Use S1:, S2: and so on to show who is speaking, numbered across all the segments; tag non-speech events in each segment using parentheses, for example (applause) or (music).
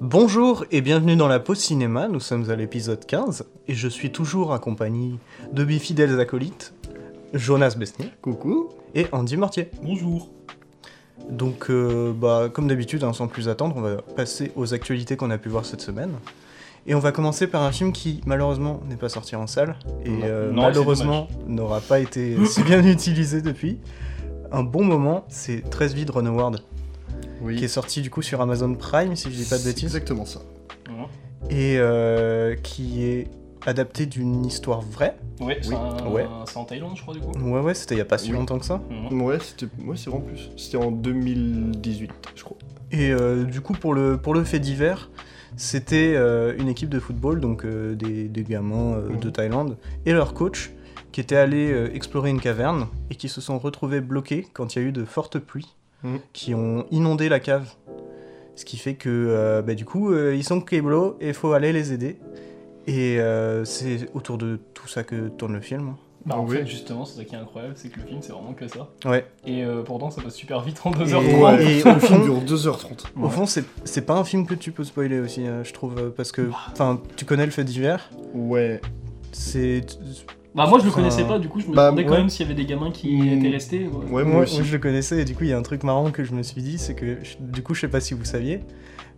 S1: Bonjour et bienvenue dans la pause cinéma, nous sommes à l'épisode 15 et je suis toujours en compagnie de mes fidèles acolytes, Jonas Besnier. Coucou. Et Andy Mortier.
S2: Bonjour.
S1: Donc, euh, bah, comme d'habitude, hein, sans plus attendre, on va passer aux actualités qu'on a pu voir cette semaine. Et on va commencer par un film qui, malheureusement, n'est pas sorti en salle et
S2: Non.
S1: euh,
S2: Non,
S1: malheureusement n'aura pas été si
S2: (laughs)
S1: bien utilisé depuis. Un bon moment, c'est 13 vies de Ron Howard,
S3: Oui.
S1: qui est sorti du coup sur Amazon Prime, si je dis pas de
S3: C'est
S1: bêtises.
S3: Exactement ça.
S1: et euh, qui est adapté d'une histoire vraie.
S2: Ouais, c'est
S3: Oui.
S2: un-
S1: Ouais.
S2: c'est en Thaïlande, je crois, du coup.
S1: Ouais, ouais, c'était il y a pas si
S3: Oui.
S1: longtemps que ça.
S2: Mhm.
S3: Ouais, c'était ouais, c'est vraiment plus. C'était en 2018, je crois.
S1: Et euh, du coup, pour le, pour le fait divers, c'était euh, une équipe de football, donc euh, des, des gamins euh, de
S3: Mhm.
S1: Thaïlande, et leur coach, qui étaient allés euh, explorer une caverne, et qui se sont retrouvés bloqués quand il y a eu de fortes pluies,
S3: Mhm.
S1: qui ont inondé la cave. Ce qui fait que, euh, bah, du coup, euh, ils sont Keblo, et il faut aller les aider. Et euh, c'est autour de tout ça que tourne le film. hein.
S2: Bah, en
S3: Oui.
S2: fait, justement, c'est ça qui est incroyable, c'est que le film, c'est vraiment que ça.
S1: Ouais.
S2: Et euh, pourtant, ça passe super vite en
S1: Et-
S2: 2h30.
S3: (laughs)
S1: et au fond-
S3: le film dure 2h30.
S1: Au fond, c'est c'est pas un film que tu peux spoiler aussi, euh, je trouve, euh, parce que enfin, tu connais le fait divers.
S3: Ouais.
S1: C'est
S2: Bah, moi, je le
S1: Enfin,
S2: connaissais pas, du coup, je me
S3: bah,
S2: demandais quand
S3: ouais.
S2: même s'il y avait des gamins qui
S3: Mhm.
S2: étaient restés. ouais.
S1: moi,
S3: Ouais, moi aussi.
S1: moi, je le connaissais et du coup il y a un truc marrant que je me suis dit, c'est que je- du coup je sais pas si vous saviez,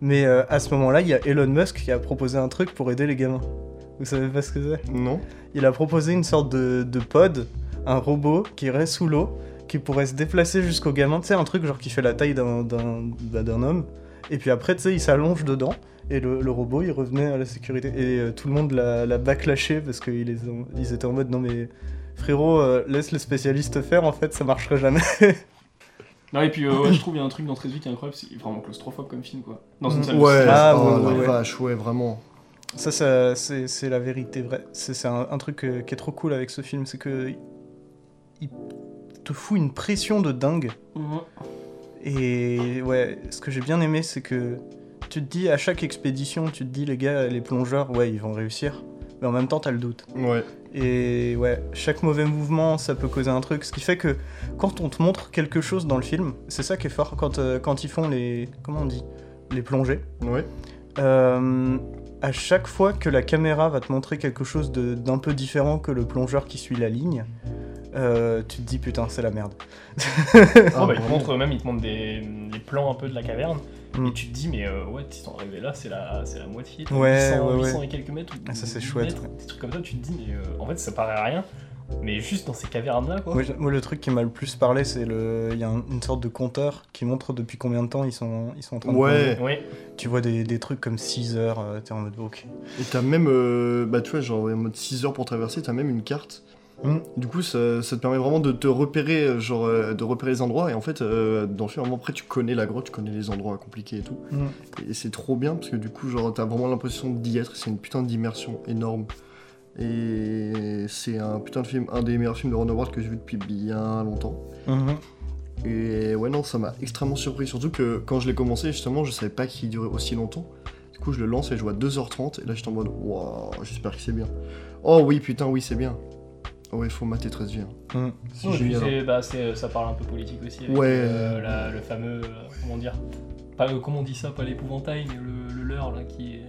S1: mais euh, à ce moment-là il y a Elon Musk qui a proposé un truc pour aider les gamins. Vous savez pas ce que c'est
S3: Non
S1: Il a proposé une sorte de, de pod, un robot qui irait sous l'eau, qui pourrait se déplacer jusqu'au gamin, tu sais un truc genre qui fait la taille d'un d'un- bah, d'un homme, et puis après tu sais il s'allonge dedans. Et le, le robot, il revenait à la sécurité. Et euh, tout le monde l'a l'a backlashé parce qu'ils les ont- ils étaient en mode non, mais frérot, euh, laisse les spécialistes faire, en fait, ça marchera jamais. (laughs)
S2: Non, et puis, euh,
S3: (coughs)
S2: ouais, je trouve, il y a un truc dans 13 vies qui est incroyable, c'est vraiment claustrophobe comme film, quoi. Dans une
S1: Mhm.
S2: salle de
S3: Ouais,
S2: cinéma.
S1: Ah,
S3: oh,
S1: ouais,
S3: la
S1: ouais, ouais.
S3: vache, ouais, vraiment.
S1: Ça, ça c'est c'est la vérité vraie. C'est c'est un, un truc euh, qui est trop cool avec ce film, c'est que il te fout une pression de dingue.
S2: Mhm.
S3: Ah.
S1: Et ouais, ce que j'ai bien aimé, c'est que tu te dis à chaque expédition, tu te dis les gars, les plongeurs, ouais, ils vont réussir. Mais en même temps, t'as le doute.
S3: Ouais.
S1: Et ouais, chaque mauvais mouvement, ça peut causer un truc. Ce qui fait que quand on te montre quelque chose dans le film, c'est ça qui est fort quand, euh, quand ils font les. Comment on dit Les plongées.
S3: Ouais.
S1: Euh, à chaque fois que la caméra va te montrer quelque chose de- d'un peu différent que le plongeur qui suit la ligne, euh, tu te dis putain c'est la merde.
S3: Ah,
S4: Oh, bah, il te
S3: vraiment.
S4: montre même, il te montre des, les plans un peu de la caverne.
S1: Mm.
S4: Et tu te dis, mais euh, ouais, ils sont arrivés là, c'est la, c'est la moitié. t'as
S1: Ouais,
S4: 800,
S1: ouais, ouais.
S4: 800 et quelques mètres.
S1: Ah, ça, c'est
S4: 1000
S1: chouette,
S4: mètres, Des trucs comme ça, tu te dis, mais euh, en fait, ça paraît à rien. Mais juste dans ces cavernes-là, quoi.
S1: Moi, je- moi, le truc qui m'a le plus parlé c'est le, il y a un- une sorte de compteur qui montre depuis combien de temps ils sont ils sont en train de
S3: Ouais.
S1: plonger.
S4: Oui,
S1: Tu vois des, des trucs comme 6 heures, euh, t'es en mode ok.
S3: Et t'as même, euh, bah tu vois, genre en mode 6 heures pour traverser, t'as même une carte.
S1: Mm.
S3: Du coup, ça, ça te permet vraiment de te repérer, euh, genre, euh, de repérer les endroits. Et en fait, euh, dans le film, vraiment, après, tu connais la grotte, tu connais les endroits compliqués et tout.
S1: Mm.
S3: Et c'est trop bien parce que du coup, genre, t'as vraiment l'impression d'y être. C'est une putain d'immersion énorme. Et c'est un putain de film, un des meilleurs films de Ron Howard que j'ai vu depuis bien longtemps.
S1: Mhm.
S3: Et ouais, non, ça m'a extrêmement surpris. Surtout que quand je l'ai commencé, justement, je savais pas qu'il durait aussi longtemps. Du coup, je le lance et je vois 2h30. Et là, j'étais en mode, waouh, j'espère que c'est bien. Oh oui, putain, oui, c'est bien. Oh, ouais, faut mater 13 vies.
S1: Mm.
S3: C'est
S4: Non, et puis
S3: génial. hein.
S4: c'est- bah, c'est- ça parle un peu politique aussi. Avec,
S3: Ouais.
S4: euh, la- le fameux. euh, comment dire pas, le- Comment on dit ça Pas l'épouvantail, mais le, le leurre, là, qui est.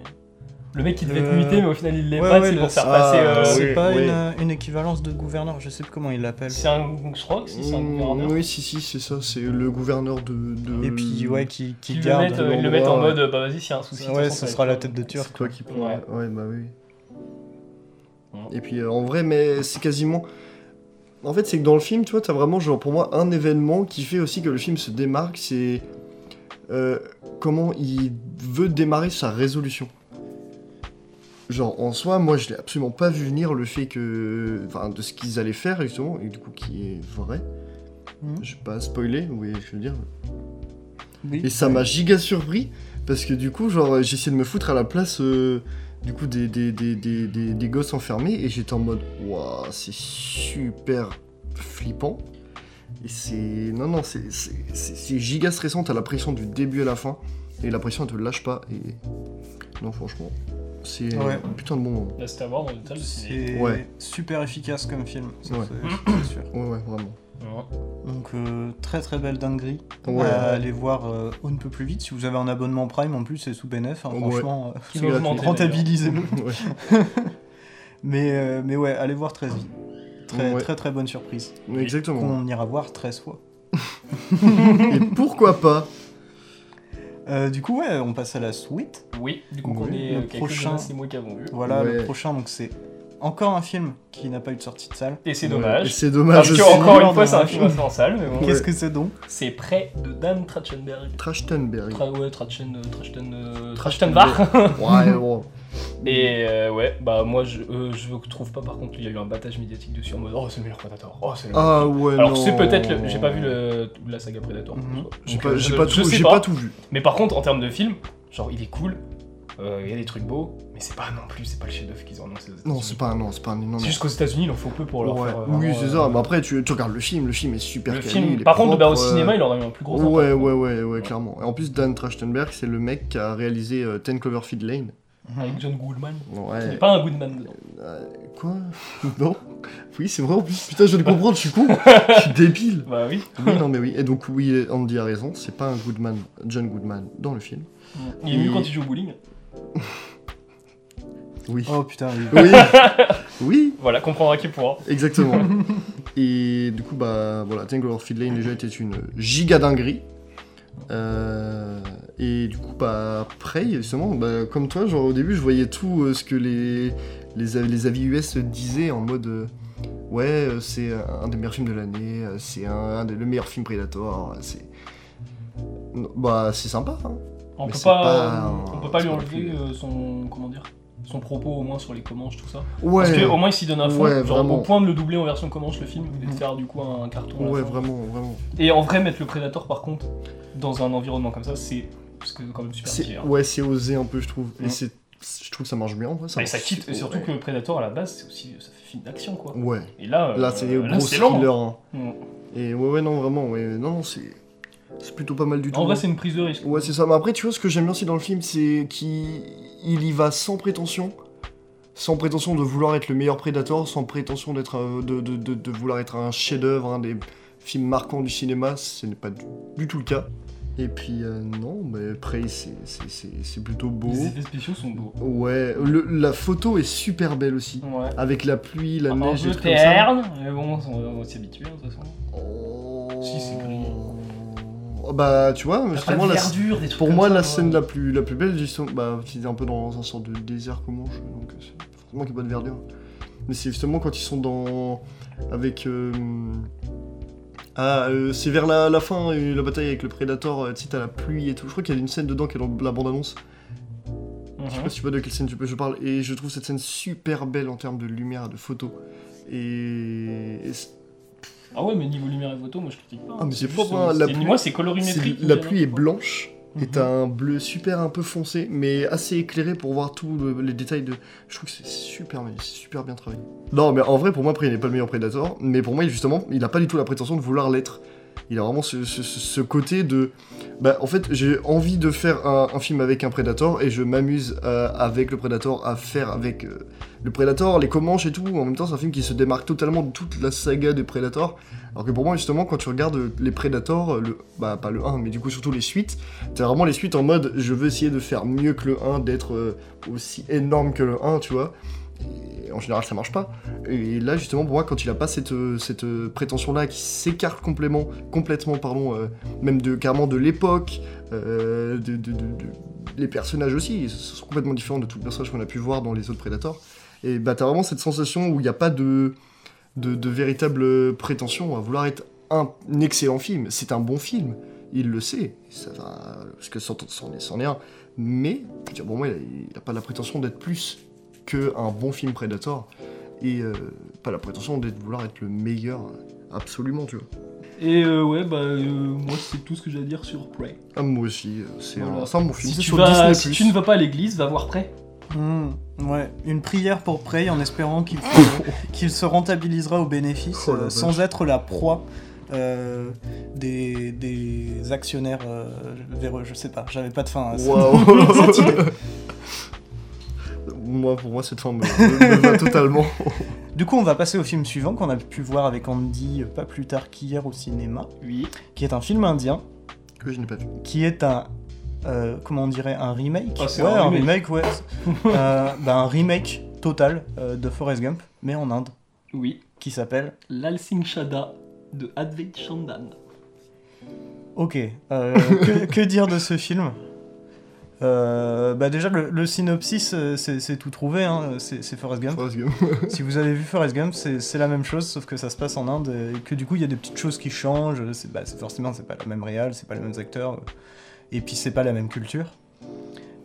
S4: Le mec qui devait être
S1: Le-
S4: muté, mais au final, il l'est
S1: Ouais,
S4: pas,
S1: ouais,
S4: c'est
S1: le-
S4: pour faire
S3: Ah,
S4: passer. euh,
S3: oui.
S1: c'est pas une, euh, une équivalence de gouverneur, je sais plus comment il l'appelle.
S4: C'est un. Je crois que si, c'est un gouverneur.
S3: Mm, oui, si, si, c'est ça. C'est le gouverneur de. de-
S1: Et
S3: Hmm.
S1: puis ouais qui, qui
S4: Ils le
S1: garde.
S4: mettent, euh, ils le mettent en
S3: l'endroit,
S4: mode, euh, bah vas-y, s'il y a un souci. de toute
S1: ouais,
S4: façon,
S1: ce
S4: ça
S1: sera
S4: va être
S1: la tête de
S3: C'est
S1: Turc.
S3: toi qui prends.
S4: Ouais.
S3: Ouais, bah oui.
S4: Ouais.
S3: Et puis euh, en vrai, mais c'est quasiment. En fait, c'est que dans le film, tu vois, t'as vraiment, genre, pour moi, un événement qui fait aussi que le film se démarque, c'est. euh, comment il veut démarrer sa résolution. Genre, en soi, moi, je l'ai absolument pas vu venir le fait que. Enfin, de ce qu'ils allaient faire, justement, et du coup, qui est vrai.
S1: Mhm.
S3: Je vais pas spoiler, vous voyez ce que je veux dire.
S1: Oui.
S3: Et ça m'a giga surpris parce que du coup, genre, j'ai essayé de me foutre à la place euh, du coup des, des, des, des, des, des gosses enfermés et j'étais en mode waouh, c'est super flippant. Et c'est non, non, c'est- c'est c'est- c'est giga stressant. T'as la pression du début à la fin et la pression elle te lâche pas. Et non, franchement, C'est
S1: Ouais.
S3: un putain de bon moment.
S2: Là, c'était à voir dans une salle de ciné.
S1: C'est
S3: Ouais.
S1: super efficace comme film, ça,
S3: Ouais.
S1: c'est c'est (coughs) sûr.
S3: Ouais, ouais, vraiment.
S2: Ouais.
S1: Donc euh, très très belle dinguerie.
S3: Ouais.
S1: à aller voir euh, on ne peut plus vite. Si vous avez un abonnement Prime, en plus c'est sous bénéf. hein,
S3: Ouais.
S1: Franchement, euh,
S2: Qui
S3: C'est
S2: l'augmentait,
S3: gratuit.
S2: d'ailleurs.
S1: rentabilisez-le.
S3: (laughs) Ouais.
S1: mais euh, mais ouais, allez voir 13 vies. Très
S3: Ouais.
S1: très très bonne surprise.
S3: Exactement.
S1: On ira voir 13 fois.
S3: Et pourquoi pas
S1: Euh, du coup ouais, on passe à la suite.
S2: Oui, du coup,
S3: Oui,
S2: qu'on est
S1: le
S2: euh, quelques
S1: prochain.
S2: prochain... c'est moi qui avons vu.
S1: Voilà le
S3: Ouais.
S1: prochain donc c'est encore un film qui n'a pas eu de sortie de salle.
S2: Et c'est
S3: Ouais,
S2: dommage.
S3: C'est
S2: Parce
S3: dommage
S2: que,
S3: aussi.
S2: encore
S1: nul
S2: une
S1: en
S2: fois, c'est un
S1: hommage.
S2: film à faire en salle, mais bon.
S1: Qu'est-ce que c'est donc
S2: C'est près de Dan Trachtenberg.
S3: Trachtenberg.
S2: Tra ouais, Trachten. euh, Trachten. euh, Trachtenbach.
S3: Ouais, bon.
S2: (laughs) Et euh, ouais, bah moi je, euh, je trouve pas par contre, il y a eu un battage médiatique dessus en mode Oh, c'est le meilleur Predator. Oh, c'est le meilleur.
S3: Ah ouais,
S2: Alors
S3: non.
S2: c'est peut-être le... J'ai pas vu le... la saga Predator.
S1: Mhm.
S2: Donc,
S3: J'ai
S2: euh,
S3: pas, j'ai
S2: je-
S3: pas
S2: je
S3: tout,
S2: sais
S3: j'ai pas tout vu.
S2: Mais par contre, en termes de film, genre il est cool, euh, il y a des trucs beaux, mais c'est pas non plus, c'est pas le chef-d'œuvre qu'ils ont annoncé aux
S3: Non,
S2: États-Unis.
S3: c'est pas un non, c'est pas un énorme.
S2: C'est juste qu'aux États-Unis, il en faut peu pour leur
S3: Ouais,
S2: faire. euh,
S3: oui,
S2: vraiment,
S3: c'est
S2: euh,
S3: ça. Mais après, tu, tu regardes le film, le film est super
S2: Le
S3: quali,
S2: film,
S3: il est
S2: par contre, bah, au
S3: propre, euh,
S2: cinéma, il aurait eu un plus gros hein. impact.
S3: Ouais, ouais, ouais, ouais, clairement. Et en plus, Dan Trachtenberg, c'est le mec qui a réalisé euh, Ten Cloverfield Lane.
S2: Avec John Goodman, qui n'est
S3: Ouais.
S2: pas un Goodman dedans.
S3: Euh, quoi (laughs) Non Oui, c'est vrai en plus. Putain, je viens de comprendre, je suis
S2: (laughs)
S3: con. Je suis débile.
S2: Bah oui,
S3: Oui, non, mais oui. Et donc, oui, Andy a raison, c'est pas un Goodman, John Goodman dans le film.
S2: il est mieux
S3: Et-
S2: quand il joue au bowling.
S3: Oui.
S1: Oh putain, oui.
S2: (laughs)
S3: Oui. oui,
S2: Voilà, comprendra qui pourra.
S3: exactement. Et du coup, bah voilà, Tangle of Field Lane déjà était une giga dinguerie. Euh, et du coup, bah après, justement, bah, comme toi, genre au début, je voyais tout euh, ce que les, les, av- les avis US disaient en mode euh, Ouais, euh, c'est un des meilleurs films de l'année, euh, c'est un, un des, le meilleur film Predator, euh, c'est. Non, Bah, c'est sympa, hein.
S2: On
S3: Mais
S2: peut
S3: c'est
S2: pas, euh,
S3: pas-
S2: on peut pas
S3: c'est
S2: lui
S3: pas
S2: enlever
S3: plus-
S2: euh, son, comment dire, son propos au moins sur les Comanches, tout ça.
S3: Ouais,
S2: Parce qu'au moins, il s'y donne à fond.
S3: Ouais,
S2: genre,
S3: vraiment. Mm.
S2: au point de le doubler en version Comanche, le film, et de
S1: Mhm.
S2: faire du coup un carton. à la
S3: ouais,
S2: fin.
S3: vraiment, vraiment.
S2: Et en vrai, mettre le Predator, par contre, dans un environnement comme ça, c'est parce que quand même super
S3: C'est-
S2: stylé. hein.
S3: Ouais, c'est osé un peu, je trouve.
S2: Mm.
S3: Et c'est, je trouve que ça marche bien, en vrai.
S2: Bah, et ça
S3: marche
S2: quitte, et
S3: super,
S2: surtout
S3: ouais.
S2: que le Predator à la base, c'est aussi ça fait film d'action quoi.
S3: Ouais.
S2: Et là, euh,
S3: Là, c'est des gros
S2: c'est lent.
S3: thriller. hein.
S2: Mm.
S3: Et ouais, ouais, non, vraiment, ouais, non, non, c'est, c'est plutôt pas mal du tout. hein.
S2: En vrai, c'est une prise de risque.
S3: Ouais, c'est ça. Mais après, tu vois, ce que j'aime bien aussi dans le film, c'est qu'il il y va sans prétention. Sans prétention de vouloir être le meilleur Predator, sans prétention d'être, euh, de, de- de- de vouloir être un chef-d'œuvre, un des films marquants du cinéma, ce n'est pas du, du tout le cas. Et puis, euh, non, mais après, c'est, c'est, c'est- c'est plutôt beau.
S2: Les effets spéciaux sont beaux.
S3: Ouais, le- la photo est super belle aussi.
S2: Ouais.
S3: Avec la pluie, la
S2: un
S3: neige et
S2: peu
S3: tout comme ça.
S2: terne, mais bon, on va s'y habituer de toute façon.
S3: Oh.
S2: Si, c'est gris.
S3: Oh, Bah, tu vois, mais
S2: Après,
S3: justement, la-
S2: verdure, des trucs
S3: pour
S2: comme
S3: moi,
S2: ça,
S3: la
S4: hein.
S2: quoi.
S3: scène la plus, la plus belle, justement, bah, c'est un peu dans un sort de désert comment je- donc euh, c'est forcément qu'il n'y a pas de verdure. Mais c'est justement quand ils sont dans. avec. euh, Ah, euh, c'est vers la, la fin, euh, la bataille avec le Predator, euh, tu sais, t'as la pluie et tout. Je crois qu'il y a une scène dedans qui est dans la bande-annonce.
S2: Mhm.
S3: Je sais pas si tu vois de quelle scène tu peux, je parle. Et je trouve cette scène super belle en termes de lumière et de photos. Et. et c'est-
S2: Ah ouais, mais niveau lumière et photo, moi je critique pas.
S3: Ah, mais c'est
S2: juste,
S3: propre,
S2: euh,
S3: hein, la
S2: c'est-
S3: pluie-
S2: Moi, c'est
S3: c'est-
S2: colorimétrique.
S3: la
S2: mais-
S3: pluie est blanche.
S2: Mhm.
S3: Et t'as un bleu super un peu foncé, mais assez éclairé pour voir tous le- les détails de. Je trouve que c'est super, mais c'est super bien travaillé. Non, mais en vrai, pour moi, après, il n'est pas le meilleur Predator, mais pour moi, il- justement, il n'a pas du tout la prétention de vouloir l'être. Il a vraiment ce, ce- ce- ce côté de. Bah, en fait, j'ai envie de faire un, un film avec un Predator et je m'amuse euh, avec le Predator à faire avec euh, le Predator, les Comanches et tout. En même temps, c'est un film qui se démarque totalement de toute la saga des Predators. Alors que pour moi, justement, quand tu regardes euh, les Predators, euh, le... bah, pas le 1, mais du coup, surtout les suites. T'as vraiment les suites en mode je veux essayer de faire mieux que le 1, d'être euh, aussi énorme que le 1, tu vois. Et en général, ça marche pas. Et là, justement, pour moi, quand il a pas cette, euh, cette euh, prétention-là qui s'écarte complètement, complètement pardon, euh, même de, carrément de l'époque, euh, de, de- de- de- les personnages aussi, ils sont complètement différents de tout le personnage qu'on a pu voir dans les autres Predators. Et bah, t'as vraiment cette sensation où il n'y a pas de, de, de véritable prétention à vouloir être un excellent film. C'est un bon film il le sait, ça va, parce que c'en c'en est, c'en est un. Mais, je veux dire, bon, moi, il n'a pas la prétention d'être plus qu'un bon film Predator, et euh, pas la prétention d'être vouloir être le meilleur, absolument, tu vois.
S2: Et euh, ouais, bah euh, moi, c'est tout ce que j'ai à dire sur Prey.
S3: Ah, moi aussi, euh, c'est
S2: Voilà.
S3: un, c'est un bon film,
S2: Si
S3: c'est
S2: tu,
S3: sur
S2: vas,
S3: Disney+.
S2: si tu ne vas pas à l'église, va voir Prey.
S3: Oh.
S1: Hmm, ouais, une prière pour Prey en espérant qu'il qu'il se rentabilisera au bénéfice
S3: Oh la
S1: euh,
S3: vache.
S1: sans être la proie euh, des, des actionnaires euh, véreux, je sais pas, j'avais pas de fin à ça.
S3: Waouh
S1: Cette idée.
S3: (laughs) moi, pour moi, cette fin me, me- me va totalement. (laughs)
S1: Du coup, on va passer au film suivant qu'on a pu voir avec Andy euh, pas plus tard qu'hier au cinéma,
S2: Oui.
S1: qui est un film indien,
S3: Que je n'ai pas vu.
S1: qui est un. euh, comment on dirait Un remake
S2: Ah, c'est
S1: Ouais,
S2: un
S1: un remake, ouais.
S2: (laughs)
S1: Euh, bah, un remake total euh, de Forrest Gump, mais en Inde,
S2: Oui.
S1: qui s'appelle.
S4: L'Alsingshada de Advait Chandan.
S1: Ok, euh,
S2: (laughs)
S1: que, que dire de ce film Euh, bah déjà le, le synopsis euh, c'est c'est tout trouvé hein, c'est c'est Forrest Gump
S3: Forrest Gump.
S1: si vous avez vu Forrest Gump, c'est c'est la même chose, sauf que ça se passe en Inde et que du coup il y a des petites choses qui changent. C'est bah, c'est- forcément c'est pas la même réal, c'est pas les mêmes acteurs, euh, et puis c'est pas la même culture.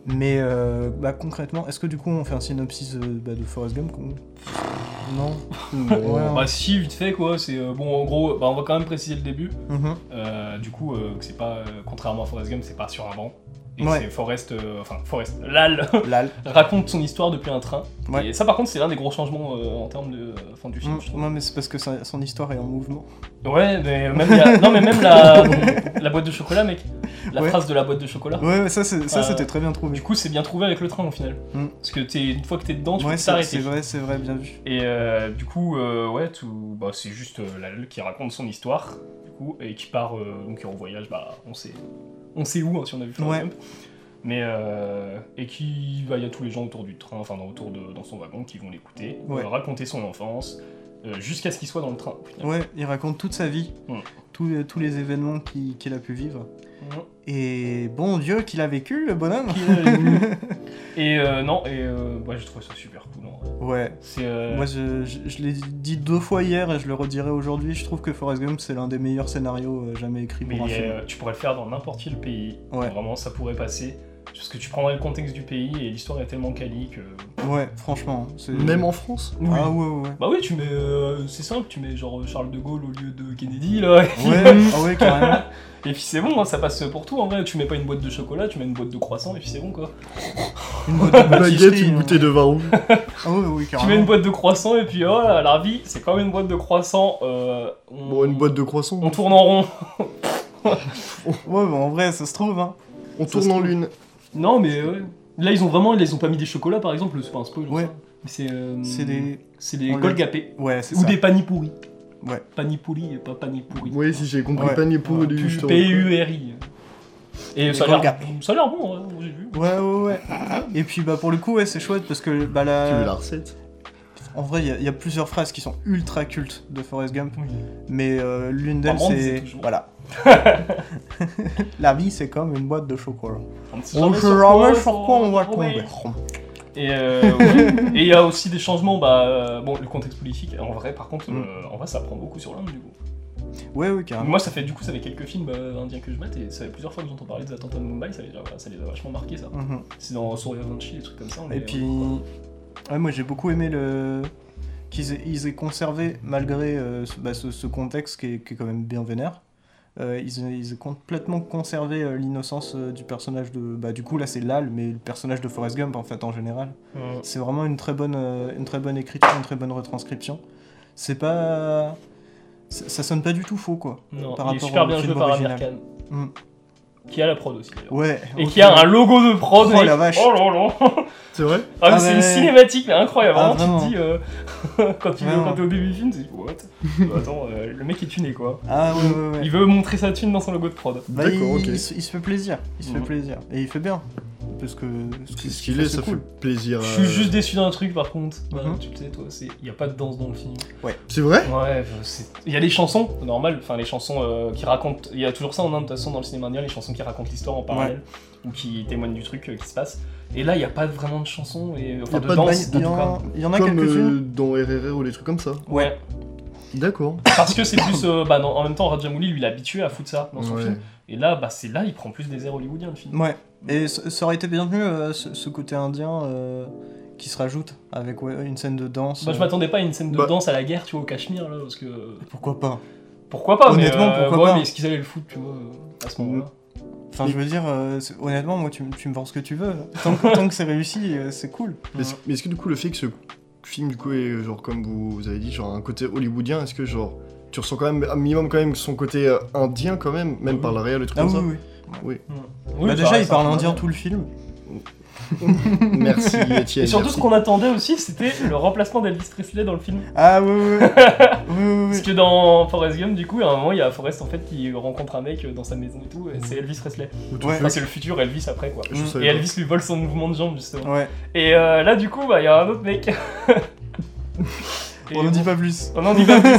S1: Mais euh, bah, concrètement, est-ce que du coup on fait un synopsis euh, bah, de Forrest Gump qu'on-
S4: (laughs)
S1: Non. Ouais, hein.
S4: Bah si, vite fait quoi, c'est euh, bon en gros, bah, on va quand même préciser le début.
S1: Mhm.
S4: Euh, du coup, euh, que c'est pas, euh, contrairement à Forrest Gump, c'est pas sur un banc. Et
S1: Ouais.
S4: c'est Forrest, euh, enfin Forrest, Lal (laughs)
S1: Lal.
S4: raconte son histoire depuis un train.
S1: Ouais.
S4: Et ça par contre, c'est l'un des gros changements euh, en termes de euh, fin du film, je trouve.
S1: Non Mm, mais c'est parce que sa- son histoire est en mouvement.
S4: Ouais, mais même, la... non, mais même la... la boîte de chocolat, mec. La
S1: Ouais.
S4: phrase de la boîte de chocolat.
S1: Ouais, ouais, ça c'est- ça,
S4: Euh,
S1: c'était très bien trouvé.
S4: Du coup, c'est bien trouvé avec le train au final.
S1: Mm.
S4: Parce que t'es- une fois que t'es dedans, tu
S1: Ouais,
S4: peux
S1: c'est
S4: t'arrêter.
S1: c'est vrai, c'est vrai, bien vu.
S4: Et euh, du coup, euh, ouais, tout, bah, c'est juste euh, Lal qui raconte son histoire, du coup, et qui part euh, donc en voyage, bah, on sait, on sait où hein, si on a vu Forrest
S1: Ouais.
S4: Gump. Mais euh, et qui, bah, il y a tous les gens autour du train, enfin dans- autour de dans son wagon, qui vont l'écouter,
S1: Ouais.
S4: euh, raconter son enfance, euh, jusqu'à ce qu'il soit dans le train. au final.
S1: Ouais, il raconte toute sa vie,
S4: Mm.
S1: tous- tous les événements qu'il qu'il a pu vivre.
S4: Mhm.
S1: Et bon Dieu, qu'il a vécu le bonhomme
S4: Qui, euh, et euh, non, et euh, bah, j'ai trouvé ça super cool. en vrai.
S1: Ouais,
S4: C'est euh,
S1: moi je, je- je l'ai dit deux fois hier et je le redirai aujourd'hui. Je trouve que Forrest Gump c'est l'un des meilleurs scénarios euh, jamais écrits
S4: Mais
S1: pour un
S4: il est,
S1: film.
S4: euh, tu pourrais le faire dans n'importe quel pays.
S1: Ouais.
S4: Vraiment, ça pourrait passer. Parce que tu prendrais le contexte du pays et l'histoire est tellement euh. quali que.
S1: Ouais, franchement. c'est-
S3: Même en France
S1: Ah ouais, ouais,
S4: (laughs)
S1: ouais.
S4: Bah oui, tu mets. euh, c'est simple, tu mets genre Charles de Gaulle au lieu de Kennedy là. et puis-
S1: Ouais, ah ouais, carrément.
S4: Et puis c'est bon, hein, ça passe pour tout en vrai. Tu mets pas une boîte de chocolat, tu mets une boîte de croissant et puis c'est bon quoi.
S1: Une bouteille
S3: Une baguette,
S1: pâtisserie,
S3: une
S1: hein.
S3: bouteille de vin
S4: (laughs)
S3: rouge.
S1: Ah ouais, ouais, carrément.
S4: Tu mets une boîte de croissant et puis oh là, la vie, c'est comme une boîte de croissant. euh, on...
S3: Bon, une boîte de croissant.
S4: On tourne en rond.
S1: Ouais, bah, en vrai, ça se trouve, hein.
S3: On
S1: se
S3: tourne en
S1: trouve.
S3: lune.
S4: Non mais ouais. Là ils ont vraiment, ils ont pas mis des chocolats par exemple, c'est pas un spoil.
S1: Ouais.
S4: ça. Mais C'est euh,
S1: C'est des.
S4: C'est des
S1: On l'a-
S4: Golgapé.
S1: Ouais, c'est
S4: Ou
S1: ça.
S4: des pani pourris.
S1: Ouais.
S4: Pani pourri et pas pani pourri.
S3: Oui, si j'ai compris,
S1: Ouais.
S3: panier pour
S4: P-
S3: du je te reconnais.
S4: P-U-R-I. Et ça a l'air-
S1: Golgapé.
S4: ça a l'air bon, ouais, j'ai vu.
S1: Ouais, ouais, ouais. Et puis, bah, pour le coup, ouais, c'est chouette parce que, bah, la-
S3: Tu veux la recette
S1: En vrai, il y a- il y, a plusieurs phrases qui sont ultra cultes de Forrest Gump.
S4: Oui.
S1: Mais euh, l'une d'elles,
S4: Amande, c'est
S1: c'est.
S4: toujours. (laughs)
S1: Voilà. la vie, c'est comme une boîte de chocolat.
S4: On sait
S1: On
S4: jamais
S1: se
S4: sur
S1: ramène sur quoi on va
S4: tomber.
S1: tomber. (laughs)
S4: Et euh, ouais. Et il y a aussi des changements, bah, euh, bon, le contexte politique, en vrai, par contre,
S1: Mm.
S4: euh, en vrai, ça prend beaucoup sur l'Inde, du coup.
S1: Ouais, ouais,
S4: (laughs)
S1: carrément.
S4: Moi, ça fait, du coup, ça fait quelques films euh, indiens que je mate, et ça fait plusieurs fois que j'entends parler des attentats de Mumbai, ça les a, ça les a vachement marqués, ça.
S1: Mhm.
S4: C'est dans Surya Vanchi, des trucs comme ça. on
S1: Et
S4: les-
S1: puis. Ouais, moi, j'ai beaucoup aimé le. Qu'ils aient, ils aient conservé, malgré euh, ce, bah, ce- ce contexte qui est, qui est quand même bien vénère, euh, ils, aient, ils aient complètement conservé euh, l'innocence euh, du personnage de. Bah, du coup, là, c'est Lal, mais le personnage de Forrest Gump, en fait, en général.
S4: Mm.
S1: C'est vraiment une très bonne, euh, une très bonne écriture, une très bonne retranscription. C'est pas, ça ça sonne pas du tout faux quoi.
S4: Non,
S1: Par
S4: il est
S1: rapport
S4: super
S1: au
S4: bien
S1: film
S4: joué par Amir
S1: original.
S4: Khan,
S1: Mm.
S4: qui a la prod aussi, d'ailleurs.
S1: Ouais.
S4: Et
S1: ok.
S4: qui a un logo de prod.
S1: Oh
S4: mec.
S1: la vache.
S4: Oh là là.
S3: C'est vrai
S4: Ah, mais
S1: Ah,
S4: c'est
S1: ouais,
S4: une
S1: ouais.
S4: cinématique mais incroyable.
S1: Ah,
S4: vraiment, tu te dis euh, (laughs) quand tu
S1: Vraiment.
S4: quand t'es au début du film, tu te dis
S1: (laughs)
S4: what Bah, Attends, euh, le mec est tuné quoi.
S1: Ah ouais ouais ouais.
S4: Il veut montrer sa thune dans son logo de prod.
S1: Bah, il,
S3: D'accord, ok.
S1: il se, il se fait plaisir. Il se fait
S4: Mhm.
S1: plaisir. Et il fait bien. Parce que ce
S3: C'est
S1: qu'il- ce
S3: stylé,
S1: qu'il fait,
S3: ça
S1: c'est cool.
S3: fait plaisir.
S4: Je
S3: euh,
S4: suis juste déçu d'un truc par contre. Bah,
S1: Mhm.
S4: Tu le sais toi, c'est il y a pas de danse dans le film.
S3: C'est vrai
S4: Ouais, il y a les chansons normal, enfin les chansons euh, qui racontent. Il y a toujours ça en Inde de toute façon dans le cinéma indien, les chansons qui racontent l'histoire en parallèle ou qui témoignent du truc euh, qui se passe. Et là, il y a pas vraiment de chansons et euh, enfin,
S3: Y a
S4: de
S3: pas de
S4: danse
S1: Bah, Il y
S4: en tout cas.
S1: en, il y en a
S3: Comme
S1: quelques-unes.
S3: euh, dans RRR ou des trucs comme ça.
S4: Ouais.
S3: D'accord.
S4: Parce que c'est plus. euh, bah, non, en même temps, Rajamouli, lui, il est habitué à foutre
S1: Mm.
S4: ça dans son
S3: Ouais.
S4: film. Et là, bah, c'est là, il prend plus des airs hollywoodiens, le
S3: euh,
S4: film.
S1: Ouais. Et ça ça aurait été bien mieux euh, ce, ce côté indien euh, qui se rajoute avec ouais, une scène de danse.
S4: Moi, je
S1: euh,
S4: m'attendais pas à une scène de
S3: Bah.
S4: danse à la guerre, tu vois, au Cachemire, là, parce que.
S1: Pourquoi pas
S4: Pourquoi pas, mais,
S1: Honnêtement,
S4: euh,
S1: pourquoi
S4: ouais,
S1: pas.
S4: mais est-ce qu'ils allaient le foutre, tu vois, euh, à ce moment-là
S1: Enfin, je veux dire, euh, c'est- honnêtement, moi, tu, m- tu me vends ce que tu (laughs) veux. Tant que, tant que c'est réussi, euh, c'est cool.
S3: Mais est-ce- mais est-ce que du coup le fait que ce film du coup est euh, genre comme vous, vous avez dit genre un côté hollywoodien, est-ce que genre tu ressens quand même un minimum quand même son côté euh, indien quand même, même
S4: Oui.
S3: par la réelle et tout
S1: Ah
S3: comme
S1: oui,
S3: ça
S1: oui.
S4: Oui,
S1: bah
S4: ça-
S1: déjà, il
S4: ça-
S1: parle
S4: ça-
S1: indien tout le film.
S4: (laughs)
S3: Merci Étienne.
S4: Et surtout, ce
S3: merci.
S4: qu'on attendait aussi, c'était le remplacement d'Elvis Presley dans le film.
S1: Ah oui, oui, oui. (laughs) oui, oui, oui.
S4: Parce que dans Forrest Gump, du coup, à un moment, il y a Forrest en fait qui rencontre un mec euh, dans sa maison et tout, et c'est Elvis Presley.
S1: Ouais.
S4: Enfin, c'est le futur Elvis après quoi.
S3: Je savais
S4: Et
S3: pas.
S4: Elvis lui vole son mouvement de jambe justement.
S1: Ouais,
S4: Et euh, là, du coup, bah, il y a un autre mec. (laughs) Et
S1: on n'en dit pas plus.
S4: on en dit pas plus.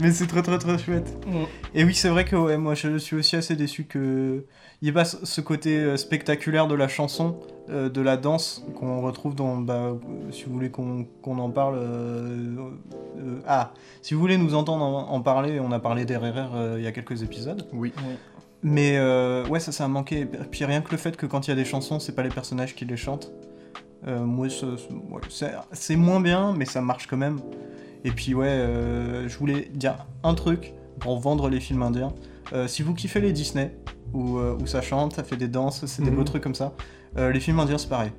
S1: Mais c'est très très très chouette.
S4: Mm.
S1: Et oui, c'est vrai que ouais, moi je suis aussi assez déçu que il n'y ait pas ce ce côté euh, spectaculaire de la chanson, euh, de la danse, qu'on retrouve dans. Bah, euh, si vous voulez qu'on qu'on en parle. euh, euh, ah, si vous voulez nous entendre en, en parler, on a parlé des RRR euh, il y a quelques épisodes.
S3: Oui.
S1: Mais euh, ouais, ça, ça a manqué. Puis rien que le fait que quand il y a des chansons, c'est pas les personnages qui les chantent. Euh, moi, ça- ça- ouais, c'est- c'est moins bien, mais ça marche quand même. Et puis ouais, euh, je voulais dire un truc pour vendre les films indiens. Euh, si vous kiffez les Disney, où, euh, où ça chante, ça fait des danses, c'est des
S2: Mhm.
S1: beaux trucs comme ça, euh, les films indiens c'est pareil.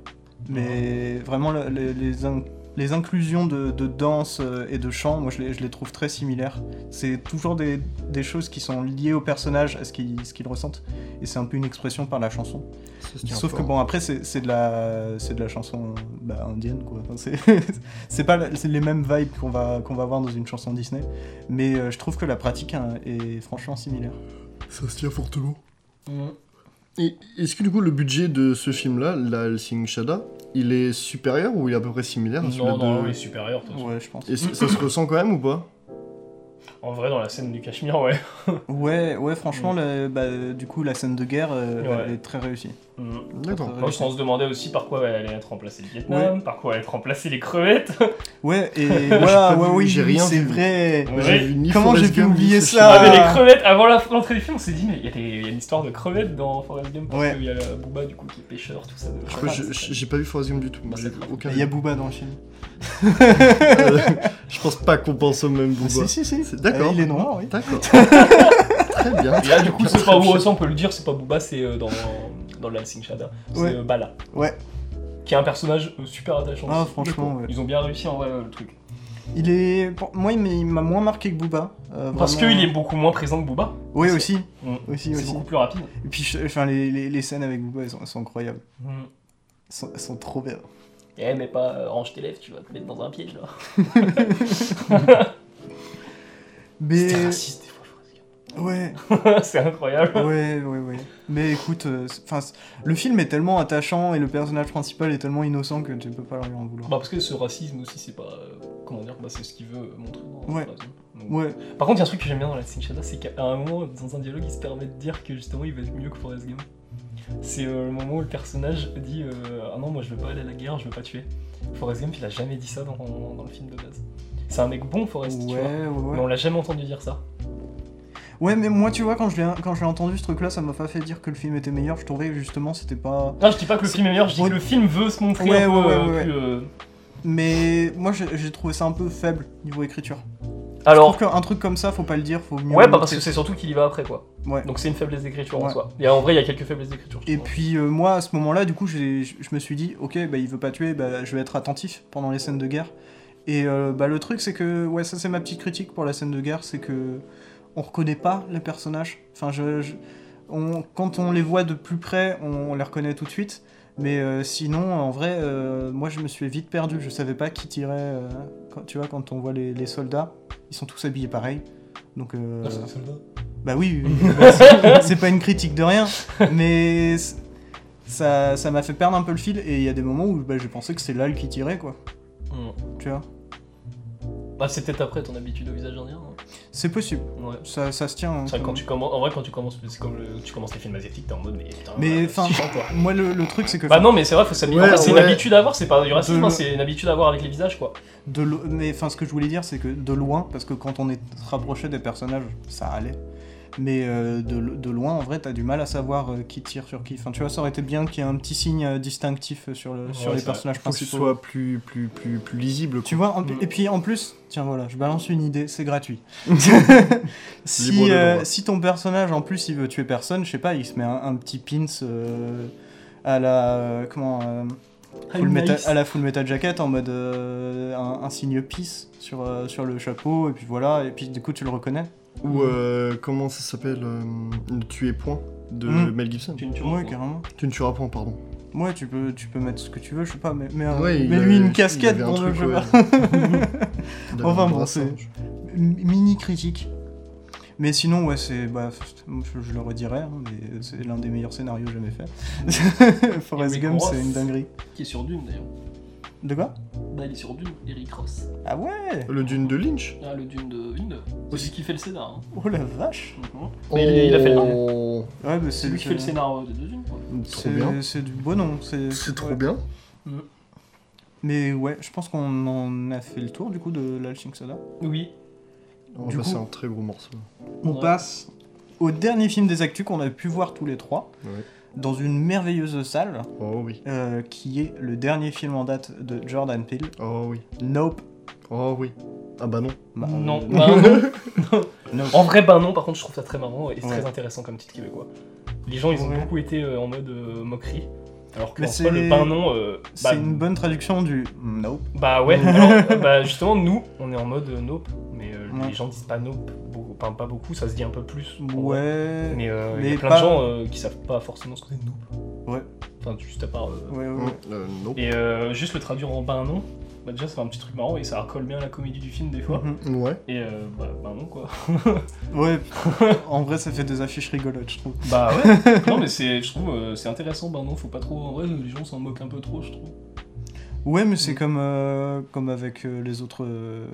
S1: Mais vraiment, le- les, les in- les inclusions de, de danse euh, et de chant, moi je les, je les trouve très similaires. C'est toujours des, des choses qui sont liées au personnage, à ce qu'ils ce qu'ils ressentent. Et c'est un peu une expression par la chanson.
S3: Ça se tient
S1: Sauf que
S3: fort.
S1: bon, après, c'est c'est de, la- c'est de la chanson bah, indienne, quoi. Enfin, c'est- (laughs) c'est pas la- c'est les mêmes vibes qu'on va, qu'on va voir dans une chanson Disney. Mais euh, je trouve que la pratique hein, est franchement similaire.
S3: Ça se tient fortement.
S4: Mm.
S3: Et Est-ce que du coup le budget de ce film-là, la Singh Shada, il est supérieur ou il est à peu près similaire à celui
S4: (laughs) Non, non,
S3: de...
S4: il est supérieur. de toute façon.
S1: Ouais, je pense.
S3: Et c- ça se ressent quand même ou pas
S4: En vrai, dans la scène du Cachemire, ouais.
S1: Ouais, ouais, franchement, le- bah, du coup, la scène de guerre, euh,
S4: Ouais.
S1: elle est très réussie.
S4: Mm.
S3: D'accord.
S4: Moi, je pense se demandait aussi par quoi allait être remplacé le Vietnam, par quoi allait être remplacé les crevettes.
S1: Ouais, et (laughs)
S3: pas
S1: voilà, ouais,
S3: vu,
S1: oui,
S3: j'ai rien
S1: c'est
S3: vu.
S1: vrai.
S4: Ouais.
S1: Comment j'ai pu oublier
S4: Ah,
S1: ça
S4: mais (laughs) les
S1: Ah.
S4: crevettes, avant la- l'entrée du film, on s'est dit, mais il y, a des- il y a une histoire de crevettes dans Forest Gump parce
S1: Ouais.
S4: qu'il y a Booba du coup qui est pêcheur, tout ça.
S1: Ah,
S4: De...
S3: Je crois que je- je- j'ai pas vu Forrest Gump du tout.
S4: Bah,
S3: j'ai
S4: c'est grave.
S3: aucun.
S1: Il y a Booba dans le film.
S3: Euh, (laughs) je pense pas qu'on pense au même Ah, Booba.
S1: Si, si, si.
S3: C'est- D'accord.
S1: Euh, il est noir, oui. (laughs)
S3: D'accord. Très bien.
S4: Et là, du coup, c'est pas
S3: Très
S4: où
S3: bien.
S4: on peut le dire, c'est pas Booba, c'est euh, dans, dans le Lansing Shada. C'est
S1: Ouais.
S4: euh, Bala.
S1: Ouais.
S4: Qui est un personnage euh, super attachant.
S1: Ah,
S4: aussi.
S1: franchement, ouais.
S4: Ils ont bien réussi en vrai euh, le truc.
S1: Il est. pour- Moi, il m'a- il m'a moins marqué que Booba. euh,
S4: Parce
S1: vraiment.
S4: qu'il est beaucoup moins présent que Booba.
S1: Oui, aussi.
S4: Mm.
S1: Aussi,
S4: C'est
S1: aussi.
S4: beaucoup plus rapide.
S1: Et puis, je- enfin, les, les, les scènes avec Booba, elles sont, elles sont incroyables. Elles sont, elles sont trop bien.
S4: Eh, mais pas euh, range tes lèvres, tu vas te mettre dans un piège là.
S1: Mais.
S4: C'était raciste des fois, Forrest Gump.
S1: Ouais,
S4: (laughs) c'est incroyable.
S1: ouais, ouais, ouais. Mais écoute, euh, c'est- enfin, c'est- le film est tellement attachant et le personnage principal est tellement innocent que tu peux pas lui en vouloir.
S4: Bah parce que ce racisme aussi c'est pas euh, comment dire bah c'est ce qu'il veut euh, montrer dans
S1: Ouais.
S4: par exemple. Donc-
S1: Ouais,
S4: Par contre il y a un truc que j'aime bien dans la scène Shada c'est qu'à un moment dans un dialogue il se permet de dire que justement il va être mieux que Forrest Gump. C'est euh, le moment où le personnage dit euh, ah non moi je veux pas aller à la guerre je veux pas tuer. Forrest Gump il a jamais dit ça dans, dans le film de base. C'est un mec bon Forrest tu
S1: ouais,
S4: vois.
S1: ouais, ouais.
S4: Mais on l'a jamais entendu dire ça.
S1: Ouais, mais moi, tu vois, quand je l'ai quand je l'ai entendu ce truc-là, ça m'a pas fait dire que le film était meilleur. Je trouvais justement, c'était pas.
S4: Non Ah, je dis pas que le
S1: C'est-
S4: film est meilleur je dis que
S1: Ouais.
S4: le film veut se montrer
S1: Ouais,
S4: un peu,
S1: ouais, ouais,
S4: euh,
S1: ouais,
S4: plus, euh,
S1: Mais moi, j'ai j'ai trouvé ça un peu faible niveau écriture.
S4: Alors
S1: Je trouve qu'un truc comme ça, faut pas le dire, faut mieux.
S4: ouais
S1: le
S4: bah parce que
S1: noter.
S4: c'est surtout qu'il y va après quoi.
S1: Ouais.
S4: Donc c'est une faiblesse d'écriture en
S1: Ouais.
S4: soi. Et en vrai il y a quelques faiblesses d'écriture. je
S1: Et
S4: trouve.
S1: puis euh, moi à ce moment-là, du coup, j'ai- je je me suis dit, ok, bah, il veut pas tuer, bah, je vais être attentif pendant les scènes de guerre. Et euh, bah, le truc, c'est que, ouais, ça c'est ma petite critique pour la scène de guerre, c'est que on reconnaît pas les personnages. Enfin, je, je- on- quand on les voit de plus près, on, on les reconnaît tout de suite. Mais euh, sinon, en vrai, euh, moi je me suis vite perdu. Je savais pas qui tirait. euh, quand, tu vois, quand on voit les, les soldats, ils sont tous habillés pareil. Donc, euh,
S4: Ah, c'est des soldats.
S1: bah oui, oui,
S4: (laughs)
S1: oui. Bah, c'est- c'est pas une critique de rien, mais c- ça ça m'a fait perdre un peu le fil et il y a des moments où bah, j'ai pensé que c'est l'al qui tirait quoi,
S4: Hmm.
S1: tu vois.
S4: Bah c'est peut-être après ton habitude au visage indien. hein.
S1: C'est possible,
S4: Ouais.
S1: ça, ça se tient. hein,
S4: C'est vrai que
S1: quand
S4: quand
S1: même.
S4: tu commences, en vrai quand tu commences, c'est comme le- tu commences les films asiatiques, t'es en mode mais putain.
S1: Mais
S4: euh,
S1: enfin,
S4: c'est chiant,
S1: (laughs)
S4: quoi.
S1: moi le, le truc c'est que
S4: Bah non mais c'est vrai, faut s'habiller.
S3: Ouais,
S4: En fait, c'est
S3: ouais.
S4: une habitude à avoir, c'est pas du racisme,
S1: De-
S4: hein, c'est une habitude à avoir avec les visages quoi.
S1: de lo- mais enfin ce que je voulais dire c'est que de loin parce que quand on est rapproché des personnages ça allait, mais euh, de, lo- de loin en vrai t'as du mal à savoir euh, qui tire sur qui. Enfin tu vois ça aurait été bien qu'il y ait un petit signe euh, distinctif sur le sur
S4: Ouais,
S1: les
S4: c'est vrai.
S1: personnages
S3: Faut que ce
S1: principaux.
S3: soit plus, plus, plus, plus lisible.
S1: Tu vois, en-
S4: Mm.
S1: et puis en plus, tiens voilà, je balance une idée, c'est
S3: (laughs)
S1: gratuit. (laughs)
S3: Libre
S1: si,
S3: de
S1: euh,
S3: droit.
S1: si ton personnage en plus il veut tuer personne, je sais pas, il se met un, un petit pins euh, à la euh, comment euh, full metal, à la full metal jacket en mode euh, un, un signe peace sur euh, sur le chapeau et puis voilà et puis du coup tu le reconnais.
S3: Ou euh, comment ça s'appelle euh, Le tuer point de
S1: Mm.
S3: Mel Gibson.
S4: Tu ne tueras
S1: Ouais
S4: pas.
S2: hein.
S1: carrément.
S3: Tu ne tueras point, pardon.
S1: Ouais, tu peux, tu peux mettre ce que tu veux, je sais pas, mais, mais, un-
S3: Ah Ouais, il
S1: mais lui
S3: avait-
S1: une
S3: il
S1: casquette
S3: avait un
S1: pour le
S3: truc,
S1: jeu.
S3: ouais. (laughs)
S1: (laughs)
S3: Il avait
S1: Enfin,
S3: un
S1: bon,
S3: brassard.
S1: c'est- Mini critique. Mais sinon, ouais, c'est. Bah, je, je le redirai, hein, mais c'est l'un des meilleurs scénarios jamais fait. (laughs) Forrest
S4: Eric
S1: Gump,
S4: Ross.
S1: c'est une dinguerie.
S2: Qui est sur Dune d'ailleurs.
S1: De quoi
S2: Bah, il est sur Dune, Eric Ross.
S1: Ah ouais
S3: Le dune de Lynch
S2: Ah, le Dune de Dune. C'est lui qui fait le scénar. hein.
S1: Oh la vache
S4: Mm-hmm.
S2: Mhm. Mais il, il a fait le un.
S3: Oh,
S1: Ouais, bah,
S2: C'est
S1: c'est
S2: lui qui fait le scénar euh, des deux Dunes. quoi.
S3: Trop bien.
S1: C'est c'est du bon nom. C'est
S3: C'est trop
S1: ouais.
S3: bien.
S1: Mais ouais, je pense qu'on en a fait le tour du coup de l'Alching Soda.
S4: Oui.
S3: Oh,
S1: Du
S3: bah,
S1: coup-
S3: c'est un très gros morceau.
S1: On
S4: Ouais.
S1: passe au dernier film des actus qu'on a pu voir tous les trois,
S3: Ouais.
S1: dans une merveilleuse salle,
S3: Oh oui.
S1: euh, qui est le dernier film en date de Jordan Peele,
S3: Oh oui.
S1: Nope.
S3: Oh oui. Ah bah non.
S1: Bah,
S4: non,
S1: euh, (laughs)
S4: bah non.
S1: Nope.
S4: En vrai, bah non, par contre, je trouve ça très marrant et c'est
S1: Ouais.
S4: très intéressant comme titre québécois. Les gens, ils ont
S1: Ouais.
S4: beaucoup été euh, en mode euh, moquerie. Alors que
S1: Mais
S4: en soi,
S1: c'est-
S4: le pain non, euh,
S1: C'est
S4: bah,
S1: une bonne traduction du Nope. (laughs)
S4: bah ouais. Alors, euh, bah justement, nous, on est en mode euh, nope, mais euh,
S1: Ouais.
S4: les gens disent pas nope, beaucoup, enfin, pas beaucoup, ça se dit un peu plus. en vrai.
S1: Ouais.
S4: Mais euh, il y
S1: Mais
S4: a plein
S1: pas-
S4: de gens euh, qui savent pas forcément ce que c'est nope.
S1: Ouais.
S4: Enfin, juste à part. euh,
S1: Ouais, ouais, ouais.
S3: Euh, non.
S4: Et euh, juste le traduire en ben non, bah déjà ça fait un petit truc marrant et ça colle bien à la comédie du film des fois.
S1: Mhm.
S3: Ouais.
S4: Et euh, bah, bah
S1: (laughs)
S4: non quoi.
S1: Ouais, en vrai, ça fait des affiches rigolotes, je trouve.
S4: Bah
S1: (laughs)
S4: ouais. non mais c'est, je trouve, euh, c'est intéressant. Ben non, faut pas trop. En vrai, les gens s'en moquent un peu trop, je trouve.
S1: Ouais, mais c'est comme, euh, comme avec euh, les autres euh,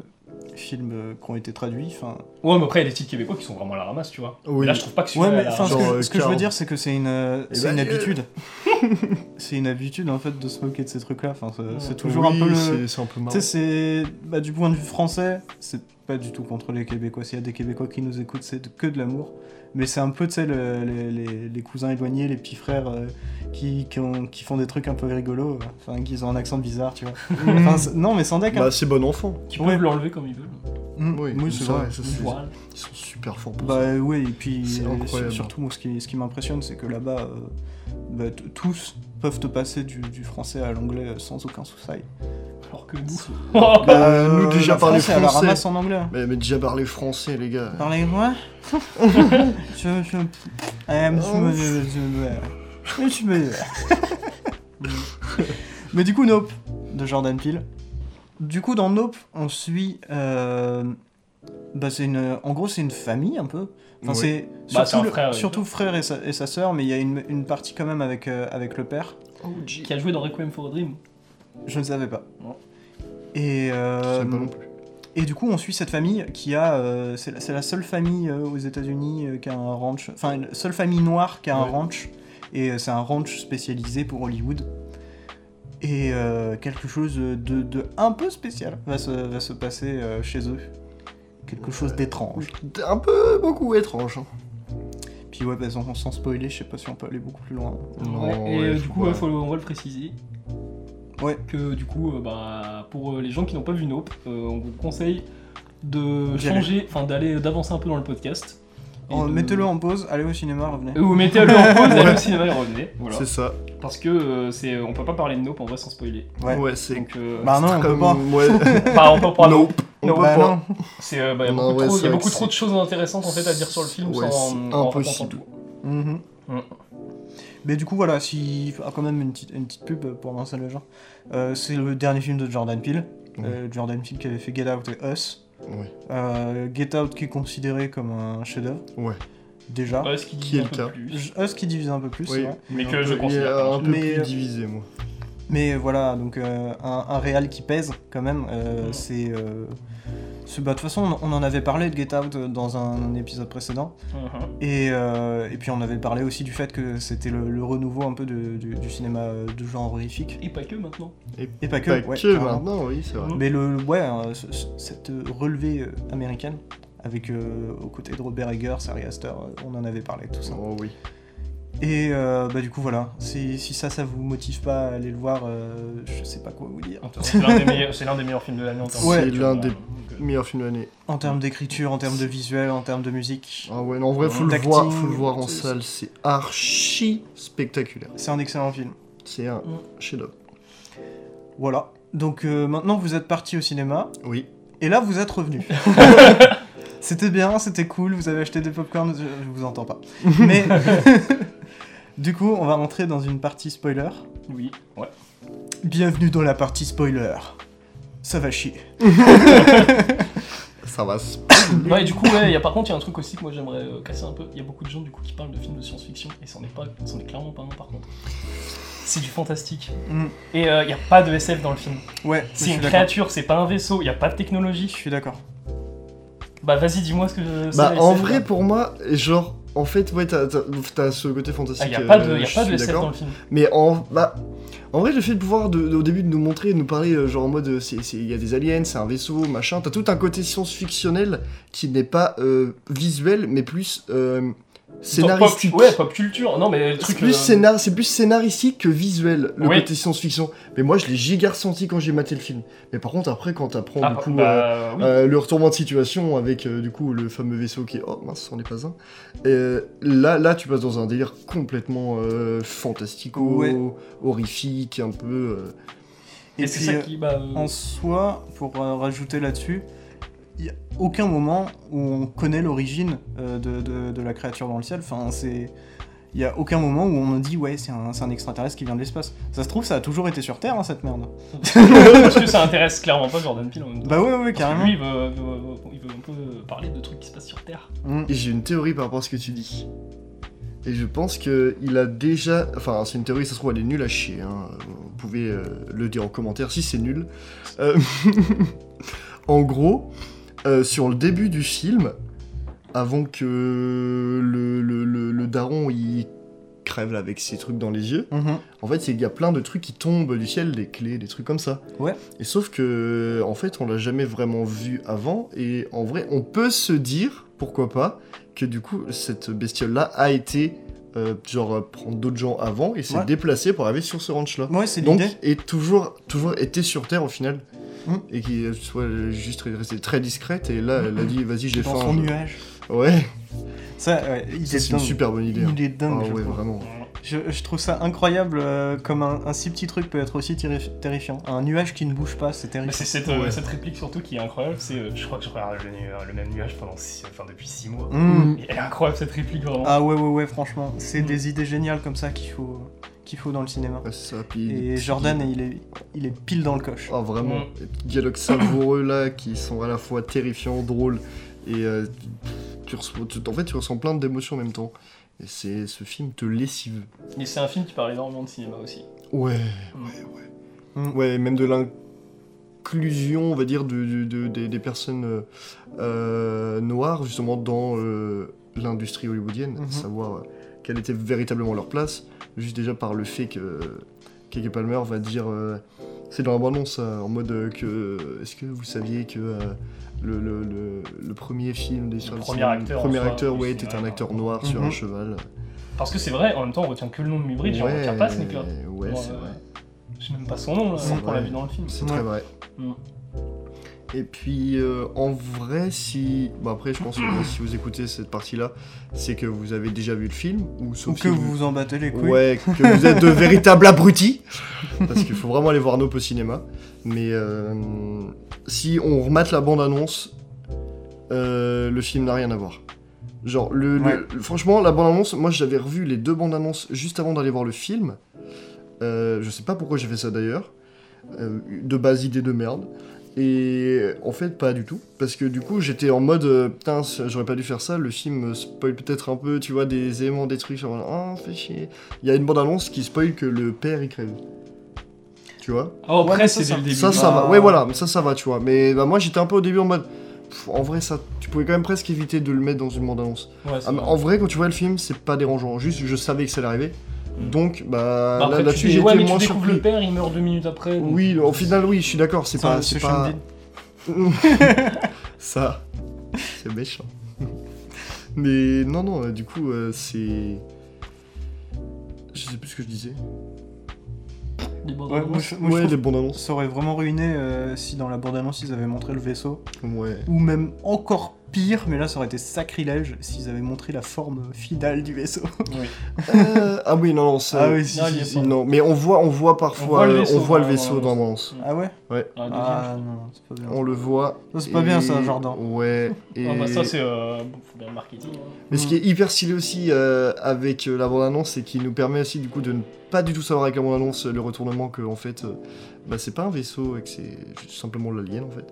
S1: films euh, qui ont été traduits. Enfin,
S4: Ouais, mais après il y a des titres québécois qui sont vraiment à la ramasse, tu vois.
S3: Oui.
S4: Là, je trouve pas que
S1: Ouais,
S4: celui-là.
S1: mais
S4: est à la
S1: enfin, ce
S4: ramasse.
S1: que,
S3: Genre,
S1: je-
S3: euh,
S1: ce que je veux
S3: Carl.
S1: dire, c'est que c'est une, euh,
S3: Eh
S1: c'est une
S3: ben, euh.
S1: habitude. c'est une habitude, en fait, de se moquer de ces trucs-là. Enfin, c'est- c'est toujours
S3: Oui,
S1: un peu le...
S3: c'est- C'est un peu
S1: Tu
S3: marrant.
S1: sais, c'est... Bah, du point de vue français, c'est pas du tout contre les Québécois. S'il y a des Québécois qui nous écoutent, c'est de- que de l'amour. Mais c'est un peu, tu sais, le- les, les- les cousins éloignés, les petits frères euh, qui, qui, ont- qui font des trucs un peu rigolos. euh, Enfin, qui ont un accent bizarre, tu vois. Enfin, c'est- non, mais sans deck, hein.
S3: Bah c'est bon enfant.
S4: Tu peux
S1: ouais.
S4: l'enlever comme ils veulent.
S1: Mm,
S3: oui,
S1: c'est
S3: ça,
S1: vrai.
S3: ça, c'est-
S4: Voilà.
S3: Ils sont super forts pour ça.
S1: Bah oui, et puis
S3: C'est
S1: euh,
S3: incroyable.
S1: sur- surtout moi ce qui, ce qui m'impressionne c'est que là-bas, euh, bah, t- tous peuvent te passer du, du français à l'anglais euh, sans aucun souci.
S4: Alors que nous.
S3: Bah, nous,
S1: Euh,
S3: déjà
S1: la
S3: parler
S1: France est à la
S3: français.
S1: ramasse en anglais. hein.
S3: Mais, mais déjà parler français, les gars.
S1: Ah,
S4: (laughs)
S1: Parlez-moi Je... je... Ah, mais tu me- je- je- je- je
S4: (laughs)
S1: me- Mais du coup, Nope, de Jordan Peele. Du coup, dans Nope, on suit... euh, Bah, c'est une... En gros, c'est une famille, un peu. Enfin,
S3: Ouais.
S1: c'est
S4: Bah, c'est un
S1: surtout, le-
S4: frère, oui.
S1: surtout frère et sa, et sa sœur, mais il y a une, une partie quand même avec, euh, avec le père.
S4: qui a joué dans Requiem for a Dream.
S1: Je ne savais pas.
S4: Non.
S1: Et, euh,
S3: Je sais pas non plus.
S1: et du coup, on suit cette famille qui a. euh, c'est la, c'est la seule famille euh, aux États-Unis euh, qui a un ranch. Enfin, la seule famille noire qui a un
S3: Ouais.
S1: ranch. Et euh, c'est un ranch spécialisé pour Hollywood. Et euh, quelque chose de, de un peu spécial va se, va se passer euh, chez eux. Quelque chose d'étrange.
S3: T'es Un peu beaucoup étrange. Hein.
S1: Puis ouais, bah, sans, sans spoiler, je sais pas si on peut aller beaucoup plus loin.
S3: Non,
S4: Ouais, et
S3: ouais,
S4: euh,
S3: je
S4: du coup,
S3: vois.
S4: ouais, faut le- on va le préciser.
S1: Ouais.
S4: Que du coup, euh, bah, pour euh, les gens qui n'ont pas vu Nope, euh, on vous conseille de
S1: D'y
S4: changer, enfin d'aller d'avancer un peu dans le podcast. Et
S1: Oh,
S4: de-
S1: Mettez-le en pause, allez au cinéma, revenez.
S4: Euh, Ou mettez-le
S3: (laughs)
S4: en pause, allez au cinéma et revenez. Voilà.
S3: C'est ça.
S4: Parce que euh, c'est, on peut pas parler de Nope en vrai sans spoiler.
S1: Ouais.
S3: Ouais, c'est.
S4: Donc, euh,
S1: Bah non, on peut
S3: comme... Oh,
S1: pas. (laughs)
S3: (laughs) Ouais.
S4: (laughs) bah, on peut parler.
S3: Nope. On
S4: Nope.
S3: peut
S1: Bah
S3: pas.
S1: non.
S4: C'est, euh, bah, y a
S3: Non,
S4: beaucoup,
S3: ouais,
S4: trop,
S3: c'est
S4: y a
S3: vrai
S4: beaucoup
S3: que
S4: trop de choses intéressantes en fait à dire sur le film.
S3: Ouais,
S4: sans,
S3: c'est
S4: en
S3: impossible.
S4: racontant tout.
S1: Mhm.
S4: Mm.
S1: Mais du coup, voilà, si. ah, quand même, une petite, une petite pub pour lancer le genre. Euh, c'est le dernier film de Jordan Peele.
S3: Ouais.
S1: Euh, Jordan Peele qui avait fait Get Out et Us.
S3: Ouais.
S1: Euh, Get Out qui est considéré comme un chef-d'œuvre,
S3: Ouais.
S1: déjà.
S4: Ouais, ce qui,
S3: Qui
S4: dit
S3: est
S4: un
S3: le
S4: peu
S3: cas.
S4: plus.
S1: J- Us qui divise un peu plus, c'est
S3: Oui.
S1: vrai.
S4: Mais
S3: un
S4: que
S3: peu-
S4: je
S3: il est
S4: considère pas.
S3: Un peu
S1: Mais, euh,
S3: plus divisé, moi.
S1: Mais voilà, donc euh, un, un réal qui pèse quand même. euh,
S4: Mm.
S1: C'est. euh, c'est- bah, De toute façon, on on en avait parlé de Get Out euh, dans un épisode précédent.
S4: Mhm.
S3: Uh-huh.
S1: Et, euh, et puis on avait parlé aussi du fait que c'était le, le renouveau un peu de- du, du cinéma euh, de genre horrifique.
S4: Et pas que maintenant.
S1: Et pas que,
S3: Pas
S1: ouais,
S3: que hein.
S1: carrément.
S3: maintenant, oui, c'est vrai.
S1: Mais le, le- ouais, euh, ce- ce- cette relevée euh, américaine, avec euh, aux côtés de Robert Eggers, Ari Aster, euh, on en avait parlé tout ça.
S3: Oh oui.
S1: Et euh, bah du coup voilà, si, si ça, ça vous motive pas à aller le voir, euh, je sais pas quoi vous dire.
S4: Attends, C'est l'un des, meilleurs- c'est l'un des meilleurs films de l'année en termes
S3: Ouais,
S4: de
S3: l'un
S4: donc,
S3: des-
S4: euh,
S3: Meilleur film de l'année.
S1: En termes d'écriture, en termes de visuel, en termes de musique,
S3: Ah ouais, non, en vrai, faut le
S1: D'acting,
S3: voir, faut le voir en
S1: Mmh. c'est-
S3: salle, c'est archi spectaculaire.
S1: c'est un excellent film.
S3: C'est un
S1: Mmh.
S4: Mm.
S3: chef-d'œuvre.
S1: Voilà. Donc euh, maintenant vous êtes parti au cinéma.
S3: Oui.
S1: Et là, vous êtes revenu. (laughs) c'était bien, c'était cool, vous avez acheté des popcorn, je, (laughs) je vous entends pas. Mais du coup, on va rentrer dans une partie spoiler.
S2: Oui, ouais.
S1: Bienvenue dans la partie spoiler. Ça va chier.
S3: Ça va. se-
S4: Ouais, et du coup, ouais, y a, par contre, il y a un truc aussi que moi j'aimerais euh, casser un peu. Il y a beaucoup de gens du coup qui parlent de films de science-fiction et c'en est, pas- c'en est clairement pas un par contre. C'est du fantastique.
S1: Mm.
S4: Et il n'y a pas de SF dans le film.
S1: Ouais, je
S4: C'est
S1: suis
S4: une
S1: d'accord.
S4: créature, c'est pas un vaisseau, il n'y a pas de
S1: Je
S4: technologie.
S1: suis d'accord.
S4: Bah vas-y, dis-moi ce que c'est
S3: Bah,
S4: la
S3: en
S4: SF,
S3: vrai,
S4: là.
S3: pour moi, genre, en fait, ouais, t'as t'as- t'as ce côté fantastique.
S4: Ah, y a
S3: euh,
S4: pas de, y a
S3: je
S4: pas de
S3: suis
S4: SF
S3: d'accord.
S4: dans le film.
S3: Mais en, bah, en vrai, le fait de pouvoir de- de- au début de nous montrer, de nous parler, euh, genre en mode euh, c'est- c'est- il y a des aliens, c'est un vaisseau, machin, t'as tout un côté science-fictionnel qui n'est pas euh, visuel, mais plus euh, scénaristique.
S4: Pop- ouais, pop culture. Non, mais le
S3: C'est
S4: truc.
S3: plus,
S4: euh,
S3: scénar- c'est plus scénaristique que visuel, le
S4: Ouais.
S3: côté science-fiction. Mais moi, je l'ai giga ressenti quand j'ai maté le film. Mais par contre, après, quand t'apprends
S4: ah,
S3: du coup euh,
S4: bah, oui.
S3: euh, le retournement de situation avec euh, du coup le fameux vaisseau qui est oh mince, c'en est pas un. Euh, là, là, tu passes dans un délire complètement euh, fantastico,
S1: Ouais.
S3: horrifique, un peu. euh,
S1: Et
S4: Et c'est
S1: puis,
S4: ça
S1: euh,
S4: qui. Bah, euh,
S1: En soi, pour euh, rajouter là-dessus, il n'y a aucun moment où on connaît l'origine euh, de, de- de la créature dans le ciel. Enfin, c'est. Il n'y a aucun moment où on a dit, ouais, c'est un, c'est un extraterrestre qui vient de l'espace. Ça se trouve, ça a toujours été sur Terre, hein, cette merde.
S3: euh,
S4: (laughs) parce que ça intéresse clairement pas Jordan Peele en même temps.
S1: Bah ouais, ouais, ouais,
S4: Parce que
S1: carrément.
S4: Lui, il veut, veut- veut- il veut un peu euh, parler de trucs qui se passent sur Terre.
S1: Mm.
S3: Et j'ai une théorie par rapport à ce que tu dis. Et je pense que il a déjà. Enfin, c'est une théorie, ça se trouve, elle est nulle à chier. hein. Vous pouvez euh, le dire en commentaire si c'est nul. Euh, (laughs) en gros, euh, sur le début du film, avant que le, le- le- le daron il crève là, avec ses trucs dans les yeux,
S1: Mhm.
S3: en fait, c'est- il y a plein de trucs qui tombent du ciel, des clés, des trucs comme ça.
S1: Ouais.
S3: Et sauf que, en fait, on l'a jamais vraiment vu avant. Et en vrai, on peut se dire, pourquoi pas, que du coup, cette bestiole-là a été, euh, genre, euh, prendre d'autres gens avant et s'est
S1: Ouais.
S3: déplacée pour arriver sur ce ranch-là.
S1: Ouais, c'est
S3: Donc,
S1: l'idée.
S3: et toujours, toujours été sur Terre au final.
S1: Mm.
S3: Et qui euh, soit juste restée très discrète. Et là, elle a dit, vas-y, j'ai faim.
S1: Dans son
S3: je-
S1: nuage.
S3: Ouais,
S1: Ça, ouais, il est,
S3: c'est une
S1: dingue.
S3: super bonne idée. hein.
S1: Il est dingue,
S3: Ah
S1: je
S3: ouais,
S1: trouve.
S3: vraiment.
S1: Je, je trouve ça incroyable euh, comme un, un si petit truc peut être aussi terri- terrifiant. Un nuage qui ne bouge pas, c'est
S4: Mais
S1: terrifiant.
S4: c'est cette, euh, cette réplique surtout qui est incroyable. C'est, euh, je crois que je regarde le, nu- le même nuage pendant six- enfin, depuis 6 mois.
S3: Bah,
S1: Mm.
S4: Et elle est incroyable cette réplique vraiment.
S1: Ah ouais, ouais, ouais, franchement. C'est
S4: Mm.
S1: des idées géniales comme ça qu'il faut, qu'il faut dans le cinéma.
S3: Ouais, c'est Ah, ça, puis des
S1: Et
S3: petits-
S1: Jordan, il est, il est pile dans le coche.
S3: Ah vraiment,
S4: Mm.
S3: des petits dialogues savoureux là qui sont à la fois terrifiants, drôles et euh, tu, reçois- tu- en fait tu ressens plein d'émotions en même temps. Et c'est ce film te lessive.
S4: Et c'est un film qui parle énormément de cinéma aussi.
S3: Ouais,
S4: Mm.
S3: ouais, ouais. Ouais, même de l'inclusion, on va dire, de, de- de- des- des personnes euh, euh, noires justement dans euh, l'industrie hollywoodienne,
S1: Mhm.
S3: savoir euh, quelle était véritablement leur place, juste déjà par le fait que Keke Palmer va dire. euh, c'est dans la bande-annonce, ça, en mode euh, que. Est-ce que vous saviez que euh, le, le- le- le premier film des sur le
S4: premier
S3: cinéma-
S4: acteur, en
S3: premier
S4: soi,
S3: acteur,
S4: du
S3: ouais,
S4: cinéma,
S3: était un
S4: quoi.
S3: acteur noir sur
S1: Mhm.
S3: un cheval.
S4: Parce que c'est vrai, en même temps on retient que le nom de Mibridge et on retient pas ce mec-là.
S3: ouais,
S4: Genre,
S3: c'est
S4: euh,
S3: vrai.
S4: Je sais même pas son nom là,
S3: C'est
S4: on l'a
S3: vrai.
S4: vu dans le film.
S3: C'est
S1: Ouais.
S3: très vrai.
S4: Mm.
S3: Et puis, euh, en vrai, si. Bah après, je pense que si vous écoutez cette partie-là, c'est que vous avez déjà vu le film, ou
S1: Ou
S3: sauf si
S1: que vous vous en battez les couilles.
S3: Ouais, que
S1: (laughs)
S3: vous êtes de véritables abrutis. Parce qu'il faut vraiment aller voir Nope au cinéma. Mais euh, si on remate la bande-annonce, euh, le film n'a rien à voir. Genre, le, le-
S1: Ouais.
S3: le- franchement, la bande-annonce, moi j'avais revu les deux bandes-annonces juste avant d'aller voir le film. Euh, je sais pas pourquoi j'ai fait ça d'ailleurs. Euh, de base, idée de merde. Et en fait, pas du tout. Parce que du coup, j'étais en mode, euh, putain, ça- j'aurais pas dû faire ça. Le film euh, spoil peut-être un peu, tu vois, des éléments, des trucs. Genre, ah, fait chier. Il y a une bande-annonce qui spoil que le père, il crève. Tu vois
S4: Oh,
S1: après,
S4: après
S1: Ouais, c'est
S4: c'est
S1: ça,
S4: dès le début.
S3: Ça, ça va. Ouais, voilà, ça, ça va, tu vois. Mais bah, moi, j'étais un peu au début en mode. pff, en vrai, ça, tu pouvais quand même presque éviter de le mettre dans une bande-annonce.
S4: Ouais, c'est
S3: Ah, mais
S4: vrai.
S3: en vrai, quand tu vois le film, c'est pas dérangeant. Juste, je savais que ça allait arriver.
S4: Mm.
S3: Donc, bah,
S4: Bah,
S3: là-
S4: après, tu
S3: là-dessus,
S4: dis,
S3: j'étais
S4: ouais, mais tu
S3: moins
S4: découvres le
S3: surpris.
S4: père, il meurt deux minutes après. donc-
S3: Oui, au final, oui, je suis d'accord. C'est
S1: Ça,
S3: pas.
S1: c'est
S3: C'est pas...
S1: Sean Bean.
S3: ça, (laughs) c'est méchant. (laughs) Mais non, non, euh, du coup, euh, c'est. Je sais plus ce que je disais.
S4: Des bandes
S1: Ouais, moi,
S4: annonces.
S1: je, moi, je
S3: ouais,
S1: trouve
S3: les bandes annonces.
S1: Ça aurait vraiment ruiné euh, si dans la bande-annonce ils avaient montré le vaisseau.
S3: Ouais.
S1: Ou même encore pire, mais là ça aurait été sacrilège s'ils avaient montré la forme finale du
S4: (laughs)
S1: vaisseau.
S4: Oui.
S3: Euh, ah oui, non, non, ça.
S1: Ah oui, si,
S4: Non,
S1: si,
S4: il y a
S1: si.
S4: pas.
S3: Non, mais on voit, on voit
S4: On voit
S3: parfois,
S4: le
S3: euh,
S4: vaisseau
S3: on voit le
S4: dans la
S3: vaisseau
S4: bande
S3: dans l'annonce.
S1: Ah ouais
S3: Ouais.
S2: Ah, deuxième,
S1: Ah non, c'est pas bien.
S3: On le voit.
S1: Ça, c'est pas bien, ça, Jordan.
S4: (laughs)
S3: Ouais. Et...
S4: Ah bah ça c'est euh, bon, faut bien le marketing. hein.
S3: Mais ce qui est hyper stylé aussi euh, avec euh, la bande-annonce, c'est qu'il nous permet aussi du coup de ne pas du tout savoir avec la bande-annonce euh, le retournement que en fait, euh, bah, c'est pas un vaisseau et que c'est juste simplement l'alien en fait.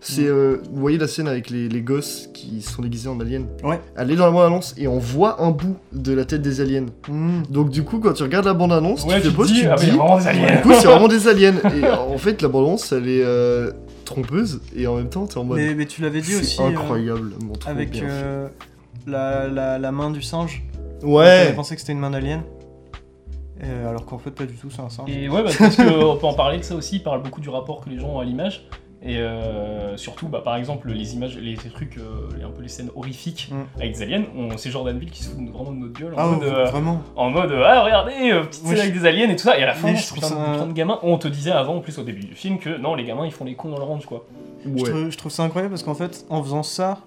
S3: C'est,
S1: Mm.
S3: euh, vous voyez la scène avec les, les gosses qui sont déguisés en aliens.
S1: Ouais.
S3: Elle est dans la bande-annonce et on voit un bout de la tête des aliens.
S1: Hmm.
S3: Donc du coup, quand tu regardes la bande-annonce,
S4: Ouais,
S3: tu
S4: tu
S3: te
S4: te
S3: poses,
S4: dis,
S3: tu te
S4: ah, mais
S3: dis,
S4: vraiment des aliens.
S3: du coup, c'est vraiment des aliens. Et euh, en fait, la bande-annonce, elle est euh, trompeuse et en même temps, t'es en mode.
S1: Mais, mais tu l'avais dit
S3: bah, C'est
S1: aussi euh,
S3: incroyable, mon trop
S1: avec
S3: bien fait.
S1: euh, la, la, la main du singe.
S3: Ouais.
S1: On pensait que c'était une main d'alien. Euh, alors qu'en fait, pas du tout, c'est un singe.
S4: Et ouais, bah, parce qu'on peut en parler de ça aussi, il parle beaucoup du rapport que les gens ont à l'image. Et euh, surtout, bah, par exemple, les images, les trucs, euh, les- un peu les scènes horrifiques
S1: Mm.
S4: avec des aliens, on- c'est Jordanville qui se fout vraiment de notre gueule en
S1: Ah,
S3: oh,
S4: mode, euh,
S1: vraiment
S4: en mode, ah regardez, euh, petite
S1: Moi,
S4: scène
S1: je-
S4: avec des aliens et tout ça. Et à la fin,
S1: Mais je trouve
S4: putain,
S1: ça-
S4: putain de gamins, on te disait avant, en plus au début du film, que non, les gamins ils font les cons dans le range quoi.
S1: Je,
S3: Ouais.
S1: trouve, je trouve ça incroyable parce qu'en fait, en faisant ça,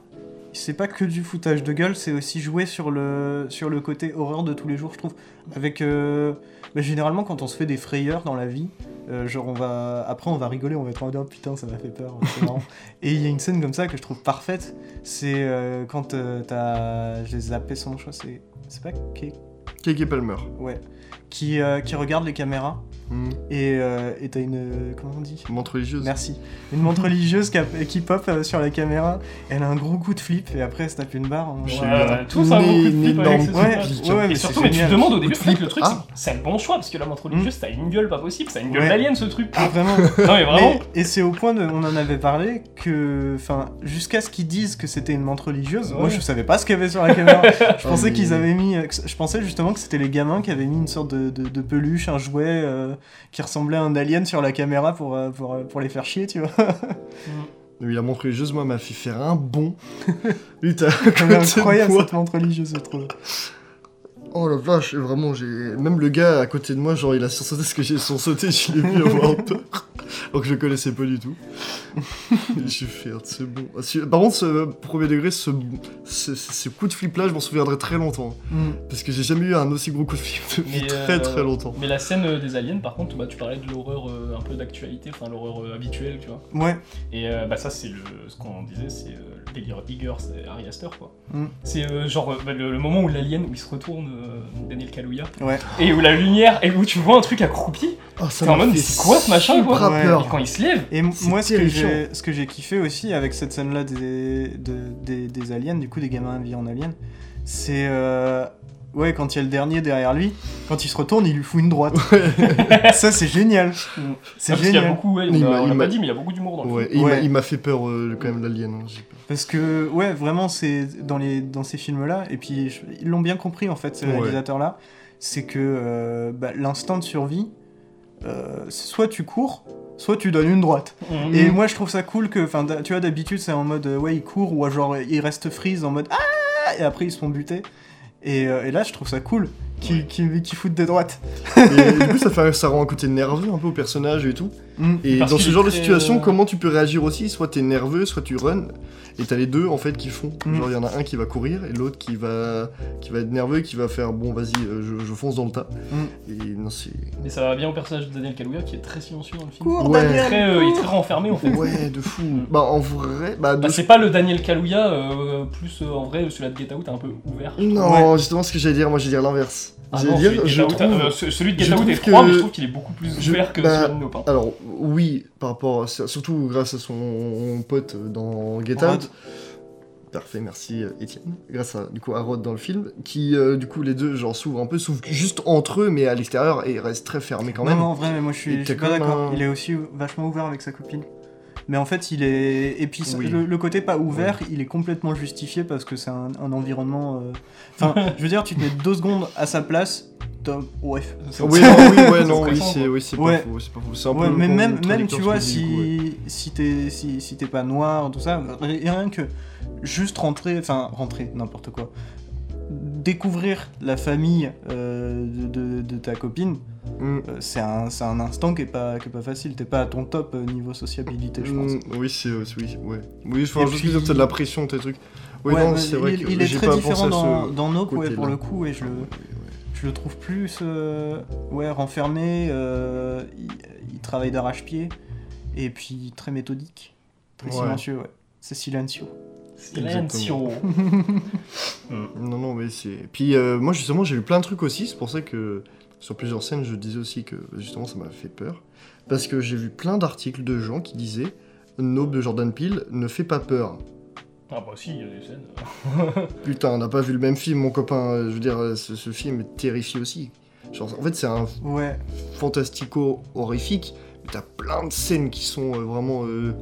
S1: c'est pas que du foutage de gueule, c'est aussi jouer sur le, sur le côté horreur de tous les jours, je trouve. Avec. euh, bah, généralement, quand on se fait des frayeurs dans la vie, euh, genre, on va. Après, on va rigoler, on va être en mode oh, putain, ça m'a fait peur, c'est marrant. Et il y a une scène comme ça que je trouve parfaite, c'est euh, quand euh, t'as. J'ai zappé son nom, je crois, c'est. C'est pas Ke-
S3: Keke Palmer.
S1: Ouais. Qui, euh, qui regarde les caméras
S3: Hmm.
S1: et euh, et t'as une. Comment on dit
S3: Montre religieuse.
S1: Merci. Une montre religieuse qui, a- qui pop euh, sur la caméra. Elle a un gros coup de flip et après elle se tape une barre. hein. en-
S3: J'ai
S4: Ouais,
S3: eu
S4: ouais,
S3: un
S4: tout ça,
S3: né-
S4: beaucoup de
S3: une
S4: flip avec
S3: énorme
S4: ce
S1: Ouais,
S4: truc.
S1: ouais,
S4: et
S1: mais
S4: surtout,
S1: c'est
S4: mais tu te
S1: génial.
S4: demandes au début, en fait,
S3: flip.
S4: le truc,
S3: Ah.
S4: c'est- c'est le bon choix parce que la montre religieuse, t'as une gueule pas possible, t'as une gueule
S1: Mm. Ouais.
S4: d'alien ce truc.
S1: Ah, vraiment.
S4: Non mais vraiment.
S1: Mais- et c'est au point de, on en avait parlé que, enfin, jusqu'à ce qu'ils disent que c'était une montre religieuse, moi
S4: Ouais.
S1: je savais pas ce qu'il y avait sur la caméra. je
S3: Ah,
S1: pensais
S3: mais-
S1: qu'ils avaient mis, euh, que- je pensais justement que c'était les gamins qui avaient mis une sorte de, de- de peluche, un jouet euh, qui ressemblait à un alien sur la caméra pour euh, pour, euh, pour les faire chier, tu vois.
S3: Oui, la montre religieuse, moi, m'a fait faire
S1: (laughs)
S3: un bond. Lui, t'as
S1: Elle est
S3: incroyable.
S1: incroyable cette montre religieuse, je trouve.
S3: Oh la vache, vraiment, j'ai. Même le gars à côté de moi, genre, il a sursauté ce que j'ai sursauté, (laughs) je l'ai vu avoir peur. Alors que je le connaissais pas (laughs) du tout. Et je suis fait, Ah, c'est bon. Ah, si- Par contre, ce premier degré, ce, ce, ce coup de flip là, je m'en souviendrai très longtemps.
S1: Mm.
S3: Parce que j'ai jamais eu un aussi gros coup de flip depuis
S4: Mais,
S3: très
S4: euh,
S3: très longtemps.
S4: Mais la scène euh, des aliens, par contre, bah, tu parlais de l'horreur euh, un peu d'actualité, enfin l'horreur euh, habituelle, tu vois.
S1: Ouais.
S4: Et euh, bah, ça, c'est le, ce qu'on disait, c'est euh, le délire Igor, c'est Ari Aster, quoi.
S1: Mm.
S4: C'est euh, genre euh, bah, le, le moment où l'alien, où il se retourne, euh, Daniel Kaluuya,
S1: Ouais.
S4: et où la lumière, et où tu vois un truc accroupi,
S3: Ah, ça
S4: t'es en
S3: m'a
S4: mode,
S3: fait
S4: mais c'est quoi ce machin, quoi
S3: super
S1: Ouais.
S3: peur.
S4: et quand il se lève,
S1: Et m-
S3: C'est
S1: moi, ce que,
S3: terrifiant.
S1: j'ai, ce que j'ai kiffé aussi avec cette scène-là des, de- des, des aliens, du coup, des gamins habillés en aliens, c'est. euh, ouais, quand il y a le dernier derrière lui, quand il se retourne, il lui fout une droite. Ça, c'est génial. C'est
S4: Ah, parce qu'il y a
S1: génial.
S4: beaucoup, ouais,
S3: Mais il
S4: on
S3: m'a-
S4: a- on
S3: il
S4: l'a
S3: m'a-
S4: pas dit, mais il y a beaucoup d'humour dans le
S3: Ouais,
S4: film.
S3: et il m'a-
S1: Ouais.
S3: il m'a fait peur euh, quand même l'alien. hein, j'ai peur.
S1: Parce que, ouais, vraiment, c'est dans, les, dans ces films-là, et puis je- ils l'ont bien compris, en fait, ces
S3: Ouais.
S1: réalisateurs-là, c'est que euh, bah, l'instinct de survie, euh, soit tu cours, soit tu donnes une droite.
S4: Mm.
S1: Et moi je trouve ça cool que, enfin, d'ha- tu vois, d'habitude c'est en mode euh, ouais, ils courent ou euh, genre ils restent freeze en mode ah et après ils se font buter. Et, euh, et là je trouve ça cool qu'ils qu'ils- qu'ils foutent des droites.
S3: Et du coup, ça, fait, ça rend un côté nerveux un peu au personnage et tout.
S1: Mm.
S3: Et
S4: Parce
S3: dans ce
S4: qu'il est
S3: genre de
S4: très,
S3: situation,
S4: euh,
S3: comment tu peux réagir aussi Soit t'es nerveux, soit tu runs. Et t'as les deux en fait qui font.
S1: Mm.
S3: Genre, il y en a un qui va courir et l'autre qui va, qui va être nerveux et qui va faire bon, vas-y, euh, je, je fonce dans le tas.
S4: Mm.
S3: Et non, c'est.
S4: Mais ça va bien au personnage de Daniel Kaluuya qui est très silencieux dans le film.
S1: Cours,
S3: Ouais.
S1: Daniel,
S4: Très, euh, il est très
S1: cours.
S4: renfermé en fait.
S3: Ouais, de fou.
S4: Euh,
S3: Bah, en vrai, bah, de
S4: Bah, c'est pas le Daniel Kaluuya, euh, plus euh, en vrai, celui-là de Get Out est un peu ouvert.
S3: Non, justement, ce que j'allais dire, moi, j'allais dire l'inverse.
S4: Ah
S3: j'allais
S4: non,
S3: dire,
S4: celui de Get
S3: je
S4: Out,
S3: trouve.
S4: euh, ce- celui de
S3: je
S4: Get Out est
S3: trouve que-
S4: froid, mais je trouve qu'il est beaucoup plus
S3: je-
S4: ouvert que
S3: bah,
S4: celui de Nopin.
S3: Alors oui, par rapport à ça, surtout grâce à son pote dans Get
S1: Rod.
S3: Out. Parfait, merci euh, Étienne. Grâce à du coup à Rod dans le film, qui euh, du coup les deux genre s'ouvrent un peu, s'ouvrent juste entre eux, mais à l'extérieur et restent très fermés quand
S1: Non,
S3: même.
S1: non, en vrai, mais moi je
S3: Et
S1: suis, je
S3: t'as
S1: suis pas
S3: quand même
S1: d'accord.
S3: un-
S1: Il est aussi vachement ouvert avec sa copine. Mais en fait, il est. Et puis
S3: Oui.
S1: le, le côté pas ouvert, il est complètement justifié parce que c'est un, un environnement. euh, Enfin, (laughs) je veux dire, tu te mets deux secondes à sa place. t'as- Ouais.
S3: Oui, non, oui, ouais,
S4: C'est
S3: non, oui, (laughs)
S4: stressant,
S3: c'est
S4: quoi.
S3: oui, c'est pas
S1: Ouais.
S3: faux, c'est pas faux. C'est un
S1: Ouais,
S3: peu
S1: mais même, même
S3: contradictoire
S1: tu
S3: ce
S1: vois,
S3: que dit, du coup, ouais.
S1: si, si t'es si, si t'es pas noir, tout ça, rien que juste rentrer, enfin rentrer, n'importe quoi, découvrir la famille euh, de, de- de ta copine,
S3: Mm,
S1: euh, c'est un, c'est un instant qui est, pas, qui est pas facile, t'es pas à ton top euh, niveau sociabilité, je pense.
S3: mm, oui, c'est euh, c'est- oui, ouais. Oui, je
S1: Et
S3: pense juste
S1: puis-
S3: dire que t'as de la pression, tes trucs. Oui,
S1: Ouais,
S3: non,
S1: mais
S3: c'est vrai
S1: il,
S3: que
S1: il est
S3: j'ai
S1: très
S3: pas pensé
S1: différent
S3: à
S1: dans,
S3: ce-
S1: dans Nope, ouais, pour
S3: côté-là.
S1: le coup, et je le, je le trouve plus euh, ouais, renfermé, euh, il, il travaille d'arrache-pied, Et puis très méthodique, très
S3: Ouais.
S1: silencieux, ouais. C'est silencieux.
S4: Silencio.
S3: Non, non, mais c'est. Puis euh, moi, justement, j'ai eu plein de trucs aussi. C'est pour ça que sur plusieurs scènes, je disais aussi que justement, ça m'a fait peur. Parce que j'ai vu plein d'articles de gens qui disaient Nope de Jordan Peele ne fait pas peur.
S4: Ah bah si, il y a des scènes.
S3: Putain, on n'a pas vu le même film, mon copain. Euh, Je veux dire, euh, ce, ce film terrifie aussi. Genre, en fait, c'est un
S1: Ouais,
S3: fantastico horrifique. Mais t'as plein de scènes qui sont euh, vraiment euh,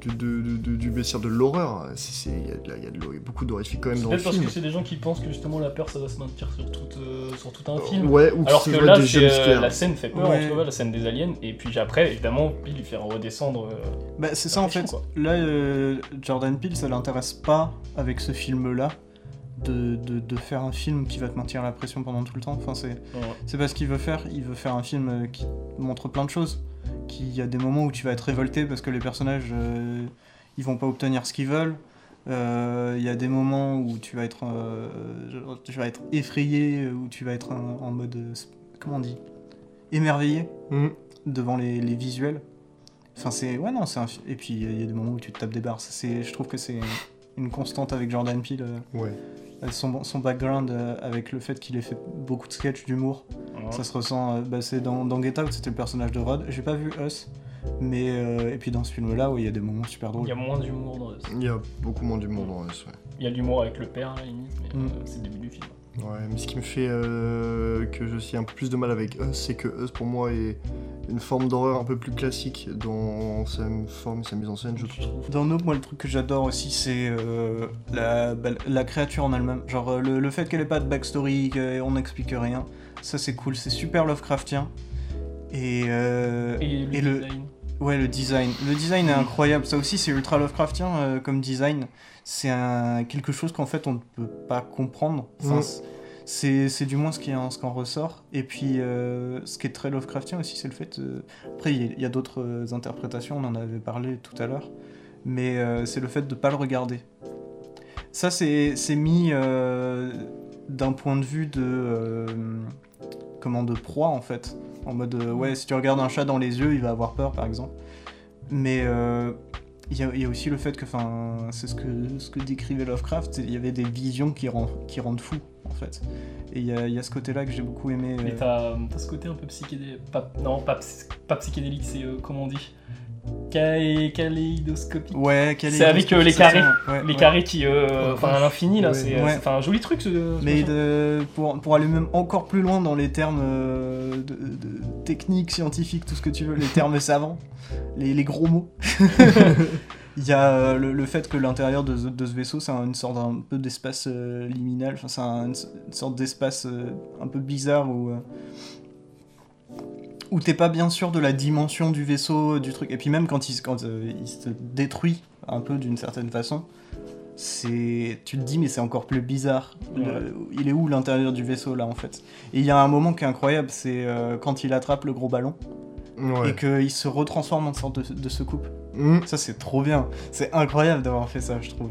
S3: du, de, de- de- du bestiaire de l'horreur. C'est- c'est- Il y, a de la- il y a de l'hor- beaucoup d'horrifique quand même
S4: C'est
S3: dans le
S4: peut-être parce
S3: film.
S4: que c'est des gens qui pensent que justement la peur ça va se maintenir sur, toute, euh, sur tout un film.
S3: Ouais, ou
S4: Alors
S3: c'est
S4: que
S3: vrai
S4: là,
S3: des
S4: c'est, euh,
S3: jumpscares.
S4: la scène fait peur,
S1: Ouais.
S4: tu vois, la scène des aliens, et puis après, évidemment, Bill lui fait redescendre. euh,
S1: Bah, c'est ça en fait.
S4: Quoi.
S1: Là, euh, Jordan Peele, ça l'intéresse pas avec ce film-là de, de- de faire un film qui va te maintenir la pression pendant tout le temps. Enfin, c'est c'est pas ce qu'il veut faire. Il veut faire un film euh, qui montre plein de choses. Qui il y a des moments où tu vas être révolté parce que les personnages euh, ils vont pas obtenir ce qu'ils veulent. Euh, Il y a des moments où tu vas être euh, genre, tu vas être effrayé, euh, où tu vas être en, en mode euh, comment on dit émerveillé
S3: Mm.
S1: devant les, les visuels. Enfin, c'est. Ouais, non, c'est un. fi- Et puis, il y a des moments où tu te tapes des barres. Ça, c'est- Je trouve que c'est une constante avec Jordan Peele. euh,
S3: Ouais.
S1: Son, son background euh, avec le fait qu'il ait fait beaucoup de sketchs d'humour. Ça se ressent. euh, bah, c'est dans, dans Get Out, c'était le personnage de Rod. J'ai pas vu Us. Mais. euh, et puis, dans ce film-là, ouais, il y a des moments super
S4: Il y
S1: drôles.
S4: a moins d'humour dans le.
S3: Il y a beaucoup moins d'humour dans S, ouais.
S4: Il y a de l'humour avec le père, à la limite, mais
S1: Mm.
S4: euh, c'est le début du film.
S3: Ouais, mais ce qui me fait euh, que je suis un peu plus de mal avec Us, c'est que Us pour moi est une forme d'horreur un peu plus classique dans sa forme, sa mise en scène, je trouve.
S1: Dans Nope, moi, le truc que j'adore aussi, c'est euh, la, bah, la créature en elle-même. Genre, euh, le, le fait qu'elle ait pas de backstory, qu'on n'explique rien. Ça, c'est cool. C'est super Lovecraftien. Et. euh,
S4: Et le
S1: Et le-
S4: design.
S1: Ouais, le design. Le design est incroyable. Ça aussi, c'est ultra Lovecraftien euh, comme design. C'est un... quelque chose qu'en fait, on ne peut pas comprendre. Enfin,
S3: Mm.
S1: c- c'est, c'est du moins ce, qui en, ce qu'en ressort. Et puis, euh, ce qui est très Lovecraftien aussi, c'est le fait. euh, Après, il y a- il y, a d'autres euh, interprétations, on en avait parlé tout à l'heure. Mais euh, c'est le fait de ne pas le regarder. Ça, c'est, c'est mis euh, d'un point de vue de. euh, comment de proie, en fait. En mode, euh, ouais, si tu regardes un chat dans les yeux, il va avoir peur, par exemple. Mais euh, il y, a- il y a aussi le fait que, enfin, c'est ce que, ce que décrivait Lovecraft, c'est- il y avait des visions qui, rend, qui rendent fou, en fait. Et il y a, il y a ce côté-là que j'ai beaucoup aimé.
S4: Mais
S1: euh,
S4: t'as t'as ce côté un peu psychédélique. Pas, non, pas, psy- pas psychédélique, c'est euh, comment on dit Kalé- Kaléidoscopique.
S1: Ouais, quel est-
S4: C'est avec, euh, les carrés.
S1: Ouais,
S4: Les
S1: ouais.
S4: carrés qui. euh, Enfin, à l'infini, là,
S3: Ouais.
S4: c'est euh,
S1: Ouais.
S4: c'est- enfin, un joli truc ce. ce
S1: Mais
S4: euh, machin.
S1: de- pour, pour aller même encore plus loin dans les termes euh, de, de techniques, scientifiques, tout ce que tu veux, les termes (laughs) savants, les, les gros mots, il y a euh, le, le fait que l'intérieur de, ce- de ce vaisseau, c'est un- une sorte un peu d'espace euh, liminal, enfin, c'est un- une, sorte d'espace euh, un peu bizarre où. euh, où t'es pas bien sûr de la dimension du vaisseau, du truc. Et puis même quand il, se- quand, euh, il se détruit un peu d'une certaine façon, c'est tu te dis mais c'est encore plus bizarre. Le-
S4: Ouais.
S1: il est où l'intérieur du vaisseau là en fait Et il y a un moment qui est incroyable, c'est euh, quand il attrape le gros ballon et
S3: Ouais.
S1: qu'il se retransforme en sorte de, de soucoupe.
S3: Mm.
S1: Ça c'est trop bien, c'est incroyable d'avoir fait ça je trouve.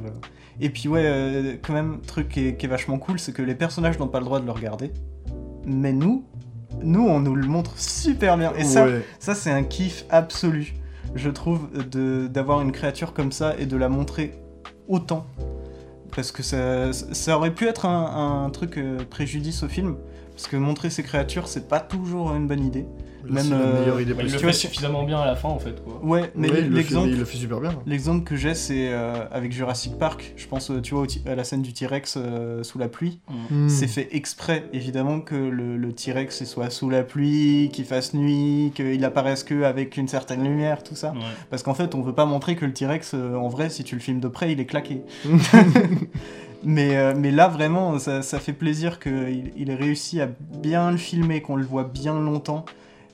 S1: Et puis ouais, euh, quand même, truc qui est, qui est vachement cool, c'est que les personnages n'ont pas le droit de le regarder. Mais nous, nous on nous le montre super bien. Et ça,
S3: Ouais.
S1: ça, c'est un kiff absolu, je trouve, de- d'avoir une créature comme ça et de la montrer autant. Parce que ça, ça aurait pu être un, un truc euh, préjudice au film, parce que montrer ces créatures, c'est pas toujours une bonne idée.
S3: Là, c'est la
S1: euh,
S3: meilleure idée
S4: Mais il le
S3: possible.
S1: tu vois,
S4: fait
S1: si-
S4: suffisamment bien à la fin, en fait, quoi.
S1: Ouais, mais
S3: Ouais, il le fait-
S1: l'exemple
S3: il le fait super bien.
S1: l'exemple que j'ai, c'est euh, avec Jurassic Park. Je pense, euh, tu vois, au ti- à la scène du T-Rex euh, sous la pluie.
S3: Hmm.
S1: C'est fait exprès, évidemment, que le, le T-Rex soit sous la pluie, qu'il fasse nuit, qu'il apparaisse que avec une certaine lumière, tout ça.
S4: Ouais.
S1: Parce qu'en fait, on veut pas montrer que le T-Rex, euh, en vrai, si tu le filmes de près, il est claqué. mais, euh, mais là, vraiment, ça, ça fait plaisir qu'il il ait réussi à bien le filmer, qu'on le voit bien longtemps,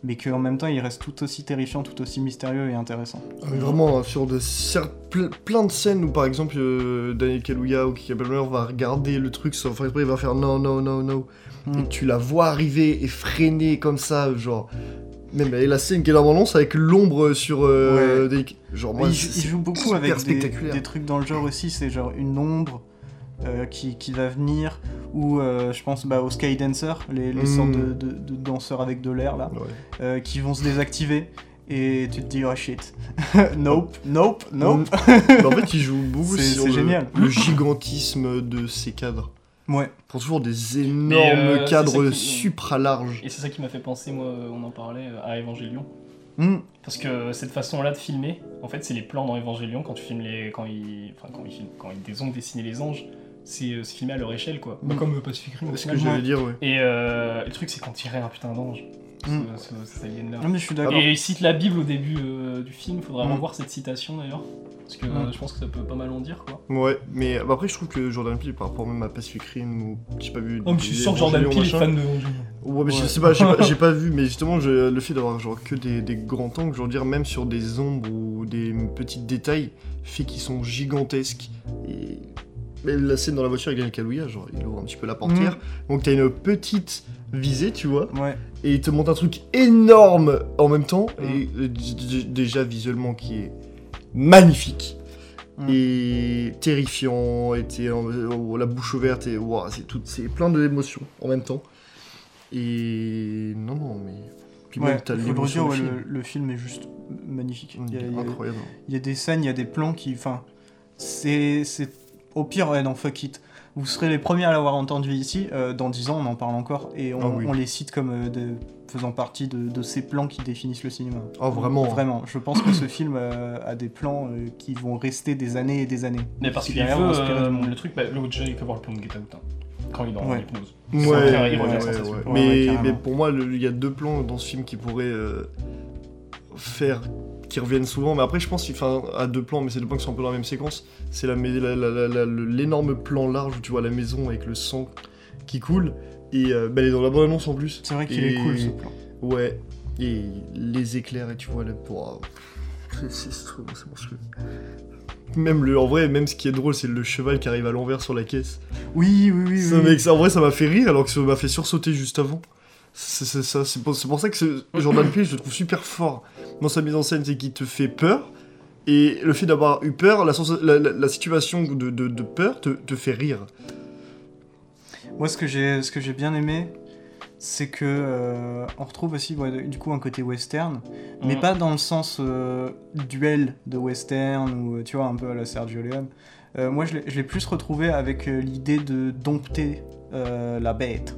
S1: mais qu'en même temps, il reste tout aussi terrifiant, tout aussi mystérieux et intéressant.
S3: Ah, mais vraiment, hein, sur de cer- ple- plein de scènes où par exemple euh, Daniel Kaluuya ou Kiki Palmer va regarder le truc sans faire exprès, il va faire non, non, non, non.
S1: Mm.
S3: Et tu la vois arriver et freiner comme ça, genre. Même et la scène qui est dans mon nom, c'est avec l'ombre sur. euh, Daniel- Genre, moi,
S1: il,
S3: c'est-
S1: il
S3: c'est-
S1: joue beaucoup
S3: hyper
S1: avec des,
S3: spectaculaire.
S1: des trucs dans le genre aussi, c'est genre une ombre euh, qui, qui va venir, ou euh, je pense bah, aux Sky Dancers, les, les
S3: Mm.
S1: sortes de, de- de danseurs avec de l'air là.
S3: Ouais.
S1: euh, qui vont se désactiver. et tu te dis oh shit. (laughs) nope, nope, nope.
S3: Mais (laughs) en fait, il joue beaucoup
S1: C'est-
S3: sur
S1: c'est
S3: le,
S1: génial.
S3: le gigantisme de ses cadres.
S1: Ouais.
S3: Ils prend toujours des
S4: Mais, euh,
S3: énormes
S4: c'est
S3: cadres
S4: ça qui-
S3: supra-larges.
S4: Et c'est ça qui m'a fait penser, moi, euh, on en parlait, euh, à Evangelion.
S3: Mm.
S1: Hmm.
S4: Parce que cette façon-là de filmer, en fait, c'est les plans dans Evangelion quand tu filmes les. quand ils. Enfin, quand ils filment, quand ils ont dessiné les anges, c'est euh, c'est filmé à leur échelle, quoi.
S3: Mm.
S4: Comme euh, Pacific Rim, au
S3: C'est ce
S4: final.
S3: que j'allais dire, ouais.
S4: Et euh, le truc, c'est quand tirait un putain d'ange, ce-
S1: Mm.
S4: ce- cet alien-là.
S1: Non, mais je suis d'accord.
S4: Et il cite la Bible au début euh, du film, faudrait
S1: Mm.
S4: revoir cette citation d'ailleurs. Parce que euh,
S1: Mm.
S4: je pense que ça peut pas mal en dire, quoi.
S3: Ouais, mais bah, après, je trouve que Jordan Peele, par rapport même à Pacific Rim, ou j'ai pas vu.
S4: Oh, mais je suis sûr que Jordan
S3: Evangelion,
S4: Peele est
S3: machin.
S4: fan de Evangelion.
S3: Ouais, mais je
S1: Ouais.
S3: sais pas, j'ai pas, j'ai pas vu, mais justement, je- le fait d'avoir genre que des, des grands angles, genre dire même sur des ombres ou des petits détails, fait qu'ils sont gigantesques. Et même la scène dans la voiture avec Kalouya, genre il ouvre un petit peu la portière, donc t'as une petite visée, tu vois,
S1: Ouais.
S3: et il te montre un truc énorme en même temps,
S1: Mm.
S3: et euh, d- d- déjà visuellement qui est magnifique.
S1: Mm.
S3: Et terrifiant, et t'es en- oh, la bouche ouverte, et ouah, c'est tout, c'est plein de émotions en même temps. Et non, non, mais puis
S1: Ouais,
S3: même t'as
S1: il faut le
S3: l'émotion
S1: redire,
S3: du
S1: ouais,
S3: film.
S1: le, le film est juste magnifique. Il y a- il y a-
S3: Mm, incroyable.
S1: il y a des scènes, il y a des plans qui. Enfin, c'est. c'est- Au pire, ouais, non, fuck it. Vous serez les premiers à l'avoir entendu ici. euh, dans 10 ans, on en parle encore. Et on,
S3: Ah oui.
S1: on les cite comme euh, de- faisant partie de, de ces plans qui définissent le cinéma.
S3: Oh, vraiment.
S1: Vraiment. Je pense que ce film euh, a des plans euh, qui vont rester des années et des années.
S4: Mais parce
S1: Qui,
S4: qu'il veut
S1: derrière, vont inspirer
S4: euh,
S1: du monde.
S4: le truc, bah, l'autre j'ai que voir le plan de Get Out, hein, quand il est en
S1: Ouais.
S4: hypnose.
S3: Ouais,
S4: C'est
S3: ouais,
S4: un carré, il revient
S3: ouais,
S4: à la sensation.
S3: ouais.
S1: Ouais, ouais,
S3: Mais,
S1: carrément.
S3: mais pour moi, le- il y a deux plans dans ce film qui pourraient euh, faire. qui reviennent souvent. Mais après, je pense qu'il fait à deux plans, mais c'est deux plans qui sont un peu dans la même séquence. C'est la mais- la- la- la- la- le- l'énorme plan large où tu vois la maison avec le sang qui coule. Et euh, bah, elle est dans la bonne annonce en plus.
S1: C'est vrai qu'il
S3: Et-
S1: est cool ce plan.
S3: Ouais. Et les éclairs, et tu vois, là, pour. ah, C'est (laughs) c'est- c'est trop- c'est monstrueux. Même le, en vrai, même ce qui est drôle, c'est le cheval qui arrive à l'envers sur la caisse.
S1: Oui, oui, oui.
S3: Ça,
S1: oui.
S3: mec, ça, en vrai, ça m'a fait rire alors que ça m'a fait sursauter juste avant. C'est c'est ça, c'est pour, c'est pour ça que ce Jordan Peele, je le trouve super fort dans sa mise en scène, c'est qu'il te fait peur. Et le fait d'avoir eu peur, la, sens- la, la- la situation de, de- de peur te, te fait rire.
S1: Moi, ce que j'ai, ce que j'ai bien aimé, c'est que euh, on retrouve aussi, ouais, du coup, un côté western, mais
S4: Mm.
S1: pas dans le sens euh, duel de western ou euh, tu vois un peu à la Sergio Leone. Euh, moi, je l'ai, je l'ai plus retrouvé avec euh, l'idée de dompter euh, la bête.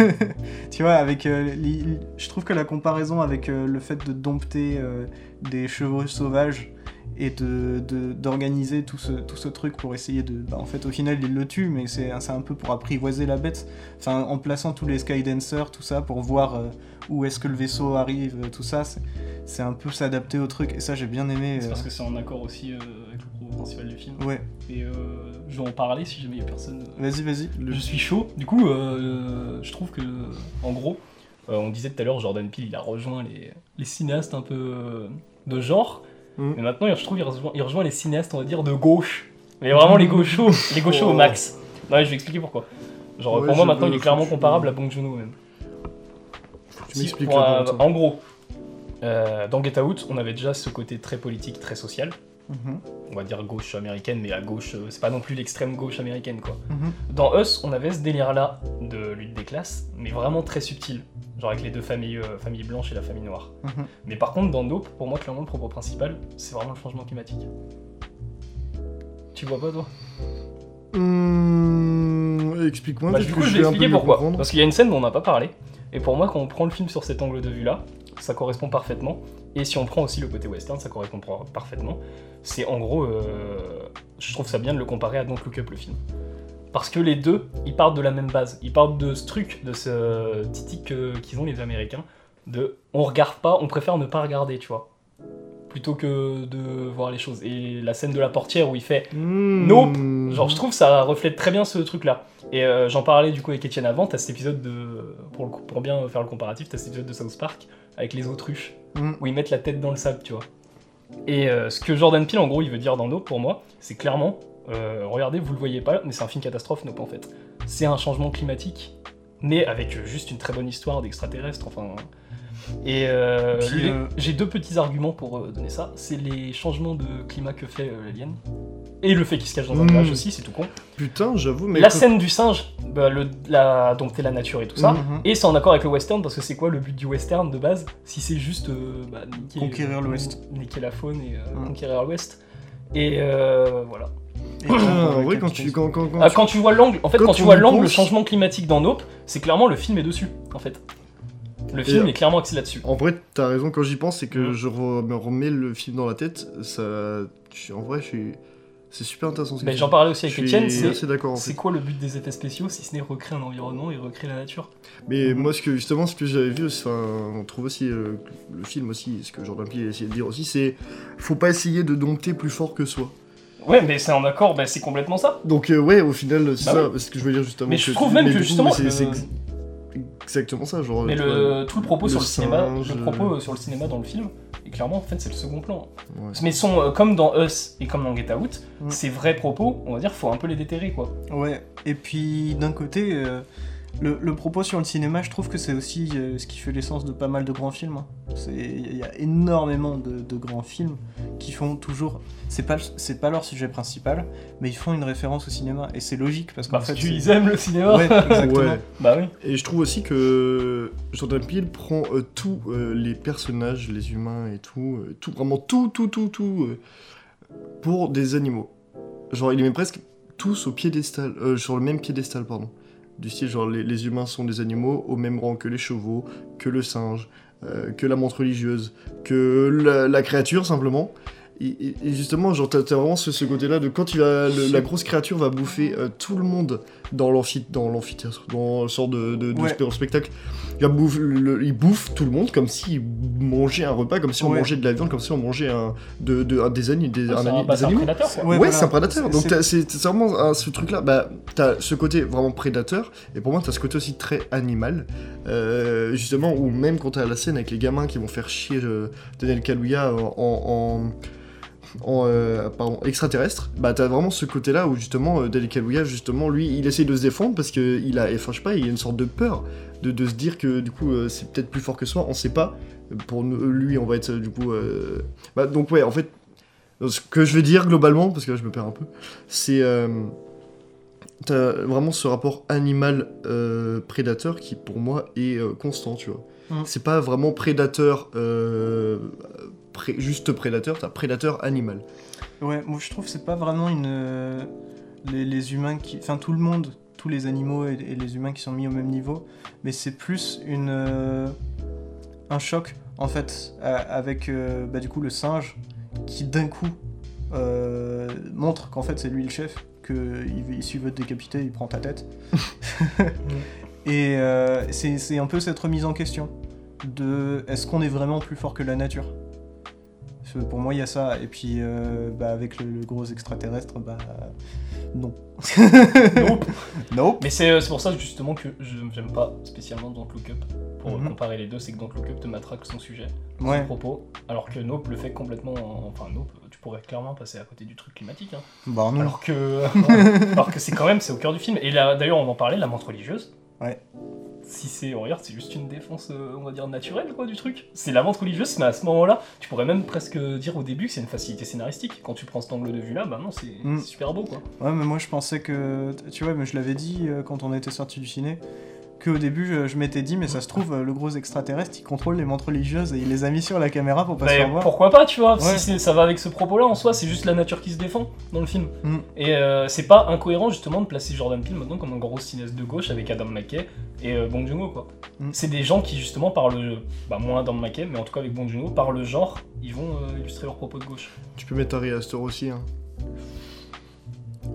S1: (laughs) tu vois, avec, euh, l'i- l'i- je trouve que la comparaison avec euh, le fait de dompter euh, des chevaux sauvages et de, de- d'organiser tout ce, tout ce truc pour essayer de... bah, en fait, au final, il le tue, mais c'est, c'est un peu pour apprivoiser la bête. Enfin, en plaçant tous les Skydancers, tout ça, pour voir euh, où est-ce que le vaisseau arrive, euh, tout ça, c'est, c'est un peu s'adapter au truc. Et ça, j'ai bien aimé.
S4: C'est
S1: euh,
S4: parce que c'est en accord aussi euh, avec le propos principal du film.
S1: Ouais,
S4: Et euh, je vais en parler si jamais il y a personne. euh,
S1: vas-y, vas-y.
S4: Je suis chaud. Du coup, euh, je trouve que, en gros, euh, on disait tout à l'heure, Jordan Peele, il a rejoint les, les cinéastes un peu euh, de genre.
S3: Mm.
S4: Mais maintenant, il- je trouve il rejoint, il rejoint les cinéastes, on va dire, de gauche. Mais vraiment les gauchos, les gauchos au
S3: Oh.
S4: max. Non, mais je vais expliquer pourquoi. Genre,
S3: Ouais,
S4: pour
S3: je
S4: moi, maintenant,
S3: veux-
S4: il est clairement
S3: je- je-
S4: comparable à Bong Joon-ho même.
S3: Tu
S4: Si,
S3: m'expliques
S4: pour,
S3: là
S4: euh, En gros, euh, dans Get Out, on avait déjà ce côté très politique, très social.
S1: Mhm,
S4: On va dire gauche américaine, mais la gauche, euh, c'est pas non plus l'extrême gauche américaine, quoi.
S1: mhm.
S4: Dans Us, on avait ce délire-là de lutte des classes, mais vraiment très subtil. Genre avec les deux familles, euh, famille blanche et la famille noire.
S1: Mhm.
S4: Mais par contre, dans Dope, pour moi, clairement, le propos principal, c'est vraiment le changement climatique. Tu vois pas, toi
S3: Hum, Explique-moi.
S4: Bah,
S3: parce
S4: Du
S3: que
S4: coup, je vais
S3: vais un peu
S4: expliquer
S3: mieux
S4: pourquoi.
S3: comprendre.
S4: Parce qu'il y a une scène dont on n'a pas parlé, et pour moi, quand on prend le film sur cet angle de vue-là, ça correspond parfaitement. Et si on prend aussi le côté western, ça correspond par- parfaitement. C'est en gros, euh, je trouve ça bien de le comparer à Don't Look Up, le film. Parce que les deux, ils partent de la même base. Ils partent de ce truc, de ce titique euh, qu'ils ont les Américains, de on regarde pas, on préfère ne pas regarder, tu vois. Plutôt que de voir les choses. Et la scène de la portière où il fait
S3: Hum,
S4: Nope. Genre, je trouve ça reflète très bien ce truc-là. Et euh, j'en parlais du coup avec Étienne avant, t'as cet épisode de. Pour, le coup- pour bien faire le comparatif, t'as cet épisode de South Park avec les autruches,
S1: Mm.
S4: où ils mettent la tête dans le sable, tu vois. Et euh, ce que Jordan Peele, en gros, il veut dire dans Nope, pour moi, c'est clairement. euh, regardez, vous le voyez pas, mais c'est un film catastrophe, Nope, en fait. C'est un changement climatique, mais avec euh, juste une très bonne histoire d'extraterrestres, enfin. hein. Et euh,
S1: Puis,
S4: les-
S1: euh,
S4: j'ai deux petits arguments pour euh, donner ça. C'est les changements de climat que fait euh, l'alien. Et le fait qu'il se cache dans un
S3: Mm.
S4: village aussi, c'est tout con.
S3: Putain, j'avoue, mais.
S4: la
S3: quand-
S4: scène du singe, bah, le, la, dompter la nature et tout ça.
S1: Mhm.
S4: Et c'est en accord avec le western, parce que c'est quoi le but du western de base Si c'est juste euh, bah, niquer,
S1: Conquérir l'Ouest.
S4: Niquer la faune et euh,
S1: Mhm.
S4: conquérir l'ouest. Et euh, voilà.
S1: Et
S3: Ah,
S1: pour le
S3: ouais, quand tu,
S1: capitalisme.
S3: quand, quand, quand
S4: Ah,
S3: tu-
S4: quand tu vois l'angle, en fait,
S3: quand
S4: quand tu
S3: on
S4: vois
S3: y
S4: l'angle, le
S3: pense-
S4: changement climatique dans Nope, c'est clairement le film est dessus, en fait. Le film
S3: euh,
S4: est clairement axé là-dessus.
S3: En vrai, t'as raison quand j'y pense, c'est que
S4: Mhm.
S3: je re- me remets le film dans la tête. Ça, je suis- en vrai, je suis, c'est super intéressant. ce que
S4: Mais
S3: tu
S4: Ben, j'en
S3: dis.
S4: parlais aussi avec
S3: Je
S4: Etienne,
S3: suis
S4: c'est
S3: assez d'accord. En
S4: c'est
S3: fait.
S4: quoi le but des effets spéciaux si ce n'est recréer un environnement et recréer la nature
S3: Mais moi, ce que justement, ce que j'avais vu, aussi, enfin, on trouve aussi euh, le film aussi, ce que Jordan Peele a essayé de dire aussi, c'est faut pas essayer de dompter plus fort que soi.
S4: Ouais, mais c'est en accord, bah, c'est complètement ça.
S3: Donc euh, ouais, au final, c'est
S4: Bah
S3: ça, ce que je voulais dire justement.
S4: Mais je trouve même que justement,
S3: c'est c'est
S4: le-
S3: ex- exactement ça, genre.
S4: Mais
S3: tu
S4: le, tout le propos
S3: le
S4: sur le cinéma,
S3: singe,
S4: le propos euh, sur le cinéma dans le film, et clairement en fait c'est le second plan.
S3: vois, ouais.
S4: Mais sont euh, comme dans Us et comme dans Get Out,
S1: Mm.
S4: ces vrais propos, on va dire, faut un peu les déterrer quoi.
S1: Ouais, et puis d'un côté, euh, le, le propos sur le cinéma, je trouve que c'est aussi euh, ce qui fait l'essence de pas mal de grands films. hein. C'est- Il y a énormément de, de grands films qui font toujours. C'est pas, c'est pas leur sujet principal, mais ils font une référence au cinéma. Et c'est logique parce qu'en
S4: Parce
S1: fait.
S4: qu'ils
S1: c'est-
S4: aiment le cinéma.
S1: Ouais,
S4: (laughs)
S1: exactement.
S3: Ouais.
S4: Bah oui.
S3: Et je trouve aussi que Jordan Peele prend euh, tous euh, les personnages, les humains et tout, euh, tout vraiment tout, tout, tout, tout, euh, pour des animaux. Genre, il les met presque tous au piédestal, euh, sur le même piédestal, pardon. Du style, genre, les, les humains sont des animaux au même rang que les chevaux, que le singe, euh, que la montre religieuse, que la, la créature, simplement. Et, et- et justement, genre, t'as t'as vraiment ce, ce côté-là de quand il va- le- la grosse créature va bouffer euh, tout le monde dans l'amphithéâtre, dans, l'amphithéâtre, dans le sort de, de, de
S1: Ouais.
S3: spe- spectacle. Il, va bouffe- le- il bouffe tout le monde comme s'il mangeait un repas, comme si on
S1: Ouais.
S3: mangeait de la viande, comme si on mangeait un, de, de- un- des, ani- des,
S4: C'est
S3: un
S4: un,
S3: ani-
S4: bah,
S3: des
S4: c'est un
S3: animaux.
S4: prédateur quoi.
S1: Ouais,
S3: Ouais,
S1: voilà.
S3: c'est un prédateur.
S1: C'est-
S3: Donc
S1: c'est-
S3: t'as- c'est c'est vraiment un- ce truc-là. Bah, t'as ce côté vraiment prédateur, et pour moi t'as ce côté aussi très animal, euh, justement où même quand t'as la scène avec les gamins qui vont faire chier euh, Daniel Kaluuya en, en, en, euh, pardon, extraterrestre, bah t'as vraiment ce côté-là où justement euh, Daniel Kaluuya justement lui il essaye de se défendre parce que il a, enfin je sais pas, il a une sorte de peur de, de se dire que du coup euh, c'est peut-être plus fort que soi, on sait pas. Pour nous- lui on va être euh, du coup, euh, bah donc ouais en fait ce que je veux dire globalement, parce que là je me perds un peu, c'est euh, t'as vraiment ce rapport animal euh, prédateur qui pour moi est euh, constant, tu vois.
S4: Mmh.
S1: Mm.
S3: C'est pas vraiment prédateur euh, pré- juste prédateur, t'as prédateur animal.
S1: Ouais, moi je trouve que c'est pas vraiment une. euh, Les, les humains qui. Enfin, tout le monde, tous les animaux et, et les humains qui sont mis au même niveau, mais c'est plus une. euh, un choc, en fait, à- avec euh, bah, du coup le singe qui d'un coup euh, montre qu'en fait c'est lui le chef, qu'il il s'il veut te décapiter, il prend ta tête. (laughs) et euh, c'est c'est un peu cette remise en question de est-ce qu'on est vraiment plus fort que la nature Parce que Pour moi, il y a ça. Et puis, euh, bah, avec le, le gros extraterrestre, bah.
S4: (laughs)
S1: Non.
S4: Nope.
S1: Nope.
S4: Mais c'est euh, c'est pour ça justement que je j'aime pas spécialement Don't Look Up. Pour euh,
S3: Mm-hmm.
S1: Mhm.
S4: comparer les deux, c'est que Don't Look Up te matraque son sujet, son
S1: Ouais.
S4: propos, alors que Nope le fait complètement. en- Enfin, Nope, tu pourrais clairement passer à côté du truc climatique. hein.
S1: Bah, non.
S4: Alors que, euh, (laughs) alors que c'est quand même c'est au cœur du film. Et là, d'ailleurs, on va en parlait, la montre religieuse.
S1: Ouais.
S4: Si c'est, on regarde, c'est juste une défense, euh, on va dire naturelle quoi, du truc. C'est la montre religieuse, mais à ce moment-là, tu pourrais même presque dire au début que c'est une facilité scénaristique. Quand tu prends cet angle de vue là, bah non, c'est
S1: Mm.
S4: c'est super beau quoi.
S1: Ouais, mais moi je pensais que. Tu vois, mais je l'avais dit euh, quand on était sorti du ciné. Qu'au début, je, je m'étais dit, mais ça se trouve, euh, le gros extraterrestre, il contrôle les montres religieuses et il les a mis sur la caméra pour pas
S4: Bah,
S1: se faire voir.
S4: pourquoi pas, tu vois
S1: Ouais.
S4: Si c'est- ça va avec ce propos-là, en soi, c'est juste la nature qui se défend dans le film.
S1: Mm.
S4: Et euh, c'est pas incohérent, justement, de placer Jordan Peele maintenant comme un gros cinéaste de gauche avec Adam McKay et euh, Bong Joon-ho, quoi.
S1: Mm.
S4: C'est des gens qui, justement, par le... Bah, moins Adam McKay, mais en tout cas avec Bong Joon-ho, par le genre, ils vont euh, illustrer leurs propos de gauche.
S3: Tu peux mettre Ari Aster aussi. Hein.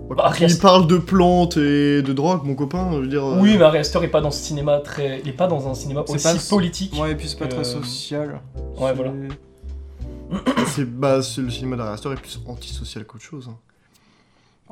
S4: Bah, Ari
S3: il
S4: Aster-
S3: parle de plantes et de drogue, mon copain. Je veux dire, euh,
S4: Oui, mais Ari Aster est pas dans ce cinéma très... Il est pas dans un cinéma
S1: C'est
S4: aussi
S1: pas-
S4: politique.
S1: Ouais, et puis c'est pas
S4: Euh,
S1: très social.
S4: ouais,
S1: C'est-
S4: voilà.
S3: c'est bah, c'est- le cinéma d'Ari Aster est plus antisocial qu'autre chose. hein.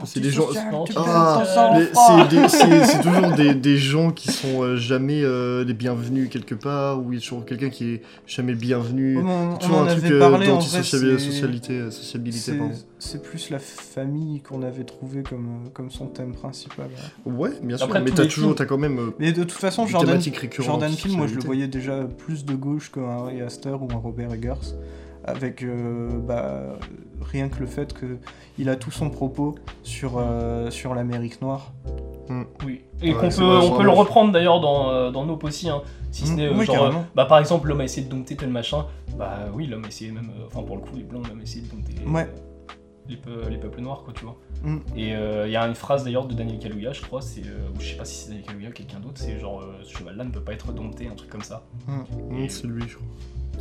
S3: C'est des gens-
S1: Antisocial, tu
S4: Ah,
S1: perds ton sang
S3: Mais
S1: froid.
S3: c'est des- c'est c'est toujours des, des gens qui sont euh, jamais euh, les bienvenus quelque part, ou il y a toujours quelqu'un qui est jamais bienvenu.
S1: On en-
S3: toujours
S1: on en
S3: un truc
S1: avait
S3: euh,
S1: parlé, en vrai, c'est-
S3: d'antisociabilité, euh, sociabilité,
S1: c'est-
S3: pardon.
S1: C'est plus la famille qu'on avait trouvé comme, euh, comme son thème principal. ouais.
S3: Ouais, bien sûr,
S4: Après,
S3: mais
S4: tous
S3: t'as
S4: les
S3: toujours,
S4: films-
S3: t'as quand même euh,
S1: Mais de toute façon,
S3: des
S1: Jordan,
S3: thématiques récurrentes.
S1: Jordan Peele, moi je le
S3: socialité.
S1: voyais déjà plus de gauche qu'un Harry Astor ou un Robert Eggers. avec euh, bah, rien que le fait qu'il a tout son propos sur, euh, sur l'Amérique noire.
S4: Oui. Et
S3: Ouais,
S4: qu'on
S3: c'est
S4: peut,
S3: vrai,
S4: on
S3: c'est
S4: peut
S3: vrai.
S4: le reprendre d'ailleurs dans, euh, dans Nope aussi, hein. si ce
S1: Mm,
S4: n'est euh,
S1: oui,
S4: genre,
S1: carrément.
S4: euh, bah, par exemple l'homme a essayé de dompter tel machin, bah oui l'homme a essayé même, euh, enfin pour le coup les blancs ont même essayé de dompter euh,
S1: Ouais.
S4: les, peu- les peuples noirs quoi tu vois.
S1: Mm.
S4: Et il y a une phrase d'ailleurs de Daniel Kaluuya je crois, c'est, euh, ou je sais pas si c'est Daniel Kaluuya ou quelqu'un d'autre, c'est genre euh, ce cheval là ne peut pas être dompté, un truc comme ça.
S3: Hmm, c'est lui, je crois.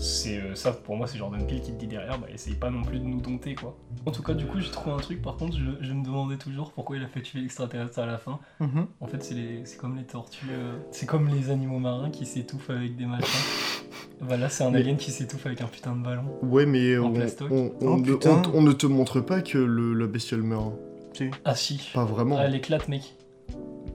S4: C'est euh, ça pour moi c'est Jordan Peele qui te dit derrière, bah essaye pas non plus de nous dompter quoi. En tout cas du coup j'ai trouvé un truc par contre je, je me demandais toujours pourquoi il a fait tuer l'extraterrestre à la fin.
S1: Mhm.
S4: En fait, c'est les- c'est comme les tortues, euh, c'est comme les animaux marins qui s'étouffent avec des machins.
S3: (laughs)
S4: bah là, c'est un
S3: Mais-
S4: alien qui s'étouffe avec un putain de ballon.
S3: Ouais, mais
S4: En
S3: on,
S4: plastoc.
S3: on-
S1: Oh,
S3: on ne,
S1: putain.
S3: on te- on ne te montre pas que le, la bestiole meurt.
S1: Si.
S4: Ah si.
S3: Pas vraiment.
S4: Elle éclate, mec.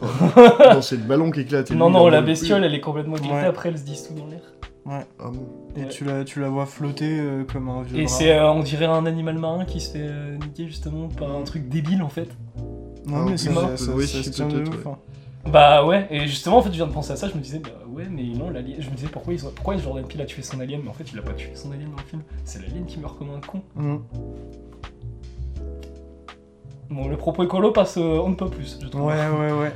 S3: non, c'est le ballon qui éclate. et
S4: Non,
S3: lui, il en
S4: non, la
S3: veut plus.
S4: bestiole, elle est complètement éclatée.
S1: Ouais.
S4: Après, elle se dissout dans l'air.
S3: Ah bon.
S1: Et
S4: Ouais.
S1: tu la, tu la vois flotter euh, comme un vieux.
S4: Et
S1: drap.
S4: c'est, euh, on dirait un animal marin qui se fait euh, niquer justement par un truc débile en fait.
S1: Non, mais
S3: Ah,
S1: ça,
S3: oui,
S1: ça, ça,
S3: oui,
S1: ça
S3: si,
S1: se tient de
S3: peut-être,
S1: ouf,
S3: ouais.
S1: hein.
S4: Bah ouais. Et justement, en fait, je viens de penser à ça. Je me disais, bah ouais, mais non, l'alien. Je me disais pourquoi, ils ont... pourquoi Jordan Peele a tué son alien, mais en fait, il a pas tué son alien dans le film. C'est l'alien qui meurt comme un con.
S1: Mhm.
S4: Bon, le propos écolo passe, euh, on ne peut plus. Je trouve.
S1: Mmh. Ouais, ouais, ouais.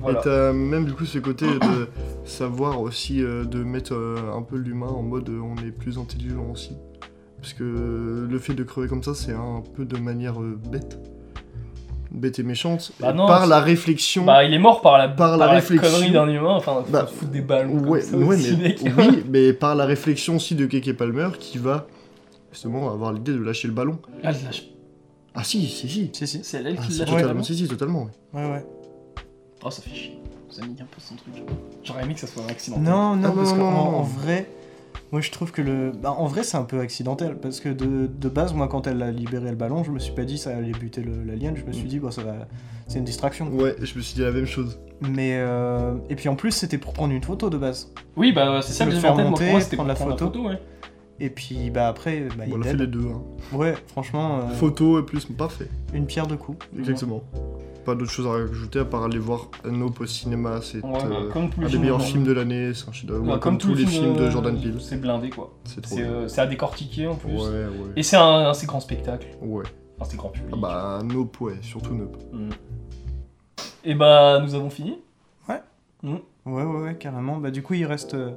S4: Voilà.
S3: Et t'as même du coup ce côté de savoir aussi euh, de mettre euh, un peu l'humain en mode euh, on est plus intelligent aussi. Parce que le fait de crever comme ça, c'est un peu de manière euh, bête. Bête et méchante.
S4: Bah
S3: Et
S4: non,
S3: par
S4: c'est-
S3: la réflexion.
S4: Bah, il est mort par la,
S3: Par la réflexion.
S4: connerie d'un humain, enfin, faut
S3: Bah,
S4: foutre des balles.
S3: Ouais,
S4: comme ça
S3: ouais,
S4: aussi,
S3: mais,
S4: mec.
S3: oui, mais par la réflexion aussi de Keke Palmer qui va justement avoir l'idée de lâcher le ballon.
S4: Ah, je lâche-
S3: Ah si, si, si.
S1: Si, si.
S4: C'est elle
S3: Ah,
S4: qui
S3: si,
S4: lâche
S1: ouais,
S4: le
S3: totalement,
S4: ballon.
S3: si, si, totalement. ouais.
S1: Ouais, ouais.
S4: Oh, ça fait chier. Ça nique un peu son truc. J'aurais aimé que ça soit un accident.
S1: Non, non,
S3: Ah,
S1: parce
S3: non,
S1: qu'en
S3: non,
S1: en
S3: non.
S1: en vrai, moi je trouve que le. bah, en vrai, c'est un peu accidentel. Parce que de, de base, moi, quand elle a libéré le ballon, je me suis pas dit ça allait buter le- l'alien. Je me
S3: Mm.
S1: suis dit, bon, ça va. C'est une distraction.
S3: Ouais, je me suis dit la même chose.
S1: Mais. euh, Et puis en plus, c'était pour prendre une photo de base.
S4: Oui, bah, c'est ça
S1: Le
S4: que j'ai
S1: faire
S4: en tête, moi,
S1: monter,
S4: pour moi, c'était pour
S1: prendre
S4: la
S1: la
S4: photo.
S1: photo.
S4: ouais.
S1: Et puis, bah après, bah,
S3: On
S1: il
S3: l'a
S1: est
S3: fait les
S1: dead.
S3: deux. hein.
S1: Ouais, franchement, euh,
S3: Photo et plus, parfait.
S1: une pierre de coups.
S3: Exactement. Pas d'autre chose à rajouter à part aller voir Nope au cinéma. C'est
S4: Ouais, bah,
S3: euh,
S4: comme tous
S3: un
S4: les
S3: des
S4: films. euh,
S3: meilleurs
S4: ouais.
S3: films de l'année. C'est un chef d'œuvre.
S4: Ouais,
S3: Comme, tous les films de Jordan Peele.
S4: euh, C'est blindé, quoi.
S3: C'est trop.
S4: C'est
S3: bien.
S4: euh, c'est à décortiquer en plus.
S3: Ouais, ouais.
S4: Et c'est un assez grand spectacle.
S3: Ouais.
S4: Enfin, c'est grand public.
S3: Ah bah, Nope, ouais. Surtout Nope.
S4: Et bah, nous avons fini.
S1: Ouais, ouais, ouais, carrément. Bah, du coup, il reste. euh,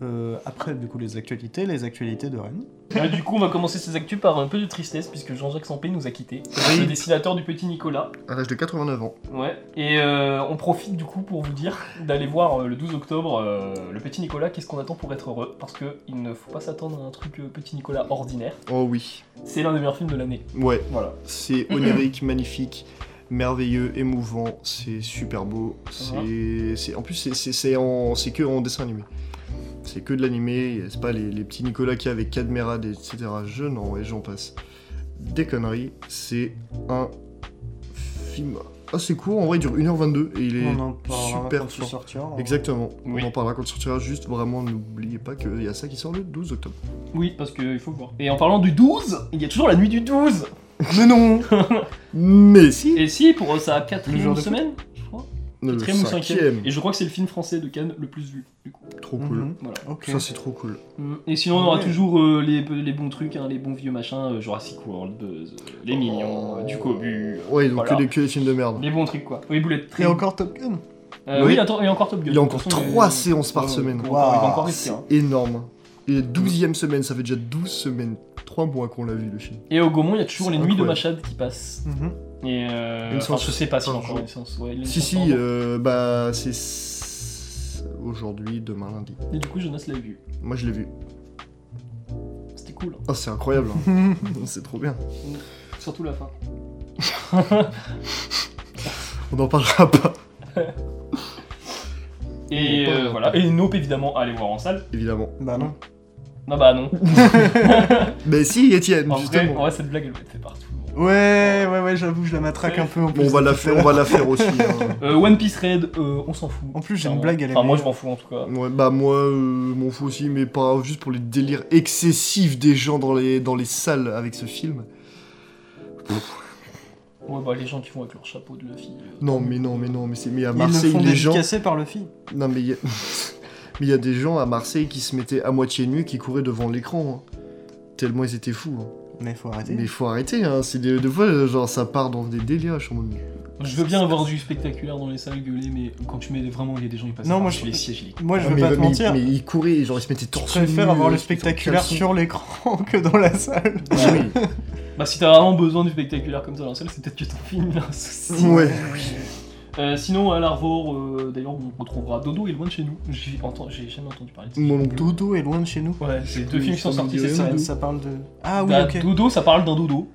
S1: euh, après, du coup, les actualités, les actualités de Rennes.
S4: Euh, du coup, on va commencer ces actus par un peu de tristesse, puisque Jean-Jacques Sampé nous a quittés. Le dessinateur du Petit Nicolas.
S3: À l'âge de 89 ans.
S4: Ouais. Et euh, on profite du coup pour vous dire d'aller voir euh, le 12 octobre euh, le Petit Nicolas. Qu'est-ce qu'on attend pour être heureux Parce que il ne faut pas s'attendre à un truc euh, Petit Nicolas ordinaire.
S3: Oh oui.
S4: C'est l'un des meilleurs films de l'année.
S3: Ouais.
S4: Voilà.
S3: C'est onirique, magnifique, merveilleux, émouvant, c'est super beau. C'est, c'est- en plus, c'est, c'est, c'est en, c'est que en dessin animé. C'est que de l'animé, c'est pas les, les petits Nicolas qui avec Cadmerade, etc. Je n'en et j'en passe. Des conneries, c'est un film assez court, en vrai il dure 1h22 et il est
S1: On en parlera
S3: super
S1: quand tu
S3: fort.
S1: sortiras. en-
S3: exactement.
S4: Oui.
S3: On en parlera quand il sortira, juste vraiment n'oubliez pas qu'il y a ça qui sort le 12 octobre.
S4: Oui, parce qu'il faut voir. Et en parlant du 12, il y a toujours la nuit du 12
S3: Mais non (laughs) Mais si
S4: Et si, pour euh, sa
S1: Le jour
S4: quatrième
S1: de
S4: semaine, je crois.
S3: Le
S4: Quatrième ou cinquième.
S3: cinquième.
S4: Et je crois que c'est le film français de Cannes le plus vu, du coup.
S3: Trop cool.
S1: Mhm.
S4: Voilà.
S1: Ok.
S3: Ça c'est trop cool.
S4: Mm. Et sinon, on aura
S1: Ouais.
S4: toujours euh, les, les bons trucs, hein, les bons vieux machins, euh, Jurassic World, Buzz, euh, Les
S3: Oh.
S4: Millions, euh, du Cobu, euh,
S3: Ouais, donc
S4: Voilà.
S3: que, des, que des films de merde.
S4: les bons trucs quoi. Oui, Bullet
S1: Et
S4: Train.
S1: encore Top Gun.
S4: Euh,
S3: Oui.
S4: oui, attends, et encore Top Gun.
S3: Il a encore
S4: De toute façon,
S3: 3
S4: euh,
S3: séances par
S4: euh,
S3: semaine.
S4: il va encore- il va
S1: Waouh,
S4: encore rester,
S3: C'est
S4: hein.
S3: énorme. Et 12 e semaine, ça fait déjà 12 semaines, 3 mois qu'on l'a vu le film.
S4: Et au Gaumont, il y a toujours
S3: C'est
S4: les nuits de
S3: incroyable.
S4: Machad qui passent.
S1: Mhm.
S3: (laughs)
S4: Et euh,
S3: Une
S4: enfin,
S3: séance
S4: je sais pas s'il y a
S3: par
S4: encore
S3: jour.
S4: une séance. Ouais, il y a une
S3: Si,
S4: séance par
S3: si,
S4: jour.
S3: euh, bah c'est s- aujourd'hui, demain, lundi.
S4: Et du coup, Jonas l'a vu.
S3: Moi je l'ai vu.
S4: C'était cool. hein.
S3: Oh, c'est incroyable, hein.
S1: Mhm.
S4: (laughs)
S3: c'est trop bien.
S4: Surtout la fin.
S3: On n'en parlera pas,
S4: Et
S3: Ouais.
S4: euh, voilà. Et Nope, évidemment, allez voir en salle.
S3: évidemment.
S1: bah non.
S4: Non, bah non.
S3: Mais si, Étienne,
S4: En vrai,
S3: justement.
S4: en vrai, cette blague, elle va être faite partout.
S1: Ouais, ouais, ouais, j'avoue, je la matraque un peu en
S3: Bon,
S1: plus.
S3: on va la faire, on va la
S4: (laughs)
S3: faire aussi. hein.
S4: Euh, One Piece Red, euh, on s'en fout.
S1: En plus, j'ai
S4: Clairement.
S1: une blague, elle est
S4: Enfin, moi, je
S1: meilleure.
S4: m'en fous en tout cas.
S3: Ouais, bah moi, euh, m'en fous aussi, mais pas juste pour les délires excessifs des gens dans les, dans les salles avec ce film.
S4: Ouais, bah les gens qui vont avec leur chapeau de Luffy. euh,
S3: Non, mais non, mais non, mais c'est mais à
S1: Ils le
S3: Marseille,
S1: font
S3: les gens,
S1: dédicacer par le film.
S3: Non mais il (laughs) y a... mais il y a des gens à Marseille qui se mettaient à moitié nus qui couraient devant l'écran. hein. tellement ils étaient fous. hein.
S1: Mais faut arrêter.
S3: Mais faut arrêter, hein. C'est des, des fois, euh, genre, ça part dans des délires, je suis en mode,
S4: Je veux bien avoir du spectaculaire dans les salles, gueuler, mais quand tu mets vraiment, il y a des gens qui passent.
S1: Non,
S4: par
S1: moi,
S4: dessus
S1: je-
S4: les sièges, les.
S1: Moi, je
S3: Ah,
S1: veux
S3: mais,
S1: pas te
S3: mais-
S1: mentir.
S3: Mais il courait, et genre, il se mettait torse
S1: Je préfère
S3: nu,
S1: avoir le
S3: euh,
S1: spectaculaire
S3: caleçon.
S1: sur l'écran (laughs) que dans la salle.
S3: Oui.
S4: (laughs) Bah, si t'as vraiment besoin du spectaculaire comme ça dans la salle, c'est peut-être que ton film a un souci.
S3: Ouais.
S4: Euh, sinon, à l'Arvor, euh, d'ailleurs, on retrouvera Dodo est loin de chez nous. J'ai entendu- j'ai jamais entendu parler de ça.
S3: Mon dos.
S1: Dodo est loin de chez nous.
S4: Ouais, c'est
S3: Je-
S4: deux films qui sont
S3: ça me
S4: sortis
S3: dit rien,
S4: cette
S1: Ça,
S4: semaine.
S1: ça parle de. Ah oui,
S4: Bah,
S1: ok.
S4: Dodo, ça parle d'un dodo.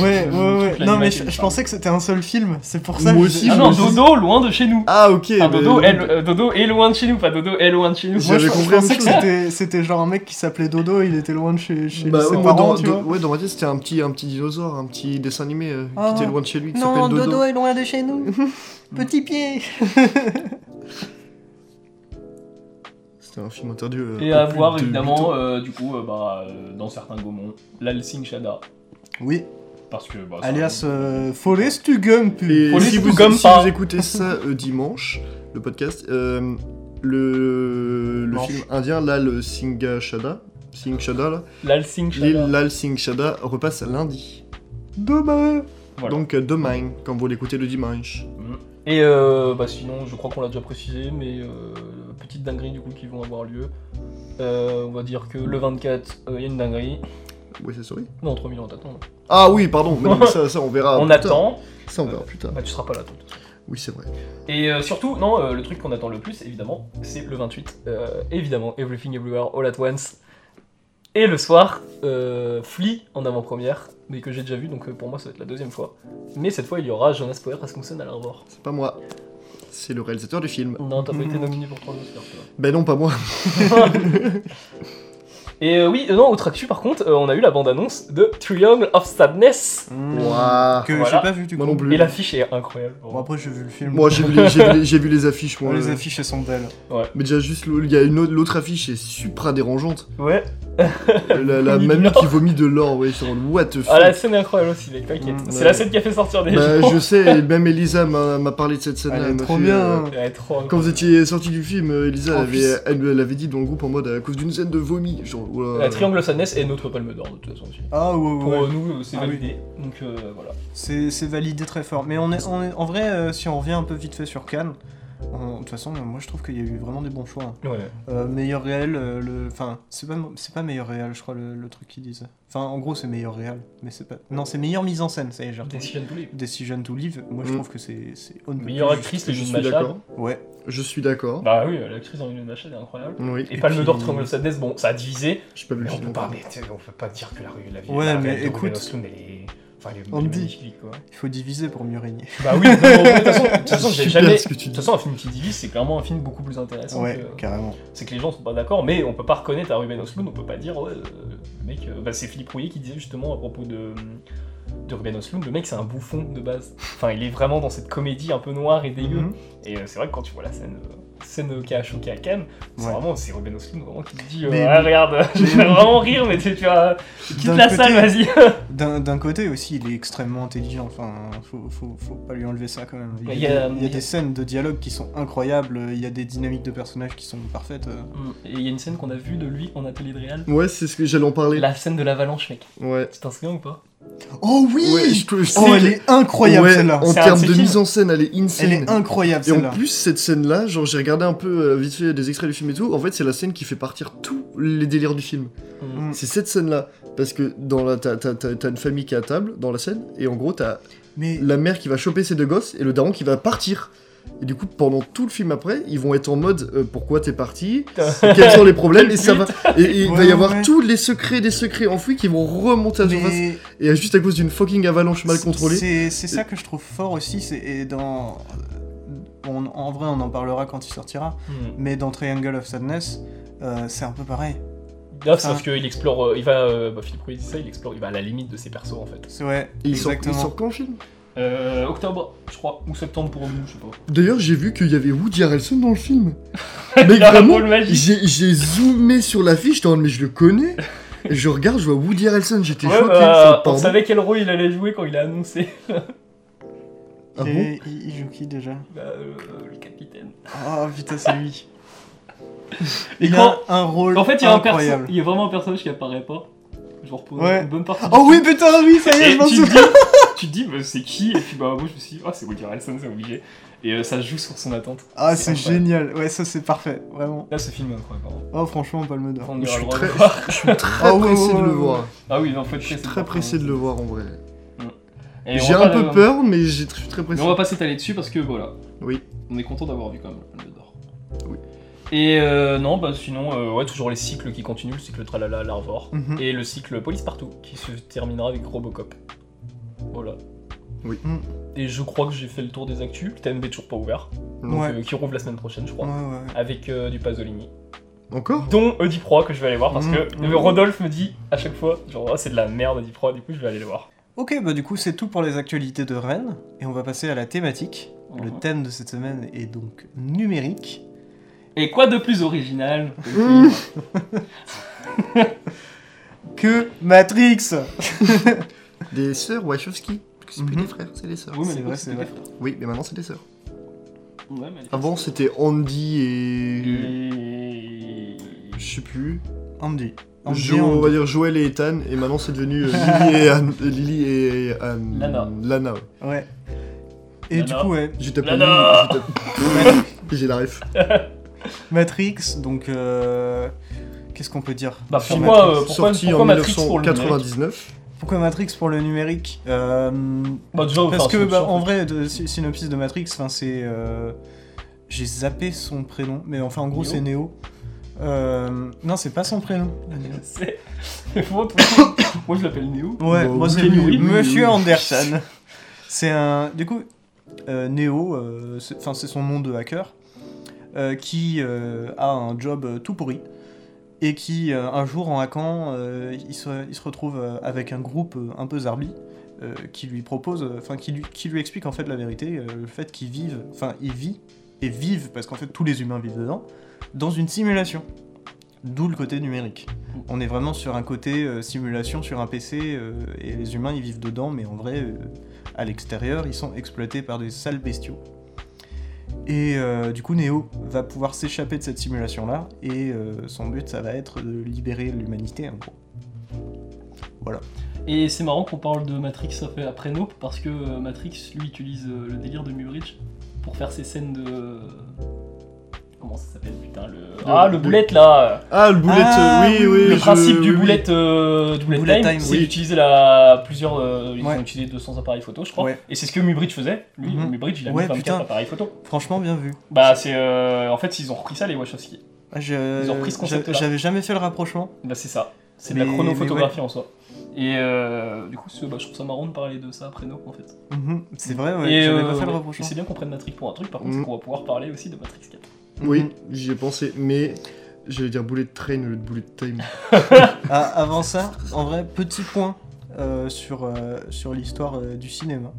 S1: Ouais, ouais, ouais.
S4: Toute
S1: Non, mais
S4: l'animation,
S1: je, je
S4: ça.
S1: pensais que c'était un seul film. C'est pour ça
S3: Moi
S1: que je-
S3: aussi,
S1: Ah
S4: ah
S3: je
S1: non,
S4: non,
S3: me suis-
S4: Dodo, loin de chez nous.
S3: Ah, ok.
S4: Ah,
S3: bah,
S4: Dodo,
S3: oui.
S4: est, euh, Dodo est loin de chez nous, pas Dodo est loin de chez nous.
S1: Moi, je,
S3: J'avais
S1: je
S3: compris la
S1: pensais
S3: même
S1: que
S3: chose.
S1: c'était, c'était genre un mec qui s'appelait Dodo, il était loin de chez, chez
S3: Bah,
S1: ses
S3: ouais,
S1: parents,
S3: dans,
S1: tu
S3: dans-
S1: vois.
S3: ouais, dans ma tête, c'était un petit, un petit dinosaure, un petit dessin animé euh,
S1: Ah.
S3: qui était loin de chez lui, qui s'appelle Dodo.
S1: est loin de chez (laughs) nous. Petit pied.
S3: C'était un film interdit. euh,
S4: Et
S3: pour
S4: à
S3: plus
S4: voir
S3: de huit
S4: évidemment,
S3: ans.
S4: euh, du coup, euh, bah, euh, dans certains Gaumont, l'Alsing Shada.
S1: Oui,
S4: Parce que. Bah, ça-
S1: alias euh, Forest Gump.
S3: Et
S4: Prenez
S3: si
S4: tout
S3: vous,
S4: comme
S3: si
S4: ça.
S3: vous écoutez ça euh, dimanche, le podcast, euh, le, le
S1: Manche.
S3: film indien, là, le Singa Shada, Singh Shada, là,
S4: L'Alsing Shada.
S3: l'île Lal Singh Shada repasse lundi.
S1: Demain.
S4: Voilà.
S3: Donc euh, demain, quand vous l'écoutez le dimanche.
S4: Et euh, bah, sinon, je crois qu'on l'a déjà précisé, mais euh, petite dinguerie du coup qui vont avoir lieu. Euh, on va dire que le 24, euh, il y a une dinguerie.
S3: Oui, c'est souris.
S4: Non, 3000 ans, t'attends.
S3: Ah oui, pardon, mais non, mais ça, ça, on verra.
S4: on
S3: plus tard.
S4: attend.
S3: Ça, on verra plus tard.
S4: Bah, tu seras pas là, toi. de toute façon.
S3: Oui, c'est vrai.
S4: Et euh, surtout, non, euh, le truc qu'on attend le plus, évidemment, c'est le 28. euh, évidemment, Everything Everywhere All at Once. Et le soir, euh, Flea en avant-première, mais que j'ai déjà vu, donc euh, pour moi ça va être la deuxième fois. Mais cette fois, il y aura Jonas Poer Rasmussen à l'arbor. Hmm.
S3: C'est pas moi. C'est le réalisateur du film.
S4: Non, t'as pas été
S1: Mhm.
S4: nominé pour trois Oscars, tu vois.
S3: Ben non, pas moi.
S4: Et euh, oui, euh, non, autre actu par contre, euh, on a eu la bande-annonce de Triangle of Sadness.
S3: Ouah.
S1: Que
S4: Voilà.
S1: j'ai pas vu du
S3: Hmm. Moi
S1: coup.
S3: non plus.
S4: Et l'affiche est incroyable.
S1: Bon, après, j'ai vu le film.
S3: Moi, j'ai vu, les- j'ai vu les- j'ai vu les affiches, moi.
S1: Ouais, les
S3: euh.
S1: affiches, elles sont belles.
S3: Mais déjà, juste, l'autre- il y a une autre, l'autre affiche est supra dérangeante.
S4: Ouais.
S3: Euh, la la
S4: Vomit de
S3: mamie
S4: l'or.
S3: qui vomit de l'or, ouais, sur le what the fuck.
S4: Ah, la scène est incroyable aussi, mec, t'inquiète.
S1: Mhm,
S4: c'est
S3: ouais.
S4: la scène qui a fait sortir des
S3: Bah,
S4: gens.
S3: je sais, et même Elisa m'a m'a parlé de cette scène-là.
S1: Elle est
S3: elle m'a
S1: trop
S3: fait,
S1: bien.
S3: euh,
S1: hein.
S4: Elle est trop
S3: Quand vous étiez sorti du film, euh, Elisa
S1: Oh,
S3: avait,
S1: putain.
S3: elle, elle avait dit dans le groupe en mode à cause d'une scène de vomi. Genre, euh, oula.
S4: La Triangle of Sadness est notre palme d'or de toute façon. aussi.
S1: Ah ouais, ouais,
S4: Pour
S1: ouais.
S4: euh, nous, euh, c'est
S1: Ah
S4: validé. Donc euh, voilà.
S1: C'est c'est validé très fort. Mais on est, on est- en vrai, euh, si on revient un peu vite fait sur Cannes, on- de toute façon, moi je trouve qu'il y a eu vraiment des bons choix. hein.
S4: Ouais.
S1: Euh, meilleur réel, euh, le, enfin, c'est pas, c'est pas meilleur réel, je crois le, le truc qu'ils disent. Enfin, en gros, c'est meilleur réel, mais c'est pas. Non, c'est meilleure mise en scène, ça y est, j'ai retrouvé.
S4: Decision to Live.
S1: Decision to Live, moi je
S3: Mm.
S1: trouve que c'est, c'est on ne peut
S4: Meilleure
S1: plus.
S4: actrice,
S3: Je
S4: Lune
S3: suis
S4: Machad.
S3: d'accord.
S1: Ouais.
S3: Je suis d'accord.
S4: Bah oui, euh, l'actrice dans Lune Machad est incroyable.
S3: oui,
S4: Et,
S1: Et
S4: Palme
S1: puis-
S4: d'Or, Triangle of Sadness, bon, ça a divisé.
S3: j'ai pas vu
S4: Mais
S3: le
S4: on
S3: film.
S4: peut pas,
S3: encore.
S4: mais t'sais, on peut pas dire que la rue, la vie.
S1: Ouais,
S4: la
S1: mais
S4: réelle de Ruben
S1: écoute.
S4: Östlund, elle est- Enfin, elle est
S1: On me dit.
S4: magnifique, quoi.
S1: Il faut diviser pour mieux régner.
S4: Bah
S2: (laughs)
S4: oui, non, mais de toute façon, de toute façon, j'ai
S3: Super
S4: jamais.
S3: ce que tu
S4: De
S3: dis.
S4: toute façon, un film qui divise, c'est clairement un film beaucoup plus intéressant.
S1: ouais,
S4: que-
S1: carrément.
S4: C'est que les gens sont pas d'accord, mais on peut pas reconnaître à Ruben Östlund, on peut pas dire, ouais, euh, le mec, euh, bah, c'est Philippe Rouillet qui disait justement à propos de, euh, de Ruben Östlund, le mec c'est un bouffon de base. Enfin, il est vraiment dans cette comédie un peu noire et dégueu.
S1: Mhm.
S4: Et euh, c'est vrai que quand tu vois la scène, euh, scène euh, qui a choqué à Cannes, c'est
S1: Ouais.
S4: vraiment, c'est Ruben Östlund vraiment qui te dit, euh,
S1: Mais-
S4: ah, regarde, (laughs) je vais vraiment rire, mais tu tu vas, quitte la
S1: côté-
S4: salle, vas-y.
S1: D'un, d'un côté aussi, il est extrêmement intelligent. Enfin, faut, faut, faut pas lui enlever ça quand même. Il y a,
S4: Il y a-
S1: des, il y a des scènes de dialogue qui sont incroyables. Il y a des dynamiques de personnages qui sont parfaites. euh.
S4: Mm. Et il y a une scène qu'on a vue de lui en atelier de réal.
S3: Ouais, c'est ce que j'allais en parler.
S4: La scène de l'avalanche, mec.
S3: Ouais.
S4: Tu t'en souviens ou pas
S1: Oh oui
S3: Ouais, je trouve- je sais
S1: Oh, elle
S3: que-
S1: est incroyable
S3: Ouais,
S1: celle-là.
S3: En
S4: C'est un
S3: termes
S4: de
S3: de
S4: ses films.
S3: mise en scène, elle est insane.
S1: Elle est incroyable
S3: Et en
S1: celle-là.
S3: plus, cette scène-là, genre j'ai regardé un peu euh, vite fait des extraits du film et tout, en fait c'est la scène qui fait partir tous les délires du film.
S1: Mm.
S3: C'est cette scène-là, parce que dans la, t'as, t'as- t'as- t'as une famille qui est à table dans la scène, et en gros t'as
S1: Mais
S3: la mère qui va choper ses deux gosses et le daron qui va partir. Et du coup, pendant tout le film après, ils vont être en mode euh, pourquoi t'es parti, quels sont les problèmes, et ça va. Et, et il
S1: Ouais,
S3: va y
S1: ouais,
S3: avoir
S1: ouais.
S3: tous les secrets des secrets enfouis qui vont remonter à la surface,
S1: mais
S3: et juste à cause d'une fucking avalanche mal
S1: c'est-
S3: contrôlée.
S1: C'est c'est ça que je trouve fort aussi. c'est- Et dans. on- en vrai, on en parlera quand il sortira.
S4: Hmm.
S1: Mais dans Triangle of Sadness, euh, c'est un peu pareil.
S4: Grave,
S1: Enfin-
S4: sauf qu'il explore, euh, il va, euh, bah, Philippe Rouillet dit ça, il explore, il va à la limite de ses persos en fait.
S1: C'est ouais,
S3: Et il sort, il
S1: exactement.
S3: sort quand le film
S4: Euh, octobre, je crois, ou septembre pour nous, je sais pas.
S3: D'ailleurs, j'ai vu qu'il y avait Woody Harrelson dans le film. Mais
S4: Dans la
S3: vraiment,
S4: boule magique.
S3: j'ai j'ai zoomé sur l'affiche, j'étais en mode, mais je le connais. Et je regarde, je vois Woody Harrelson, j'étais
S4: Ouais,
S3: choqué.
S4: bah,
S3: ça,
S4: on
S3: pardon.
S4: savait quel rôle il allait jouer quand il a annoncé
S3: Ah
S1: Il
S3: bon
S1: est- il, il joue qui déjà
S4: bah, euh, le capitaine.
S1: Oh putain, c'est (laughs) lui.
S4: Et
S1: Il
S4: quand-
S1: a un rôle
S4: En fait, il y a un perso-
S1: incroyable.
S4: il y a vraiment un personnage qui apparaît pas.
S2: genre pendant
S1: Ouais.
S2: une bonne partie. du
S1: Oh oui,
S2: film.
S1: putain, oui, ça y est,
S2: Et
S1: je m'en
S2: tu te
S1: souviens.
S2: dis, tu te dis, bah, c'est qui Et puis bah moi je me suis dit, ah c'est Woody Harrelson, c'est obligé. Et euh, ça joue sur son attente.
S1: Ah, c'est
S2: incroyable.
S1: génial. Ouais, ça, c'est parfait. Vraiment.
S4: Là, ce film est incroyable. hein.
S1: Oh, franchement, Palme d'Or.
S4: Enfin, on
S3: Je
S4: aura
S3: suis
S4: le droit de
S3: très-
S4: le voir.
S3: Je suis très
S1: Ah ouais,
S3: pressé
S1: ouais,
S3: de le
S1: ouais,
S3: voir.
S4: Ah oui, non, faut être
S3: Je suis
S4: pressé.
S3: très pressé de le voir en vrai.
S4: Et on
S3: J'ai
S4: va
S3: un
S4: pas
S3: peu
S4: le-
S3: peur, mais j'ai- je suis très pressé.
S2: Mais on va pas s'étaler dessus parce que voilà,
S3: Oui.
S2: on est content d'avoir vu quand même le Palme d'Or.
S4: Et euh, non, bah sinon, euh, ouais, toujours les cycles qui continuent, le cycle Tralala Larvor,
S1: Mhm.
S4: et le cycle Police Partout, qui se terminera avec Robocop. Voilà. Mm.
S3: Oui.
S1: Mhm.
S4: Et je crois que j'ai fait le tour des actus, le TMB toujours pas ouvert, donc,
S1: Ouais. Mm.
S4: euh, qui rouvre la semaine prochaine, je crois,
S1: Ouais, ouais.
S4: avec euh, du Pasolini.
S3: Encore
S4: Dont Oedipe Roy, que je vais aller voir, parce que
S1: Mhm.
S4: euh, Rodolphe me dit à chaque fois, genre, Ah, c'est de la merde Oedipe Roy, du coup, je vais aller le voir.
S1: Ok, bah du coup, c'est tout pour les actualités de Rennes. Et on va passer à la thématique. Le
S2: Mhm.
S1: thème de cette semaine est donc numérique.
S2: Et quoi de plus original que le
S3: Mmh.
S2: film
S1: Que Matrix
S3: Des sœurs Wachowski. Parce que c'est plus
S1: Mhm.
S3: des frères, c'est Ah des sœurs.
S2: Oui, mais
S1: C'est
S2: les
S1: vrai,
S2: gars,
S1: c'est
S2: c'était
S1: vrai.
S2: des frères.
S3: Oui, mais maintenant c'est des sœurs.
S2: Ouais, mais les frères,
S3: Avant c'était Andy et...
S2: Et-
S3: Je sais plus.
S1: Andy. Andy,
S3: Jo- on va
S1: Andy.
S3: dire Joël et Ethan, et maintenant c'est devenu euh, Lily et Anne. euh, Lily et Anne-
S4: Lana.
S3: Lana, ouais.
S1: Ouais. Et
S4: Lana.
S1: du coup, ouais.
S3: J'ai tapé
S4: Lana
S3: Lily,
S4: (laughs)
S3: j'ai tapé- J'ai la ref.
S1: Matrix, donc. euh, Qu'est-ce qu'on peut dire
S4: Bah,
S1: sur
S4: pour moi,
S1: Matrix
S4: euh, pourquoi- euh,
S3: Sorti
S4: pourquoi
S3: en
S4: Matrix pour le
S3: 1999.
S1: Pourquoi Matrix pour le numérique Euh,
S4: Bah, déjà,
S1: Parce
S4: enfin,
S1: que,
S4: c'est
S1: bah,
S4: sûr,
S1: en
S4: faut-
S1: vrai, de sy- synopsis de Matrix, enfin, c'est. euh, J'ai zappé son prénom, mais enfin, en gros,
S4: Neo.
S1: c'est Neo. Euh, Non, c'est pas son prénom.
S4: C'est- Faut- (coughs)
S2: Moi je l'appelle Neo.
S1: Ouais,
S3: Bah,
S1: moi,
S3: oui,
S1: c'est
S2: oui, oui,
S1: Monsieur
S3: oui.
S1: Anderson. C'est un. Du coup, euh, Neo, euh, c'est- enfin, c'est son nom de hacker, euh, qui euh, a un job euh, tout pourri. Et qui, euh, un jour, en hackant, euh, il, se, il se retrouve euh, avec un groupe euh, un peu zarbi. euh, qui lui propose, euh, enfin qui, lui, qui lui explique en fait la vérité, euh, le fait qu'il vive, enfin il vit, et vive, parce qu'en fait tous les humains vivent dedans, dans une simulation. D'où le côté numérique. On est vraiment sur un côté euh, simulation sur un PC, euh, et les humains ils vivent dedans, mais en vrai, euh, à l'extérieur, ils sont exploités par des sales bestiaux. Et euh, du coup, Neo va pouvoir s'échapper de cette simulation-là, et euh, son but, ça va être de libérer l'humanité, en gros.
S4: Et c'est marrant qu'on parle de Matrix après- après Nope parce que euh, Matrix lui utilise euh, le délire de Muybridge pour faire ses scènes de. Comment ça s'appelle putain le. Ah le
S3: de-
S4: boulette là
S3: Ah, le boulette,
S1: Ah,
S3: oui,
S1: oui,
S3: oui.
S4: Le
S3: je-
S4: principe
S3: oui,
S4: du
S3: oui.
S4: boulette, euh, du bullet
S1: Bullet
S4: time,
S1: time,
S4: c'est
S1: oui.
S4: d'utiliser la plusieurs. euh, ils
S1: Ouais.
S4: ont utilisé 200 appareils photo je crois.
S1: Ouais.
S4: Et c'est ce que Muybridge faisait. Lui,
S1: Mhm.
S4: Muybridge il a
S1: Ouais,
S4: mis 24
S1: putain.
S4: appareils photo.
S1: Franchement, bien vu.
S4: Bah c'est. euh, en fait ils ont repris ça les Wachowski.
S1: Ah, je-
S4: Ils ont repris ce concept-là.
S1: j'a- J'avais jamais fait le rapprochement.
S4: Bah c'est ça. C'est de
S1: Mais-
S4: la
S1: mais
S4: chronophotographie en soi. Et euh, du coup c'est- bah, je trouve ça marrant de parler de ça après Nope en fait.
S1: Mhm, C'est vrai, ouais,
S4: Et,
S1: j'avais
S4: euh,
S1: pas fait le Mm.
S4: ouais. Et
S1: rapprochement.
S4: c'est bien qu'on prenne Matrix pour un truc, par contre,
S3: Mhm.
S4: c'est qu'on va pouvoir parler aussi de Matrix 4.
S3: Oui,
S1: Mhm.
S3: j'y ai pensé, mais j'allais dire bullet train au lieu de bullet time.
S1: Ah, avant ça, en vrai, petit point euh, sur, euh, sur l'histoire euh, du cinéma.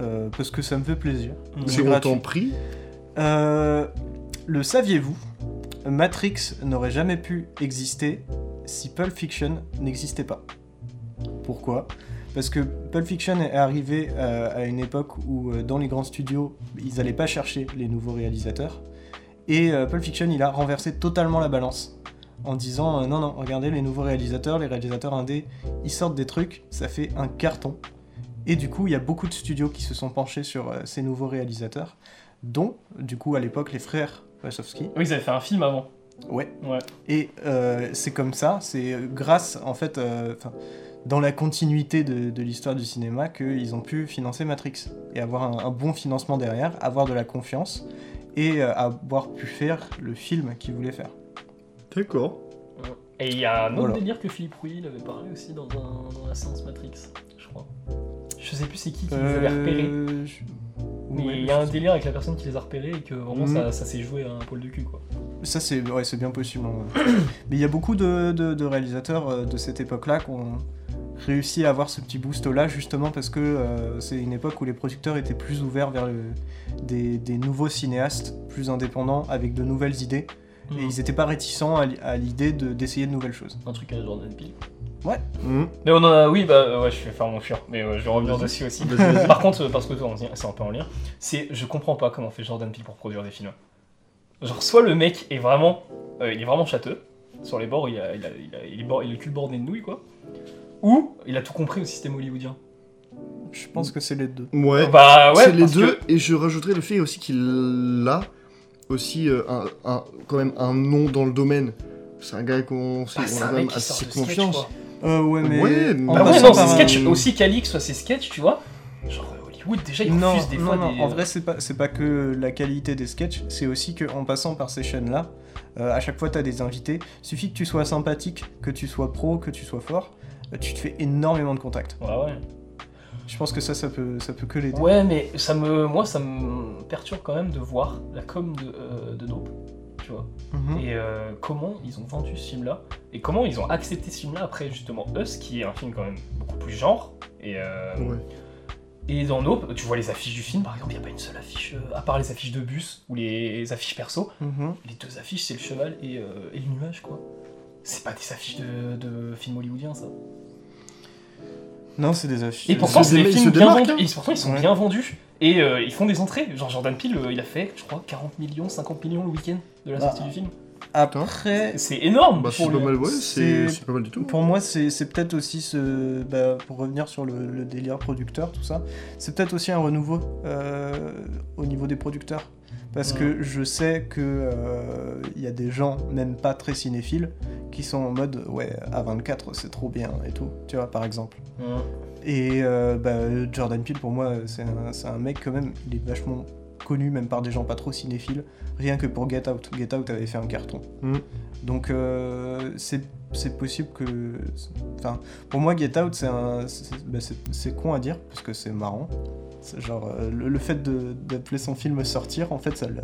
S1: Euh, parce que ça me fait plaisir. gratuit.
S3: C'est Mmh. autant pris.
S1: Euh, le saviez-vous Matrix n'aurait jamais pu exister si Pulp Fiction n'existait pas. Pourquoi Parce que Pulp Fiction est arrivé euh, à une époque où euh, dans les grands studios, ils n'allaient pas chercher les nouveaux réalisateurs. Et euh, Pulp Fiction, il a renversé totalement la balance en disant euh, non, non, regardez les nouveaux réalisateurs, les réalisateurs indés, ils sortent des trucs, ça fait un carton. Et du coup, il y a beaucoup de studios qui se sont penchés sur euh, ces nouveaux réalisateurs, dont, du coup, à l'époque, les frères Wachowski.
S4: Oui, ils avaient fait un film avant.
S1: Ouais.
S4: Ouais.
S1: Et euh, c'est comme ça, c'est grâce, en fait, euh, 'fin, dans la continuité de, de l'histoire du cinéma, qu'ils ont pu financer Matrix. Et avoir un, un bon financement derrière, avoir de la confiance, et euh, avoir pu faire le film qu'ils voulaient faire.
S3: D'accord.
S4: Et il y a un autre
S1: Voilà.
S4: délire que Philippe Rouilly il avait parlé aussi dans, un- dans la séance Matrix, je crois. Je sais plus c'est qui qui les avait repérés.
S1: Euh, je-
S4: Mais il
S1: Ouais,
S4: y a un
S1: je-
S4: délire avec la personne qui les a repérés et que vraiment
S1: Mhm.
S4: ça, ça s'est joué à un pôle de cul quoi.
S1: Ça, c'est ouais, c'est bien possible. hein. (coughs) Mais il y a beaucoup de, de- de réalisateurs euh, de cette époque-là qui ont réussi à avoir ce petit boost-là, justement parce que euh, c'est une époque où les producteurs étaient plus ouverts vers le- des, des nouveaux cinéastes plus indépendants avec de nouvelles idées. Et ils n'étaient pas réticents à, li- à l'idée de- d'essayer de nouvelles choses.
S4: Un truc à la Jordan Peele.
S3: (laughs) Mhm.
S4: Mais on en a, oui, bah euh, ouais, je vais faire mon fur, mais euh, je vais revenir
S3: Vas-y.
S4: dessus aussi.
S3: Vas-y, vas-y.
S4: Par contre, euh, parce que on y- c'est un peu en lien, c'est je comprends pas comment fait Jordan Peele pour produire des films. Genre, soit le mec est vraiment, euh, il est vraiment châteux, sur les bords, il, a, il, a- il a- il est bord- il a le cul bordé de nouilles quoi, ou il a tout compris au système hollywoodien.
S1: Je pense que c'est les deux.
S3: Ouais.
S4: Bah ouais,
S3: c'est les
S4: parce que-
S3: deux, et je rajouterais le fait aussi qu'il a aussi euh, un, un- quand même un nom dans le domaine. C'est un gars qu'on sait,
S4: Ah,
S3: on
S4: c'est
S3: a
S4: un
S3: quand
S4: mec
S3: même
S4: qui sort
S3: assez
S4: de sketch,
S3: confiance.
S4: quoi.
S1: Euh, ouais, mais.
S3: Ouais, mais-
S1: en
S3: Bah
S4: Bah ouais,
S1: passant
S4: non,
S1: par
S4: c'est
S1: un-
S4: sketch aussi Calix, soit c'est sketch, tu vois. Genre euh, Hollywood, déjà, ils
S1: Non,
S4: refusent des
S1: non,
S4: fois
S1: non,
S4: des.
S1: en vrai, c'est pas, c'est pas que la qualité des sketchs, c'est aussi que en passant par ces chaînes-là, euh, à chaque fois, t'as des invités. Suffit que tu sois sympathique, que tu sois pro, que tu sois fort, euh, tu te fais énormément de contacts.
S4: Ouais, ouais.
S1: Je pense que ça, ça peut, ça peut que l'aider.
S4: Ouais, mais ça me, moi, ça me perturbe quand même de voir la com de, euh, de Dope, tu vois.
S1: Mhm.
S4: Et euh, comment ils ont vendu ce film-là et comment ils ont accepté ce film-là après justement Us, qui est un film quand même beaucoup plus genre. Et, euh,
S3: Ouais.
S4: et dans Nope, tu vois les affiches du film, par exemple, il n'y a pas une seule affiche, euh, à part les affiches de bus ou les affiches perso.
S1: Mhm.
S4: Les deux affiches, c'est le cheval et, euh, et le nuage, quoi. C'est pas des affiches de, de films hollywoodiens, ça.
S1: Non, c'est des affiches.
S4: Et pourtant,
S3: se
S4: c'est des
S3: déma- ils
S4: films
S3: se
S4: bien
S3: démarquent,
S4: vendus.
S3: hein.
S4: Et pourtant, ils sont
S1: Ouais.
S4: bien vendus. Et euh, ils font des entrées. Genre Jordan Peele, euh, il a fait, je crois, 40 millions, 50 millions le week-end de la
S1: Bah,
S4: sortie du film.
S1: Après,
S4: C'est énorme
S3: Bah, c'est
S4: pour
S3: pas
S4: le-
S3: mal, ouais, c'est
S1: c'est-
S3: c'est pas mal du tout.
S1: Pour moi, c'est c'est peut-être aussi ce. bah, pour revenir sur le, le délire producteur, tout ça, c'est peut-être aussi un renouveau euh, au niveau des producteurs. Parce que je sais que euh, il y a des gens, même pas très cinéphiles, qui sont en mode ouais, A24, c'est trop bien et tout, tu vois, par exemple.
S4: Ouais.
S1: Et euh, bah, Jordan Peele, pour moi, c'est un, c'est un mec quand même, il est vachement connu même par des gens pas trop cinéphiles, rien que pour Get Out. Get Out avait fait un carton.
S3: Mm.
S1: Donc euh, c'est c'est possible que... Enfin, pour moi, Get Out, c'est un- c'est- bah, c'est c'est con à dire, parce que c'est marrant. C'est Genre, euh, le, le fait de- d'appeler son film Sortir, en fait, ça le-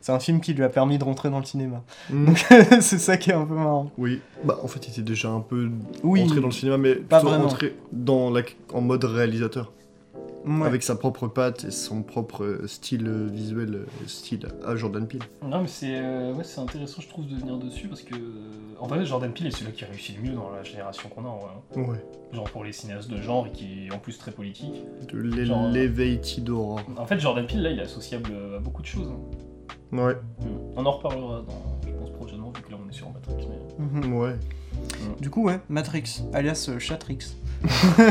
S1: C'est un film qui lui a permis de rentrer dans le cinéma. (laughs)
S3: Mm.
S1: c'est ça qui est un peu marrant.
S3: Oui. Bah en fait, il était déjà un peu
S1: Oui.
S3: entré dans le cinéma, mais
S1: Pas
S3: plutôt
S1: vraiment.
S3: entré dans la... en mode réalisateur,
S1: Ouais.
S3: avec sa propre patte et son propre euh, style euh, visuel, euh, style à Jordan Peele.
S4: Non, mais c'est euh, ouais, c'est intéressant, je trouve, de venir dessus parce que. euh, En vrai, Jordan Peele est celui qui réussit le mieux dans la génération qu'on a, en vrai, hein.
S3: Ouais.
S4: Genre pour les cinéastes de genre et qui est en plus très politique.
S3: De
S4: Genre, euh,
S3: l'Elevated Aura.
S4: En fait, Jordan Peele, là, il est associable euh, à beaucoup de choses. hein.
S3: Ouais.
S4: On en reparlera dans, je pense, prochainement, vu que là, on est sur Matrix. Mais...
S1: Mhm.
S3: Ouais.
S1: Du coup, ouais, Matrix, alias euh,
S3: (laughs)
S1: Chatrix.
S3: Ça,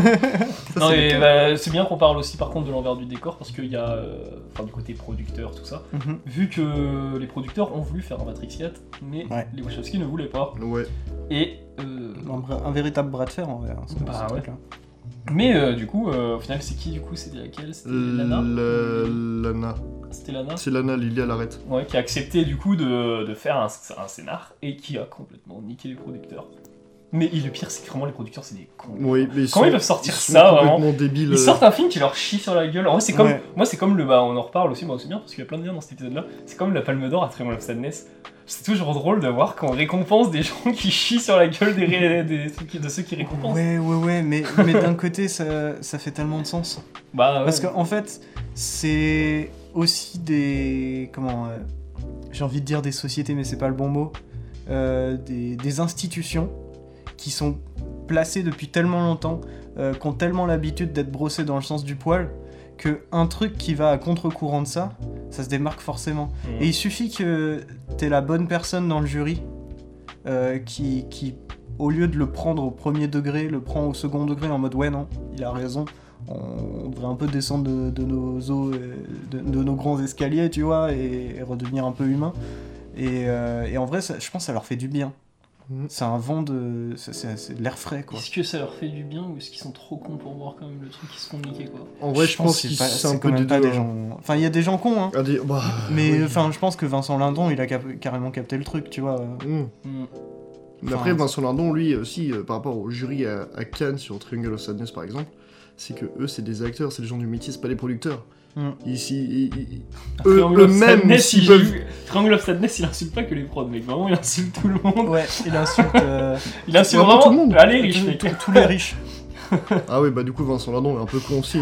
S4: non,
S3: c'est
S4: mais
S3: le cas.
S4: bah, c'est bien qu'on parle aussi, par contre, de l'envers du décor parce qu'il y a. euh, Enfin, du côté producteur, tout ça.
S1: Mhm.
S4: Vu que les producteurs ont voulu faire un Matrix 4, mais
S1: Ouais.
S4: les Wachowski ne voulaient pas.
S3: Ouais.
S4: Et. euh,
S1: Un, bra- un véritable bras de fer en vrai. hein, ce-
S4: Bah
S1: ce
S4: ouais.
S1: truc-là.
S4: Mais euh, du coup, euh, au final, c'est qui du coup C'était laquelle C'était Lana
S3: Euh, Le- Lana.
S4: C'était Lana
S3: C'est Lana, Lily à l'arête.
S4: Ouais, qui a accepté du coup de, de faire un, un scénar et qui a complètement niqué les producteurs. Mais et le pire, c'est que vraiment les producteurs, c'est des cons.
S3: Oui, mais
S4: Comment
S3: sont-
S4: ils peuvent sortir
S3: sont
S4: ça,
S3: complètement
S4: vraiment
S3: débiles.
S4: Ils sortent un film qui leur chie sur la gueule. En vrai, c'est comme,
S1: Ouais.
S4: moi, c'est comme le, bah, on en reparle aussi, moi, c'est bien parce qu'il y a plein de liens dans cet épisode-là. C'est comme la Palme d'Or à Tremor of Sadness. C'est toujours drôle de voir qu'on récompense des gens (laughs) qui chient sur la gueule des, ré- des, de ceux qui récompensent.
S1: Ouais, ouais, ouais,
S4: (laughs)
S1: mais, mais d'un côté, ça, ça fait tellement de sens.
S4: Bah, ouais.
S1: Parce qu'en fait, c'est aussi des. Comment. euh, J'ai envie de dire des sociétés, mais c'est pas le bon mot. euh, des, des institutions qui sont placées depuis tellement longtemps, euh, qui ont tellement l'habitude d'être brossées dans le sens du poil, que un truc qui va à contre-courant de ça, ça se démarque forcément.
S4: Mm.
S1: Et il suffit que t'es la bonne personne dans le jury euh, qui, qui, au lieu de le prendre au premier degré, le prend au second degré en mode ouais, non, il a raison, on, on devrait un peu descendre de, de nos eaux, euh, de, de nos grands escaliers, tu vois, et, et redevenir un peu humain. Et, euh, et en vrai, ça- je pense que ça leur fait du bien.
S3: Mhm.
S1: C'est un vent de. c'est- C'est c'est de l'air frais, quoi.
S4: Est-ce que ça leur fait du bien ou est-ce qu'ils sont trop cons pour voir quand même le truc qui se font
S3: Euh,
S4: niquer quoi
S3: En vrai, je pense
S1: que
S3: qu'ils
S1: pas-
S3: c'est un
S1: quand
S3: peu
S1: même
S3: des
S1: pas
S3: deux.
S1: des
S3: hein.
S1: gens. Enfin, il y a des gens cons, hein.
S3: Ah, des- bah,
S1: Mais
S3: oui.
S1: enfin, je pense que Vincent Lindon, il a cap- carrément capté le truc, tu vois.
S3: Mm.
S4: Hmm.
S3: Mais après,
S1: Enfin,
S3: Vincent Lindon, lui aussi, euh, par rapport au jury à, à Cannes sur Triangle of Sadness, par exemple, c'est que eux, c'est des acteurs, c'est des gens du métier, c'est pas des producteurs.
S1: Mm.
S3: Ici, ils- ils- Eux-
S4: Triangle of
S3: eux-mêmes,
S4: Sadness,
S3: s'ils
S4: il-
S3: peuvent-
S4: Triangle of Sadness, il insulte pas que les prods, mec. Vraiment, il insulte tout le monde.
S1: Ouais, il insulte. euh,
S4: Il insulte
S3: Vraiment
S4: vraiment,
S3: tout le monde.
S4: Allez, riche, mec.
S1: tous les riches.
S3: ah oui, bah du coup, Vincent Lindon est un peu con aussi.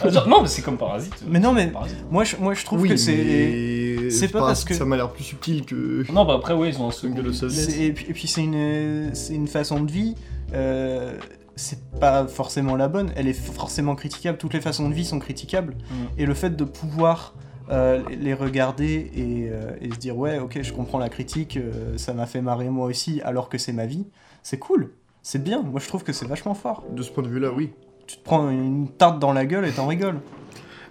S4: Ah, genre- non, mais c'est comme Parasite.
S1: Mais non, mais
S4: Parasite.
S1: moi je, moi, je trouve
S3: oui,
S1: que c'est.
S3: mais
S1: c'est pas parce
S3: Parasite,
S1: que-
S3: Ça m'a l'air plus subtil que.
S4: Non, bah après, ouais, ils ont un
S3: Triangle
S4: second.
S3: of Sadness.
S1: c'est- Et puis, et puis c'est une, c'est une façon de vie. euh, c'est pas forcément la bonne. Elle est forcément critiquable. Toutes les façons de vie sont critiquables.
S4: Mm.
S1: Et le fait de pouvoir. euh, les regarder et, euh, et se dire ouais ok je comprends la critique euh, ça m'a fait marrer moi aussi alors que c'est ma vie c'est cool C'est bien, moi je trouve que c'est vachement fort.
S3: De ce point de vue-là, oui.
S1: Tu te prends une tarte dans la gueule et t'en rigoles.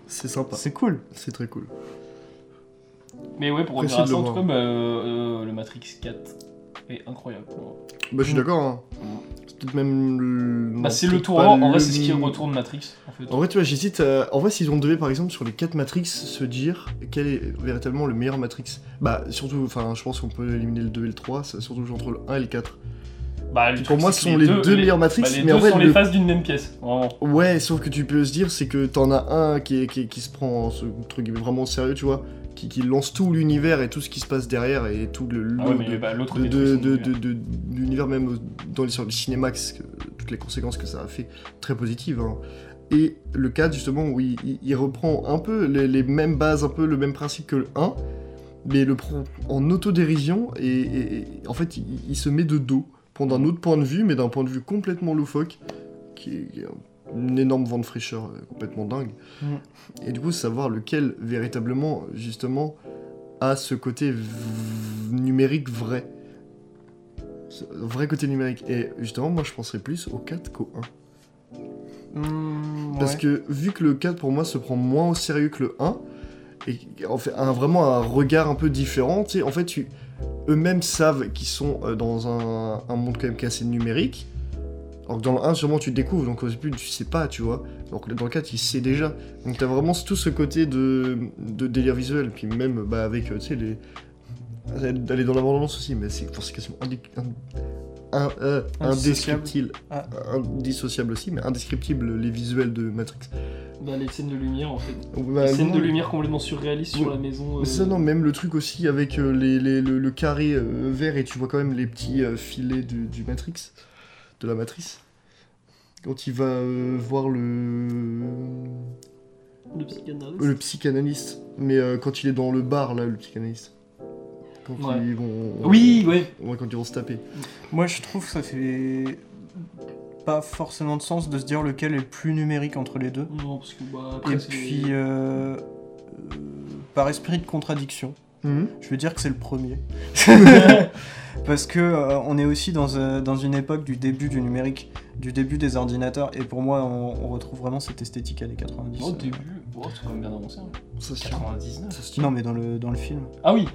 S3: C'est sympa.
S1: C'est cool.
S3: C'est très cool.
S2: Mais ouais, pour revenir à
S3: Précis
S2: ça,
S3: de
S2: en tout
S3: le
S2: cas, bah, euh, euh, le Matrix 4 est incroyable. pour moi.
S3: Bah, je suis
S1: Mm.
S3: d'accord. hein. C'est peut-être même. le-
S2: Bah, c'est le
S3: peut-être
S2: tournant,
S3: pas
S2: en vrai,
S3: le-
S2: c'est ce qui retourne Matrix, en fait.
S3: En vrai, tu vois, j'hésite. à- En vrai, s'ils ont devait, par exemple, sur les 4 Matrix, se dire quel est véritablement le meilleur Matrix. Bah, surtout, enfin, je pense qu'on peut éliminer le 2 et le 3, ça- surtout entre le 1 et le 4.
S2: Bah, le
S3: Pour
S2: truc,
S3: moi,
S2: c'est
S3: ce
S2: que
S3: sont les deux meilleurs Matrix,
S2: bah, les
S3: mais
S2: deux
S3: en fait,
S2: sont les
S3: le-
S2: faces d'une même pièce, vraiment.
S3: Ouais, sauf que tu peux se dire, c'est que t'en as un qui, est- qui, qui se prend ce truc vraiment au sérieux, tu vois, qui, qui lance tout l'univers et tout ce qui se passe derrière et tout le.
S2: Ah
S3: le-
S2: ouais, mais
S3: de-
S2: bah, l'autre
S3: de,
S2: détruit
S3: de-
S2: son
S3: de-
S2: univers.
S3: de- de- de l'univers même au- dans l'histoire du cinéma, que ce que- toutes les conséquences que ça a fait, très positives. hein. Et le 4, justement, où il, il- il reprend un peu les, les mêmes bases, un peu le même principe que le 1, mais le prend en autodérision, et, et- et en fait, il, il se met de dos, prendre un autre point de vue, mais d'un point de vue complètement loufoque, qui est, qui est un- une énorme vent de fraîcheur euh, complètement dingue.
S1: Mm.
S3: Et du coup, savoir lequel, véritablement, justement, a ce côté v- numérique vrai. Ce vrai côté numérique. Et justement, moi, je penserais plus au 4 qu'au 1.
S1: Hmm,
S3: Parce que vu que le 4, pour moi, se prend moins au sérieux que le 1, et en fait, un, vraiment un regard un peu différent, tu sais, en fait, tu- eux-mêmes savent qu'ils sont euh, dans un, un monde quand même qui est assez numérique. Alors que dans le 1, sûrement, tu découvres, donc au début, tu sais pas, tu vois. Alors que dans le 4, il sait déjà. Donc t'as vraiment tout ce côté de, de délire visuel. Puis même, bah, avec, euh, tu sais, les... D'aller dans l'abondance aussi, mais c'est enfin, c'est quasiment indi- un- un- euh,
S1: Indissociable.
S3: indescriptible.
S1: Ah.
S3: Indissociable aussi, mais indescriptible, les visuels de Matrix.
S4: Bah, les scènes de lumière en fait.
S3: Bah,
S4: les scènes
S3: non,
S4: de
S3: mais-
S4: lumière complètement surréalistes sur
S3: Ouais.
S4: la maison.
S3: mais
S4: euh,
S3: c'est ça, non, même le truc aussi avec euh, les, les- le, le carré euh, vert et tu vois quand même les petits euh, filets du, du Matrix, de la matrice. Quand il va euh, voir le,
S4: Le psychanalyste.
S3: le psychanalyste, mais euh, quand il est dans le bar là, le psychanalyste. Quand
S4: Ouais.
S3: ils vont.
S4: Oui, ouais.
S3: Ouais, quand ils vont se taper.
S1: Moi, je trouve que ça fait pas forcément de sens de se dire lequel est le plus numérique entre les deux.
S4: Non, parce que bah,
S1: Et
S4: après, c'est-
S1: puis, euh, euh, par esprit de contradiction,
S3: Hmm
S1: je vais dire que c'est le premier. Parce que euh, on est aussi dans, euh, dans une époque du début du numérique, du début des ordinateurs, et pour moi, on, on retrouve vraiment cette esthétique années 90.
S2: Au début, oh, c'est quand même bien avancé. hein.
S3: Ça se tient.
S2: 99.
S3: Ça se tient.
S1: Non, mais dans le, dans le film.
S2: Ah oui,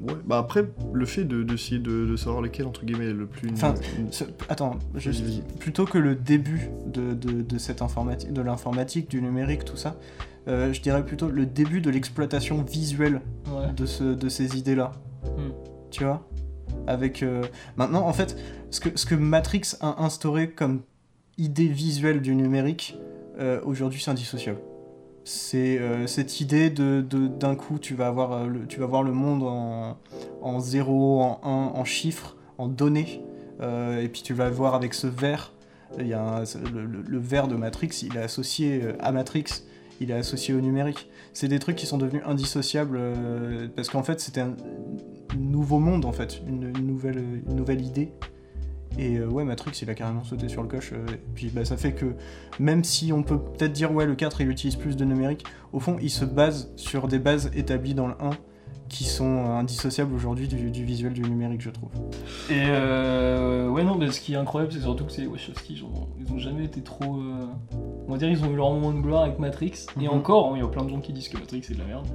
S3: Ouais. Bah après, le fait de d'essayer de, de savoir lequel, entre guillemets, est le plus.
S1: Enfin, Ce- Attends, je,
S3: Vas-y.
S1: plutôt que le début de, de, de cette informatique, de l'informatique, du numérique, tout ça, euh, je dirais plutôt le début de l'exploitation visuelle
S4: Ouais.
S1: de, ce, de ces idées-là.
S4: Hmm.
S1: Tu vois Avec. euh, Maintenant, en fait, ce que, ce que Matrix a instauré comme idée visuelle du numérique, euh, aujourd'hui, c'est indissociable. C'est euh, cette idée de de- d'un coup, tu vas, avoir, euh, le, tu vas voir le monde en, en 0, en 1, en chiffres, en données, euh, et puis tu vas le voir avec ce vert. Il y a un- le, le- le vert de Matrix, il est associé euh, à Matrix, il est associé au numérique c'est des trucs qui sont devenus indissociables euh, parce qu'en fait c'était un nouveau monde en fait, une, une nouvelle, une nouvelle idée. Et euh, ouais, Matrix il a carrément sauté sur le coche. euh, et puis bah, ça fait que même si on peut peut-être dire ouais le 4 il utilise plus de numérique, au fond il se base sur des bases établies dans le 1 qui sont euh, indissociables aujourd'hui du, du visuel du numérique je trouve.
S4: Et euh, ouais, non, mais ce qui est incroyable, c'est surtout que c'est Wachowski, genre, ils ont jamais été trop. euh, On va dire, ils ont eu leur moment de gloire avec Matrix. Et
S1: Mhm.
S4: encore, hein, il y a plein de gens qui disent que Matrix c'est de la merde.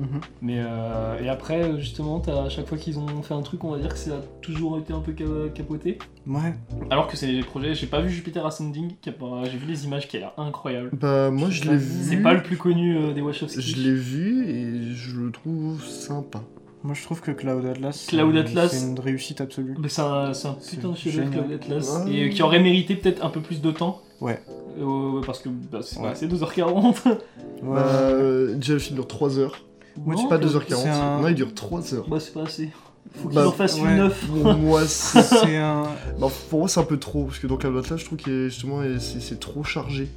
S3: Mm-hmm.
S4: Mais euh, et après, justement, t'as- à chaque fois qu'ils ont fait un truc, on va dire que ça a toujours été un peu ca- capoté.
S1: Ouais,
S4: Alors que c'est les projets, j'ai pas vu Jupiter Ascending, qui a- j'ai vu les images qui a l'air incroyable.
S3: Bah, moi, je l'ai vu.
S4: C'est pas le plus connu euh, des Wachowski.
S3: Je l'ai vu et je le trouve sympa.
S1: moi je trouve que Cloud Atlas,
S4: Cloud
S1: euh,
S4: Atlas.
S1: c'est une réussite absolue.
S3: Bah,
S4: Mais c'est un, c'est un
S1: C'est
S4: putain de chef-d'œuvre
S1: génial.
S4: Cloud Atlas
S3: Ouais.
S4: et euh, qui aurait mérité peut-être un peu plus de temps.
S1: Ouais.
S4: Euh, parce que bah, c'est
S1: Ouais.
S4: c'est
S3: (laughs)
S4: 2h40.
S1: Ouais.
S3: Bah, euh, déjà, le film dure 3 heures.
S1: Moi, tu
S4: Non,
S3: Pas
S4: Cloud-
S3: 2h40.
S1: c'est un-
S3: Non, il dure 3
S4: (laughs)
S3: heures.
S4: Bah, c'est pas assez. Faut qu'ils
S3: Bah,
S4: en fassent
S1: ouais.
S4: une neuf.
S3: Pour moi, c'est-
S1: c'est un...
S3: bah, pour moi, c'est un peu trop. Parce que dans Cloud Atlas, je trouve que justement, et c'est c'est trop chargé.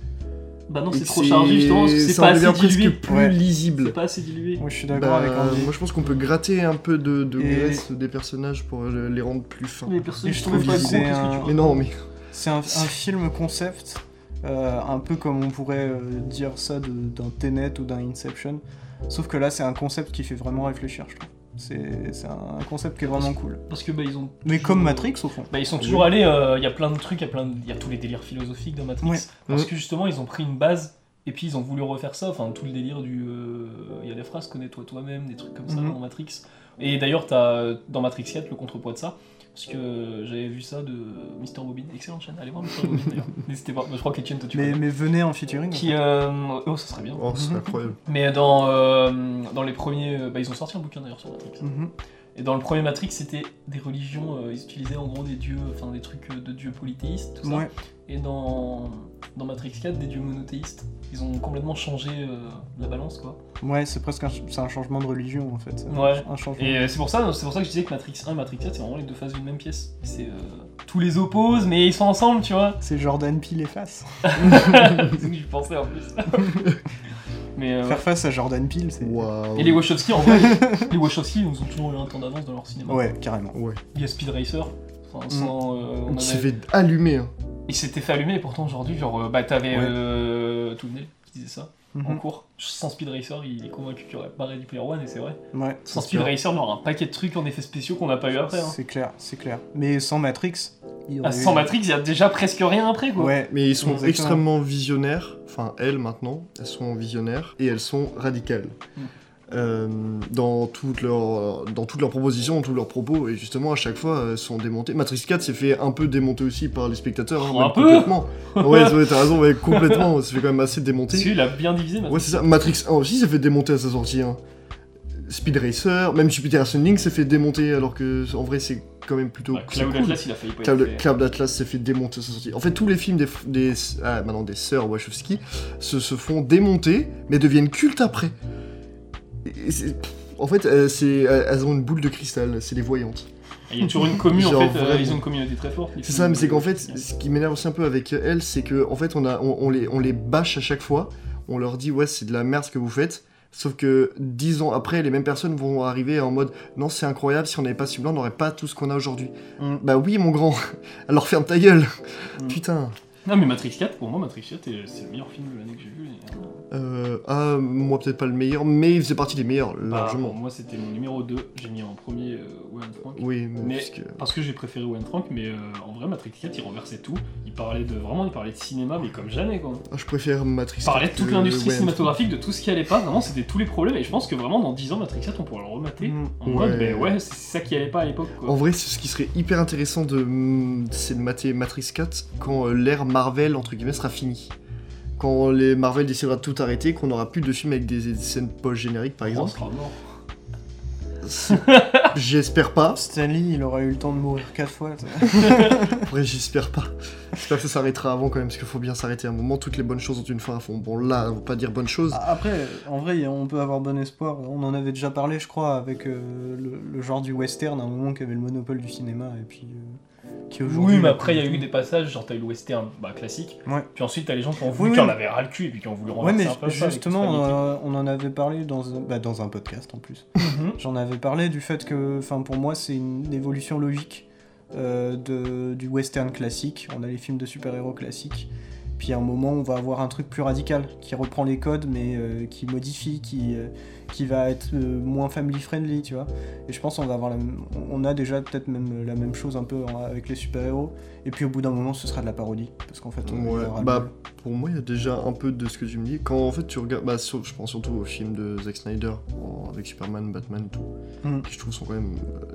S4: Bah, non,
S3: Et
S4: c'est
S3: que
S4: trop chargé justement parce que c'est
S3: ça
S4: pas
S3: en devient
S4: assez dilué.
S3: presque plus
S1: Ouais.
S4: C'est
S3: lisible.
S4: pas assez dilué.
S1: Moi je suis d'accord
S3: Bah,
S1: avec Andy.
S3: moi, je pense qu'on peut gratter un peu de, de
S1: Et-
S3: graisse des personnages pour euh, les rendre plus fins.
S4: Les personnes
S1: Et je
S4: je
S1: trouve
S4: trouve pas
S3: que
S4: compte
S1: c'est
S4: parce
S1: un-
S4: que tu
S3: Mais non, mais.
S1: C'est un, un film concept, euh, un peu comme on pourrait euh, dire ça de- d'un Tenet ou d'un Inception, sauf que là c'est un concept qui fait vraiment réfléchir, je trouve. C'est c'est un concept qui est vraiment cool.
S2: Parce que bah, ils ont.
S1: Mais
S2: toujours-
S1: comme Matrix, au fond.
S2: Bah, ils sont toujours allés. Il y a plein de trucs, il y a plein, de- y a tous les délires philosophiques dans Matrix.
S1: Ouais.
S2: Parce
S3: Mhm.
S2: que justement, ils ont pris une base et puis ils ont voulu refaire ça. Enfin, tout le délire du. euh, Il y a des phrases connais-toi toi-même, des trucs comme ça
S1: Mhm.
S2: dans Matrix. Et d'ailleurs, t'as dans Matrix 4 le contrepoids de ça. Parce que j'avais vu ça de Mr. Bobine. Excellente chaîne. Allez
S4: (laughs)
S2: voir Mr. Bobine d'ailleurs. (laughs) N'hésitez pas. Bah, je crois qu'Etienne, toi, tu
S1: Mais,
S2: connais.
S1: mais venez en featuring. en
S2: Qui.
S1: fait.
S2: euh, Oh, ça serait bien.
S3: Oh, c'est
S4: (laughs)
S1: Mhm.
S3: incroyable.
S2: Mais dans, euh, dans les premiers. Bah, ils ont sorti un bouquin d'ailleurs sur Matrix.
S1: Mhm.
S2: Et dans le premier Matrix, c'était des religions, euh, ils utilisaient en gros des dieux, enfin des trucs euh, de dieux polythéistes, tout ça.
S1: Ouais.
S2: Et dans, dans Matrix 4, des dieux monothéistes. Ils ont complètement changé euh, la balance, quoi.
S1: Ouais, c'est presque un, ch- c'est un changement de religion en fait. C'est un-
S2: Ouais.
S1: Un changement.
S2: Et euh, c'est pour ça, c'est pour ça que je disais que Matrix 1 et Matrix 4, c'est vraiment les deux faces d'une même pièce. C'est euh, tous les opposent, mais ils sont ensemble, tu vois.
S1: C'est Jordan Peele et face.
S2: (laughs) c'est ce que je pensais en plus. (laughs) mais euh,
S1: Faire face à Jordan Peele, c'est.
S3: Waouh.
S2: et les Wachowski, en vrai, les Wachowski, ils nous ont toujours eu un temps d'avance dans leur cinéma.
S1: Ouais, Mm. carrément.
S3: Ouais.
S2: Il y a Speed Racer. Enfin, sans, euh, on
S3: Il s'est
S2: avait-
S3: fait allumer. hein.
S2: Il s'était fait allumer, et pourtant aujourd'hui, genre, euh, bah t'avais
S1: Ouais.
S2: euh, Toonel qui disait ça en
S1: Mhm.
S2: cours. Sans Speed Racer, il est convaincu qu'il y aurait pas Ready Player One, et c'est vrai.
S1: Ouais.
S2: Sans Speed
S3: sûr.
S2: Racer, il y aura un paquet de trucs en effets spéciaux qu'on n'a pas eu après. Hein.
S1: C'est clair, c'est clair. Mais sans Matrix, il y
S2: Ah,
S1: aurait
S2: sans
S1: eu-
S2: Matrix, il y a déjà presque rien après, quoi.
S1: Ouais.
S3: Mais ils sont
S1: Exactement.
S3: extrêmement visionnaires, enfin elles maintenant, elles sont visionnaires et elles sont radicales.
S2: Mm.
S3: Euh, dans toutes leurs dans toutes leurs propositions, dans tous leurs propos, et justement à chaque fois elles sont démontées. Matrix 4 s'est fait un peu démonter aussi par les spectateurs, hein,
S2: Oh,
S3: même
S2: un peu (laughs)
S3: complètement. ouais, ouais, t'as raison, ouais, complètement, ça fait quand même assez démonté.
S2: Parce qu'il a bien divisé maintenant.
S3: Ouais, c'est ça. Matrix 1 aussi s'est fait démonter à sa sortie. hein. Speed Racer, même Jupiter Ascending s'est fait démonter, alors que en vrai c'est quand même plutôt.
S2: Bah,
S3: c'est
S2: Cloud
S3: cool.
S2: Atlas, il a failli pas
S3: Cloud,
S2: être fait.
S3: Cloud Atlas s'est fait démonter à sa sortie. En fait, tous les films des, des, ah, maintenant, des sœurs Wachowski se, se font démonter, mais deviennent cultes après. Et c'est- en fait, euh, c'est- elles ont une boule de cristal, c'est les voyantes.
S2: Et Il y a toujours une commune, en
S3: Genre,
S2: fait, euh,
S3: vraiment.
S2: ils ont une communauté très forte. les
S3: C'est
S2: films
S3: ça, mais c'est
S2: de-
S3: qu'en fait, ce qui m'énerve aussi un peu avec elles, c'est que en fait, on, a, on, on les, on les bâche à chaque fois, on leur dit ouais, c'est de la merde ce que vous faites. Sauf que dix ans après, les mêmes personnes vont arriver en mode non, c'est incroyable, si on n'avait pas Sublan, on n'aurait pas tout ce qu'on a aujourd'hui.
S1: Mm.
S3: Bah oui, mon grand, (laughs) alors ferme ta gueule.
S1: Mm.
S3: Putain.
S2: Non, mais Matrix 4, pour moi, Matrix 4, est- c'est le meilleur film de l'année que j'ai vu. et, euh,
S3: Euh, ah, moi peut-être pas le meilleur, mais il faisait partie des meilleurs,
S2: bah, pour
S3: largement.
S2: moi, c'était mon numéro 2. J'ai mis en premier euh, One Frank.
S3: Oui, mais,
S2: Mais-
S3: parce que-
S2: Parce que j'ai préféré One Frank, mais euh, en vrai, Matrix 4, il renversait tout. Il parlait de vraiment, il parlait de cinéma, mais comme jamais, quoi.
S3: ah, je préfère Matrix.
S2: Il parlait de toute
S3: que-
S2: l'industrie
S3: ouais,
S2: cinématographique, de tout ce qui allait pas. Vraiment, c'était tous les problèmes. Et je pense que vraiment, dans 10 ans, Matrix 4, on pourra le remater
S1: Mm.
S2: en mode,
S3: Ouais.
S2: ben ouais, c'est ça qui allait pas à l'époque,
S3: En
S2: quoi.
S3: vrai, c'est ce qui serait hyper intéressant de, mm, c'est de mater Matrix 4 quand euh, l'ère Marvel entre guillemets sera finie. Quand les Marvel décidera de tout arrêter, qu'on aura plus de films avec des, des scènes post génériques par
S2: On (laughs)
S3: exemple.
S2: sera mort.
S3: C'est- j'espère pas.
S1: Stanley, il aurait eu le temps de mourir quatre fois. t'sais.
S3: Ouais, j'espère pas. J'espère que ça s'arrêtera avant quand même, parce qu'il faut bien s'arrêter à un moment. Toutes les bonnes choses ont une fin. Bon, bon là, on va pas dire bonne chose.
S1: Ah, Après, en vrai, on peut avoir bon espoir. On en avait déjà parlé, je crois, avec euh, le, le genre du western, à un moment qui avait le monopole du cinéma, et puis euh, qui aujourd'hui.
S2: Oui, mais après, il y a eu des passages, genre t'as eu le western bah, classique,
S1: Ouais.
S2: puis ensuite t'as les gens qui ont voulu,
S1: Oui,
S2: qui
S1: oui.
S2: en avaient ras le cul, et puis qui ont voulu
S1: Ouais,
S2: renverser
S1: mais
S2: un peu ça avec
S1: justement,
S2: Spaghetti.
S1: euh, on en avait parlé dans un, bah, dans un podcast en plus.
S2: Mhm.
S1: J'en avais parlé du fait que, enfin, pour moi, c'est une évolution logique euh, de, du western classique. On a les films de super-héros classiques. Puis à un moment, on va avoir un truc plus radical qui reprend les codes, mais euh, qui modifie, qui, euh, qui va être euh, moins family friendly, tu vois. Et je pense qu'on va avoir la même- on a déjà peut-être même la même chose un peu hein, avec les super-héros. Et puis au bout d'un moment, ce sera de la parodie, parce qu'en fait, on
S3: Ouais,
S1: il y aura le-
S3: bah, Pour moi, il y a déjà un peu de ce que tu me dis. Quand en fait tu regardes, bah, sur- je pense surtout aux films de Zack Snyder en- avec Superman, Batman et tout,
S1: Mm.
S3: qui je trouve sont quand même euh,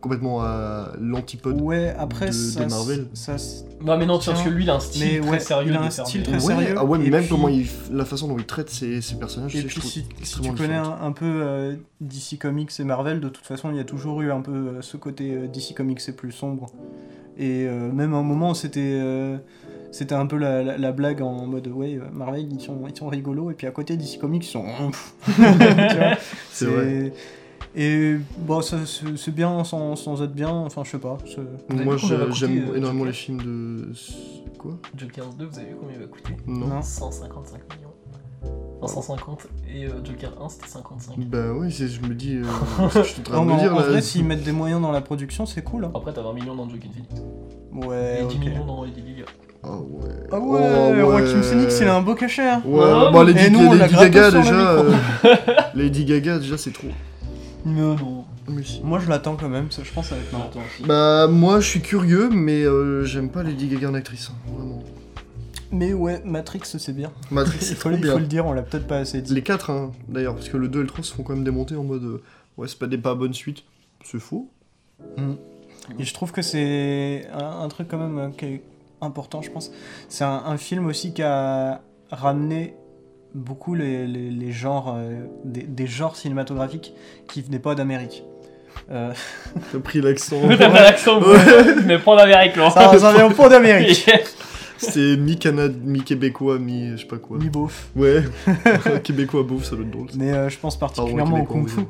S3: complètement à l'antipode.
S1: Ouais, après,
S3: de-
S1: ça,
S3: de Marvel.
S1: ça, s-
S2: Non, mais non, parce
S1: Tiens.
S2: que lui, il a un style
S1: Mais
S2: très
S1: ouais,
S2: sérieux.
S1: il a
S2: de
S1: un
S2: faire
S1: style
S2: des-
S1: très
S3: Ouais,
S1: sérieux,
S3: ah ouais, mais
S1: et
S3: même
S1: puis-
S3: comment il, f- la façon dont il traite ces, ces personnages,
S1: Et
S3: je
S1: puis
S3: trouve
S1: si, si tu
S3: extrêmement
S1: connais
S3: différente.
S1: un, un peu euh, DC Comics et Marvel, de toute façon, il y a toujours eu un peu euh, ce côté euh, DC Comics c'est plus sombre. Et euh, même à un moment, c'était euh, c'était un peu la, la- la blague en mode ouais, euh, Marvel ils sont, ils sont rigolos, et puis à côté DC Comics ils sont. (laughs) Tu vois,
S3: (laughs) C'est vrai.
S1: Et bon, ça, c'est c'est bien sans, sans être bien, enfin je sais pas. c'est-
S3: Moi,
S2: Vous avez
S3: je-
S2: écouté,
S3: j'aime
S2: euh,
S3: énormément les
S2: Joker
S3: films de quoi
S2: Joker 2, vous avez vu combien il va coûter
S3: non.
S1: Non.
S2: 155 millions. Enfin, 150 et euh, Joker 1 c'était 55.
S3: Bah oui, c'est- je me
S1: (laughs)
S3: dis, euh, ce que je suis en train
S1: Non,
S3: de
S1: mais
S3: me
S1: en,
S3: dire
S1: en
S3: là.
S1: vrai, s'ils mettent des moyens dans la production, c'est cool. hein.
S2: Après t'as 20 millions dans Joaquin Phoenix.
S1: Ouais,
S2: et 10
S1: ok.
S2: millions dans Lady Gaga.
S3: Ah ouais.
S1: Ah ouais,
S3: Oh
S1: Joaquin Phoenix, il a un beau cachet. hein.
S3: Ouais, bah,
S1: Et
S3: Lady,
S1: nous, on l'a
S3: Lady
S1: gratté
S3: Gaga
S1: sur le (laughs)
S3: déjà.
S1: micro.
S3: euh, Lady Gaga déjà, c'est trop.
S1: Mais non.
S3: Mais si.
S1: Moi je l'attends quand même, ça- je pense que ça va être marrant.
S3: Bah, moi, je suis curieux, mais euh, j'aime pas Lady Gaga en actrice. hein, Vraiment.
S1: Mais ouais, Matrix c'est bien.
S3: Matrix,
S1: Il
S2: (laughs)
S3: (laughs) c'est
S1: faut,
S3: trop
S1: le- il faut
S3: bien.
S1: le dire, on l'a peut-être pas assez dit.
S3: Les 4, hein, d'ailleurs, parce que le 2 et le 3 se font quand même démonter en mode euh, ouais, c'est pas des pas bonnes suites. C'est faux.
S1: Et je trouve que c'est un, un truc quand même euh, qui est important, je pense. C'est un, un film aussi qui a ramené beaucoup les, les- les genres, euh, des, des genres cinématographiques qui venaient pas d'Amérique.
S3: (laughs)
S1: Euh, (laughs)
S3: T'as pris l'accent.
S2: (laughs) T'as pas l'accent, vous.
S3: Ouais.
S2: (laughs) mais prends hein. d'Amérique, là.
S1: ça Ah, ça vient pas
S3: (laughs)
S1: d'Amérique.
S3: C'était mi-Canada, mi-Québécois, mi. je sais pas quoi.
S1: Ni beauf.
S2: (laughs)
S3: Ouais, Québécois bouffe, ça doit être drôle. ça.
S1: Mais euh, je pense particulièrement au
S3: Québécois,
S1: kung-fu,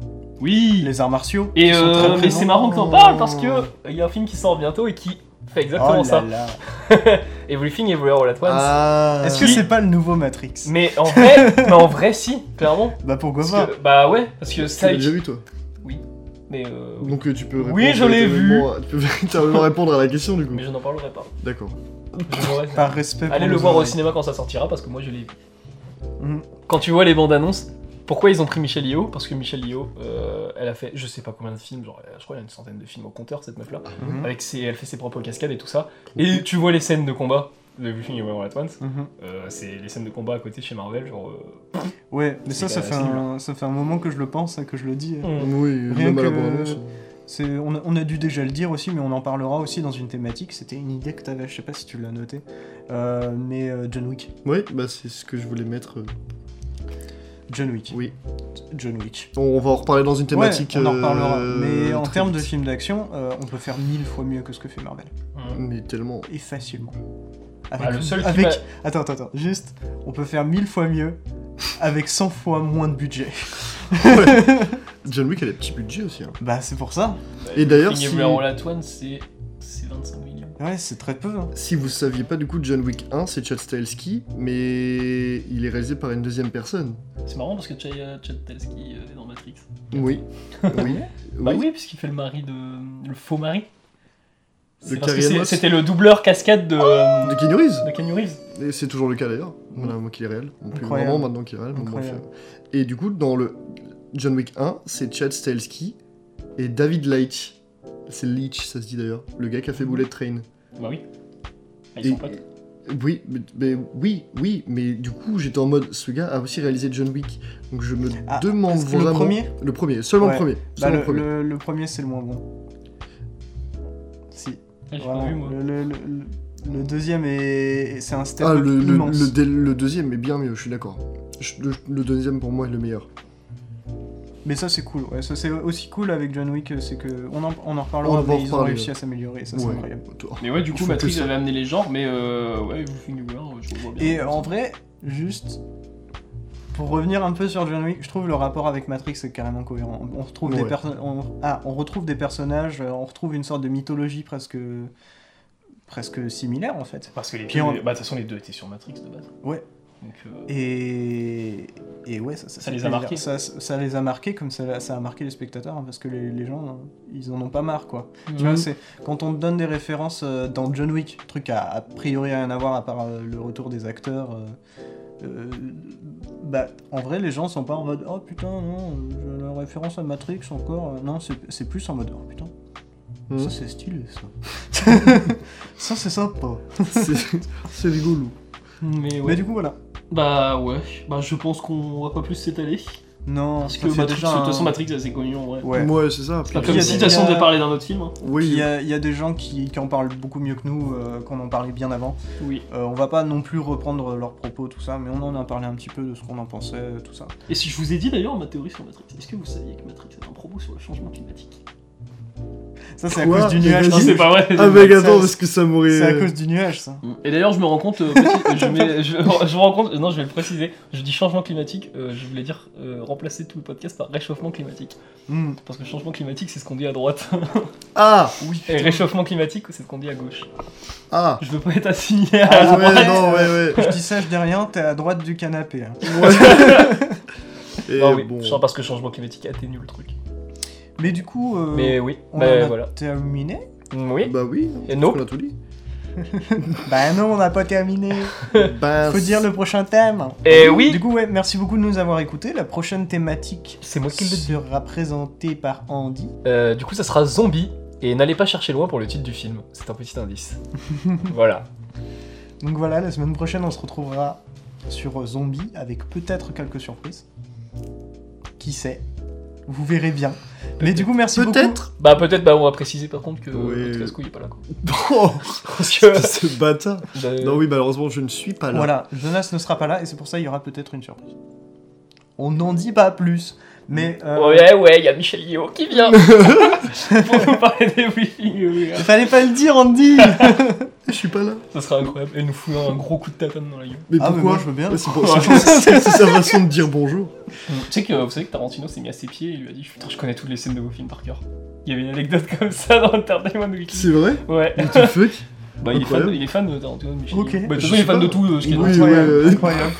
S3: oui.
S2: (laughs) Oui.
S1: les arts martiaux.
S2: Et
S1: qui sont
S2: euh,
S1: très
S2: mais
S1: présents.
S2: c'est marrant que t'en parles parce que il y a un film qui sort bientôt et qui fait exactement
S1: Oh là
S2: ça.
S1: là.
S2: Everything Everywhere All At Once.
S3: Ah.
S1: Est-ce que
S2: Oui.
S1: c'est pas le nouveau Matrix
S2: Mais en vrai,
S1: (laughs)
S2: mais en vrai si, clairement.
S1: Bah pourquoi
S2: Parce
S1: pas
S2: que- bah ouais, parce que
S3: Tu
S2: ça.
S3: l'as déjà vu toi
S2: Mais euh, oui.
S3: Donc euh, tu peux
S2: Oui,
S3: répondre.
S2: je l'ai vu.
S3: véritablement- Tu peux (laughs) véritablement répondre à la question du coup.
S2: Mais je n'en parlerai pas.
S3: D'accord.
S1: (laughs)
S2: Je m'aurais-
S1: Par respect pour
S2: Allez
S1: les
S2: le voir au
S1: oreilles.
S2: cinéma quand ça sortira parce que moi je l'ai vu.
S1: Mhm.
S2: Quand tu vois les bandes annonces, pourquoi ils ont pris Michel Yeo Parce que Michel Yeo, euh, elle a fait je sais pas combien de films, genre euh, je crois qu'elle a une centaine de films au compteur cette meuf là.
S1: Mhm.
S2: Avec ses, elle fait ses propres cascades et tout ça. Et tu vois les scènes de combat de Everything Everywhere All At Once.
S1: Mhm.
S2: Euh, c'est les scènes de combat à côté chez Marvel, genre. euh,
S1: Ouais, mais ça,
S2: C'est
S1: ça
S2: pas
S1: fait,
S2: facile,
S1: un, ça fait un moment que je le pense et que je le dis.
S2: Mm.
S3: Oui,
S1: Rien
S3: hein. même à la
S1: que-
S3: bande-annonce.
S1: C'est, on, a, on a dû déjà le dire aussi, mais on en parlera aussi dans une thématique. C'était une idée que t'avais, je sais pas si tu l'as noté, Euh, mais euh, John Wick.
S3: Oui, bah c'est ce que je voulais mettre. euh,
S1: John Wick.
S3: Oui.
S1: John Wick.
S3: On, on va en reparler dans une thématique.
S1: Ouais, on en reparlera.
S3: euh,
S1: mais en
S3: très
S1: termes de
S3: vite.
S1: films d'action, euh, on peut faire mille fois mieux que ce que fait Marvel.
S2: Mhm.
S3: Mais tellement.
S1: Et facilement.
S2: Bah, le seul qui
S1: avec...
S2: m'a-
S1: Attends, attends, attends. Juste, on peut faire mille fois mieux avec 100 fois moins de budget. (laughs)
S3: John Wick a des petits budgets aussi. hein.
S1: bah, c'est pour ça.
S3: Et d'ailleurs,
S2: Everything
S3: si,
S2: Everywhere All At Once, c'est c'est 25 millions.
S1: Ouais, c'est très peu. hein.
S3: si vous saviez pas, du coup, John Wick 1, c'est Chad Stahelski, mais il est réalisé par une deuxième personne.
S2: C'est marrant parce que Chad Chad Telski euh, est dans Matrix.
S3: Oui.
S1: (laughs)
S3: oui.
S2: Bah
S3: oui.
S2: oui, puisqu'il fait le mari de. le faux mari. C'est
S3: De
S2: parce que
S3: Carrie Ann
S2: c'est-
S3: Moss.
S2: C'était le doubleur cascade de. euh,
S3: De Keanu Reeves.
S2: de Keanu Reeves.
S3: Et c'est toujours le cas d'ailleurs. Voilà, moi qui est réel. On peut
S1: Incroyable.
S3: vraiment maintenant qu'il est réel. mais bref.
S1: Incroyable.
S3: Et du coup, dans le John Wick 1, c'est Chad Stahelski et David Leitch. C'est Leitch, ça se dit d'ailleurs. Le gars qui a fait Bullet Train.
S2: Bah oui. Ah, ils sont
S3: Et-
S2: potes.
S3: Oui, mais, mais oui, oui, mais du coup, j'étais en mode, ce gars a aussi réalisé John Wick. Donc je me
S1: Ah,
S3: demande
S1: parce que le
S3: vraiment.
S1: premier
S3: Le premier, seulement
S1: Ouais.
S3: le premier.
S1: Bah,
S3: seulement
S1: le,
S3: le premier.
S1: le- le premier, c'est le moins bon. Si.
S2: Ah, J'ai
S1: Vraiment,
S2: pas vu moi.
S1: Le, le- le- le deuxième est. C'est un step
S3: Ah, le, le-
S1: immense.
S3: le dé- le deuxième est bien mieux, je suis d'accord. Je- Le, le deuxième pour moi est le meilleur.
S1: Mais ça, c'est cool. Ouais, ça, c'est aussi cool avec John Wick, c'est que. On en, on en
S3: On
S1: reparlera,
S3: va
S1: mais
S3: en
S1: ils ont
S3: reparler,
S1: réussi à s'améliorer, ça, c'est
S3: Ouais.
S1: incroyable.
S3: Toi.
S4: Mais ouais, du coup,
S3: Faut
S4: Matrix
S3: que ça-
S4: avait amené les genres, mais euh, ouais, Everything Everywhere, je le vois bien.
S1: Et euh, en vrai, juste. Pour revenir un peu sur John Wick, je trouve le rapport avec Matrix est carrément cohérent. On- On retrouve des
S3: Ouais.
S1: perso- on... Ah, on retrouve des personnages, euh, on retrouve une sorte de mythologie presque presque similaire en fait.
S2: Parce que les
S1: Puis en-
S2: deux- Bah de toute façon, les deux étaient sur Matrix de base.
S1: Ouais.
S2: Donc. euh,
S1: Et, et ouais, ça,
S2: Ça
S1: fait
S2: les a
S1: plaisir.
S2: marqués.
S1: Ça, ça les a marqués comme ça, ça a marqué les spectateurs, hein, parce que les, les gens, hein, ils en ont pas marre, quoi. Tu
S2: Mhm.
S1: vois, c'est quand on te donne des références euh, dans John Wick, truc à a priori rien à voir à part euh, le retour des acteurs. euh, euh, bah, en vrai, les gens sont pas en mode oh putain, non, euh, la référence à Matrix encore. euh, Non, c'est c'est plus en mode oh putain,
S3: Mhm.
S1: ça c'est stylé
S2: (laughs)
S1: ça. ça c'est sympa.
S3: (laughs) C'est c'est rigolo.
S2: Mais
S1: Mais
S2: ouais.
S1: du coup, voilà.
S2: Bah ouais. Bah je pense qu'on va pas plus s'étaler.
S1: Non,
S2: Parce
S1: ça
S2: que
S1: fait
S2: Matrix,
S1: déjà
S2: de toute façon,
S1: un-
S2: Matrix, c'est assez connu en vrai.
S1: Ouais.
S3: Moi, c'est ça.
S2: C'est pas
S3: puis-
S1: il y
S2: comme
S1: a
S2: si
S1: des-
S2: de toute
S1: il y
S2: façon, on
S1: a-
S2: devait parler d'un autre film. hein.
S3: Oui,
S1: Il y, a, euh, il y a des gens qui, qui en parlent beaucoup mieux que nous, euh, qu'on en parlait bien avant.
S2: Oui.
S1: Euh, on va pas non plus reprendre leurs propos, tout ça, mais on en a parlé un petit peu de ce qu'on en pensait, euh, tout ça.
S2: Et si je vous ai dit d'ailleurs ma théorie sur Matrix, est-ce que vous saviez que Matrix avait un propos sur le changement climatique
S1: Ça, c'est à
S3: Quoi
S1: cause du
S3: Mais
S1: nuage.
S3: vas-y.
S1: ça.
S2: C'est pas vrai.
S3: Ah mec,
S1: ça-
S3: attends, parce que ça m'aurait...
S1: C'est à cause du nuage, ça.
S2: Et d'ailleurs, je me rends compte, euh, petit- je, mets- je- je me rends compte, non, je vais le préciser, je dis changement climatique, euh, je voulais dire euh, remplacer tout le podcast par réchauffement climatique.
S1: Hmm.
S2: Parce que changement climatique, c'est ce qu'on dit à droite.
S3: Ah
S1: Oui.
S2: Et réchauffement climatique, c'est ce qu'on dit à gauche.
S3: Ah
S2: Je veux pas être assigné à la
S3: Ah
S2: droite.
S3: ouais, non, ouais,
S1: (laughs)
S3: ouais.
S1: Je dis ça, je dis rien, t'es à droite du canapé. hein.
S3: Et
S2: Non, Ah oui,
S3: Eh bon,
S2: genre parce que changement climatique atténue le truc.
S1: Mais du coup, euh,
S2: Mais oui,
S1: on
S2: bah,
S1: en a
S2: voilà. Mm,
S1: terminé
S2: Oui,
S3: bah oui,
S2: Et
S3: on
S2: nope.
S3: a tout dit.
S1: Bah non, on n'a pas terminé.
S3: Bah,
S1: Faut dire le prochain thème.
S5: Eh oui.
S1: Du coup, ouais, merci beaucoup de nous avoir écoutés. La prochaine thématique
S2: C'est moi qui le dis.
S1: sera présentée par Andy.
S2: Euh, du coup, ça sera Zombie. Et n'allez pas chercher loin pour le titre du film. C'est un petit (laughs) indice. voilà.
S1: Donc voilà, la semaine prochaine, on se retrouvera sur Zombie avec peut-être quelques surprises. Qui sait Vous verrez bien. Mais du coup, merci beaucoup.
S3: Peut-être
S2: Bah peut-être, bah on va préciser par contre que
S3: Oui.
S2: notre casse-couille est pas là. Quoi.
S3: Oh,
S2: Parce que...
S3: ce bâtard
S2: Euh,
S3: Non, oui, malheureusement, je ne suis pas là.
S1: Voilà, Jonas ne sera pas là et c'est pour ça il y aura peut-être une surprise. On n'en dit pas plus, mais euh,
S2: Ouais, ouais, il y a Michel Yeo qui (laughs) vient pour vous parler des Wishing
S1: il fallait pas le dire,
S3: (laughs)
S1: Andy. Ah,
S3: Je suis pas là.
S2: Ça sera incroyable. Elle nous fout un gros coup de tatane dans la gueule.
S3: Mais
S1: Ah, mais
S3: pourquoi
S1: moi, je veux bien.
S3: Ouais, C'est
S1: (laughs)
S3: pour- c'est pour- c'est- c'est sa façon de dire bonjour.
S2: Tu sais que, vous savez que Tarantino s'est mis à ses pieds et il lui a dit Putain, je connais toutes les scènes de vos films par cœur. Il y avait une anecdote comme ça dans le Tarantino de Wiki.
S3: C'est vrai
S2: Ouais.
S3: Mais tu fuck
S2: Bah, il est, fan,
S3: Incroyable.
S2: il est fan de Tarantino de Michel.
S1: Ok.
S2: Yeo. Bah, de toute
S3: Je
S2: façon, il est
S3: sais
S2: fan
S3: pas.
S2: de tout euh, ce qu'il y a dans-
S3: Oui,
S1: incroyable,
S3: ouais, ouais. (laughs)
S1: incroyable.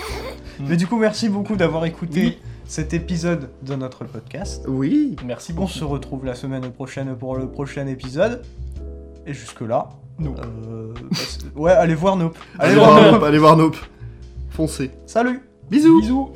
S2: Mm.
S1: Mais du coup, merci beaucoup d'avoir écouté
S2: Oui.
S1: cet épisode de notre podcast.
S3: Oui.
S2: Merci
S1: On
S2: beaucoup.
S1: se retrouve la semaine prochaine pour le prochain épisode. Et jusque-là,
S2: Nope.
S1: euh, bah, c'est- ouais, allez voir Nope.
S3: Allez
S1: Allez
S3: voir
S1: voir
S3: Nope, allez voir Nope. Foncez.
S1: Salut
S3: Bisous
S2: Bisous.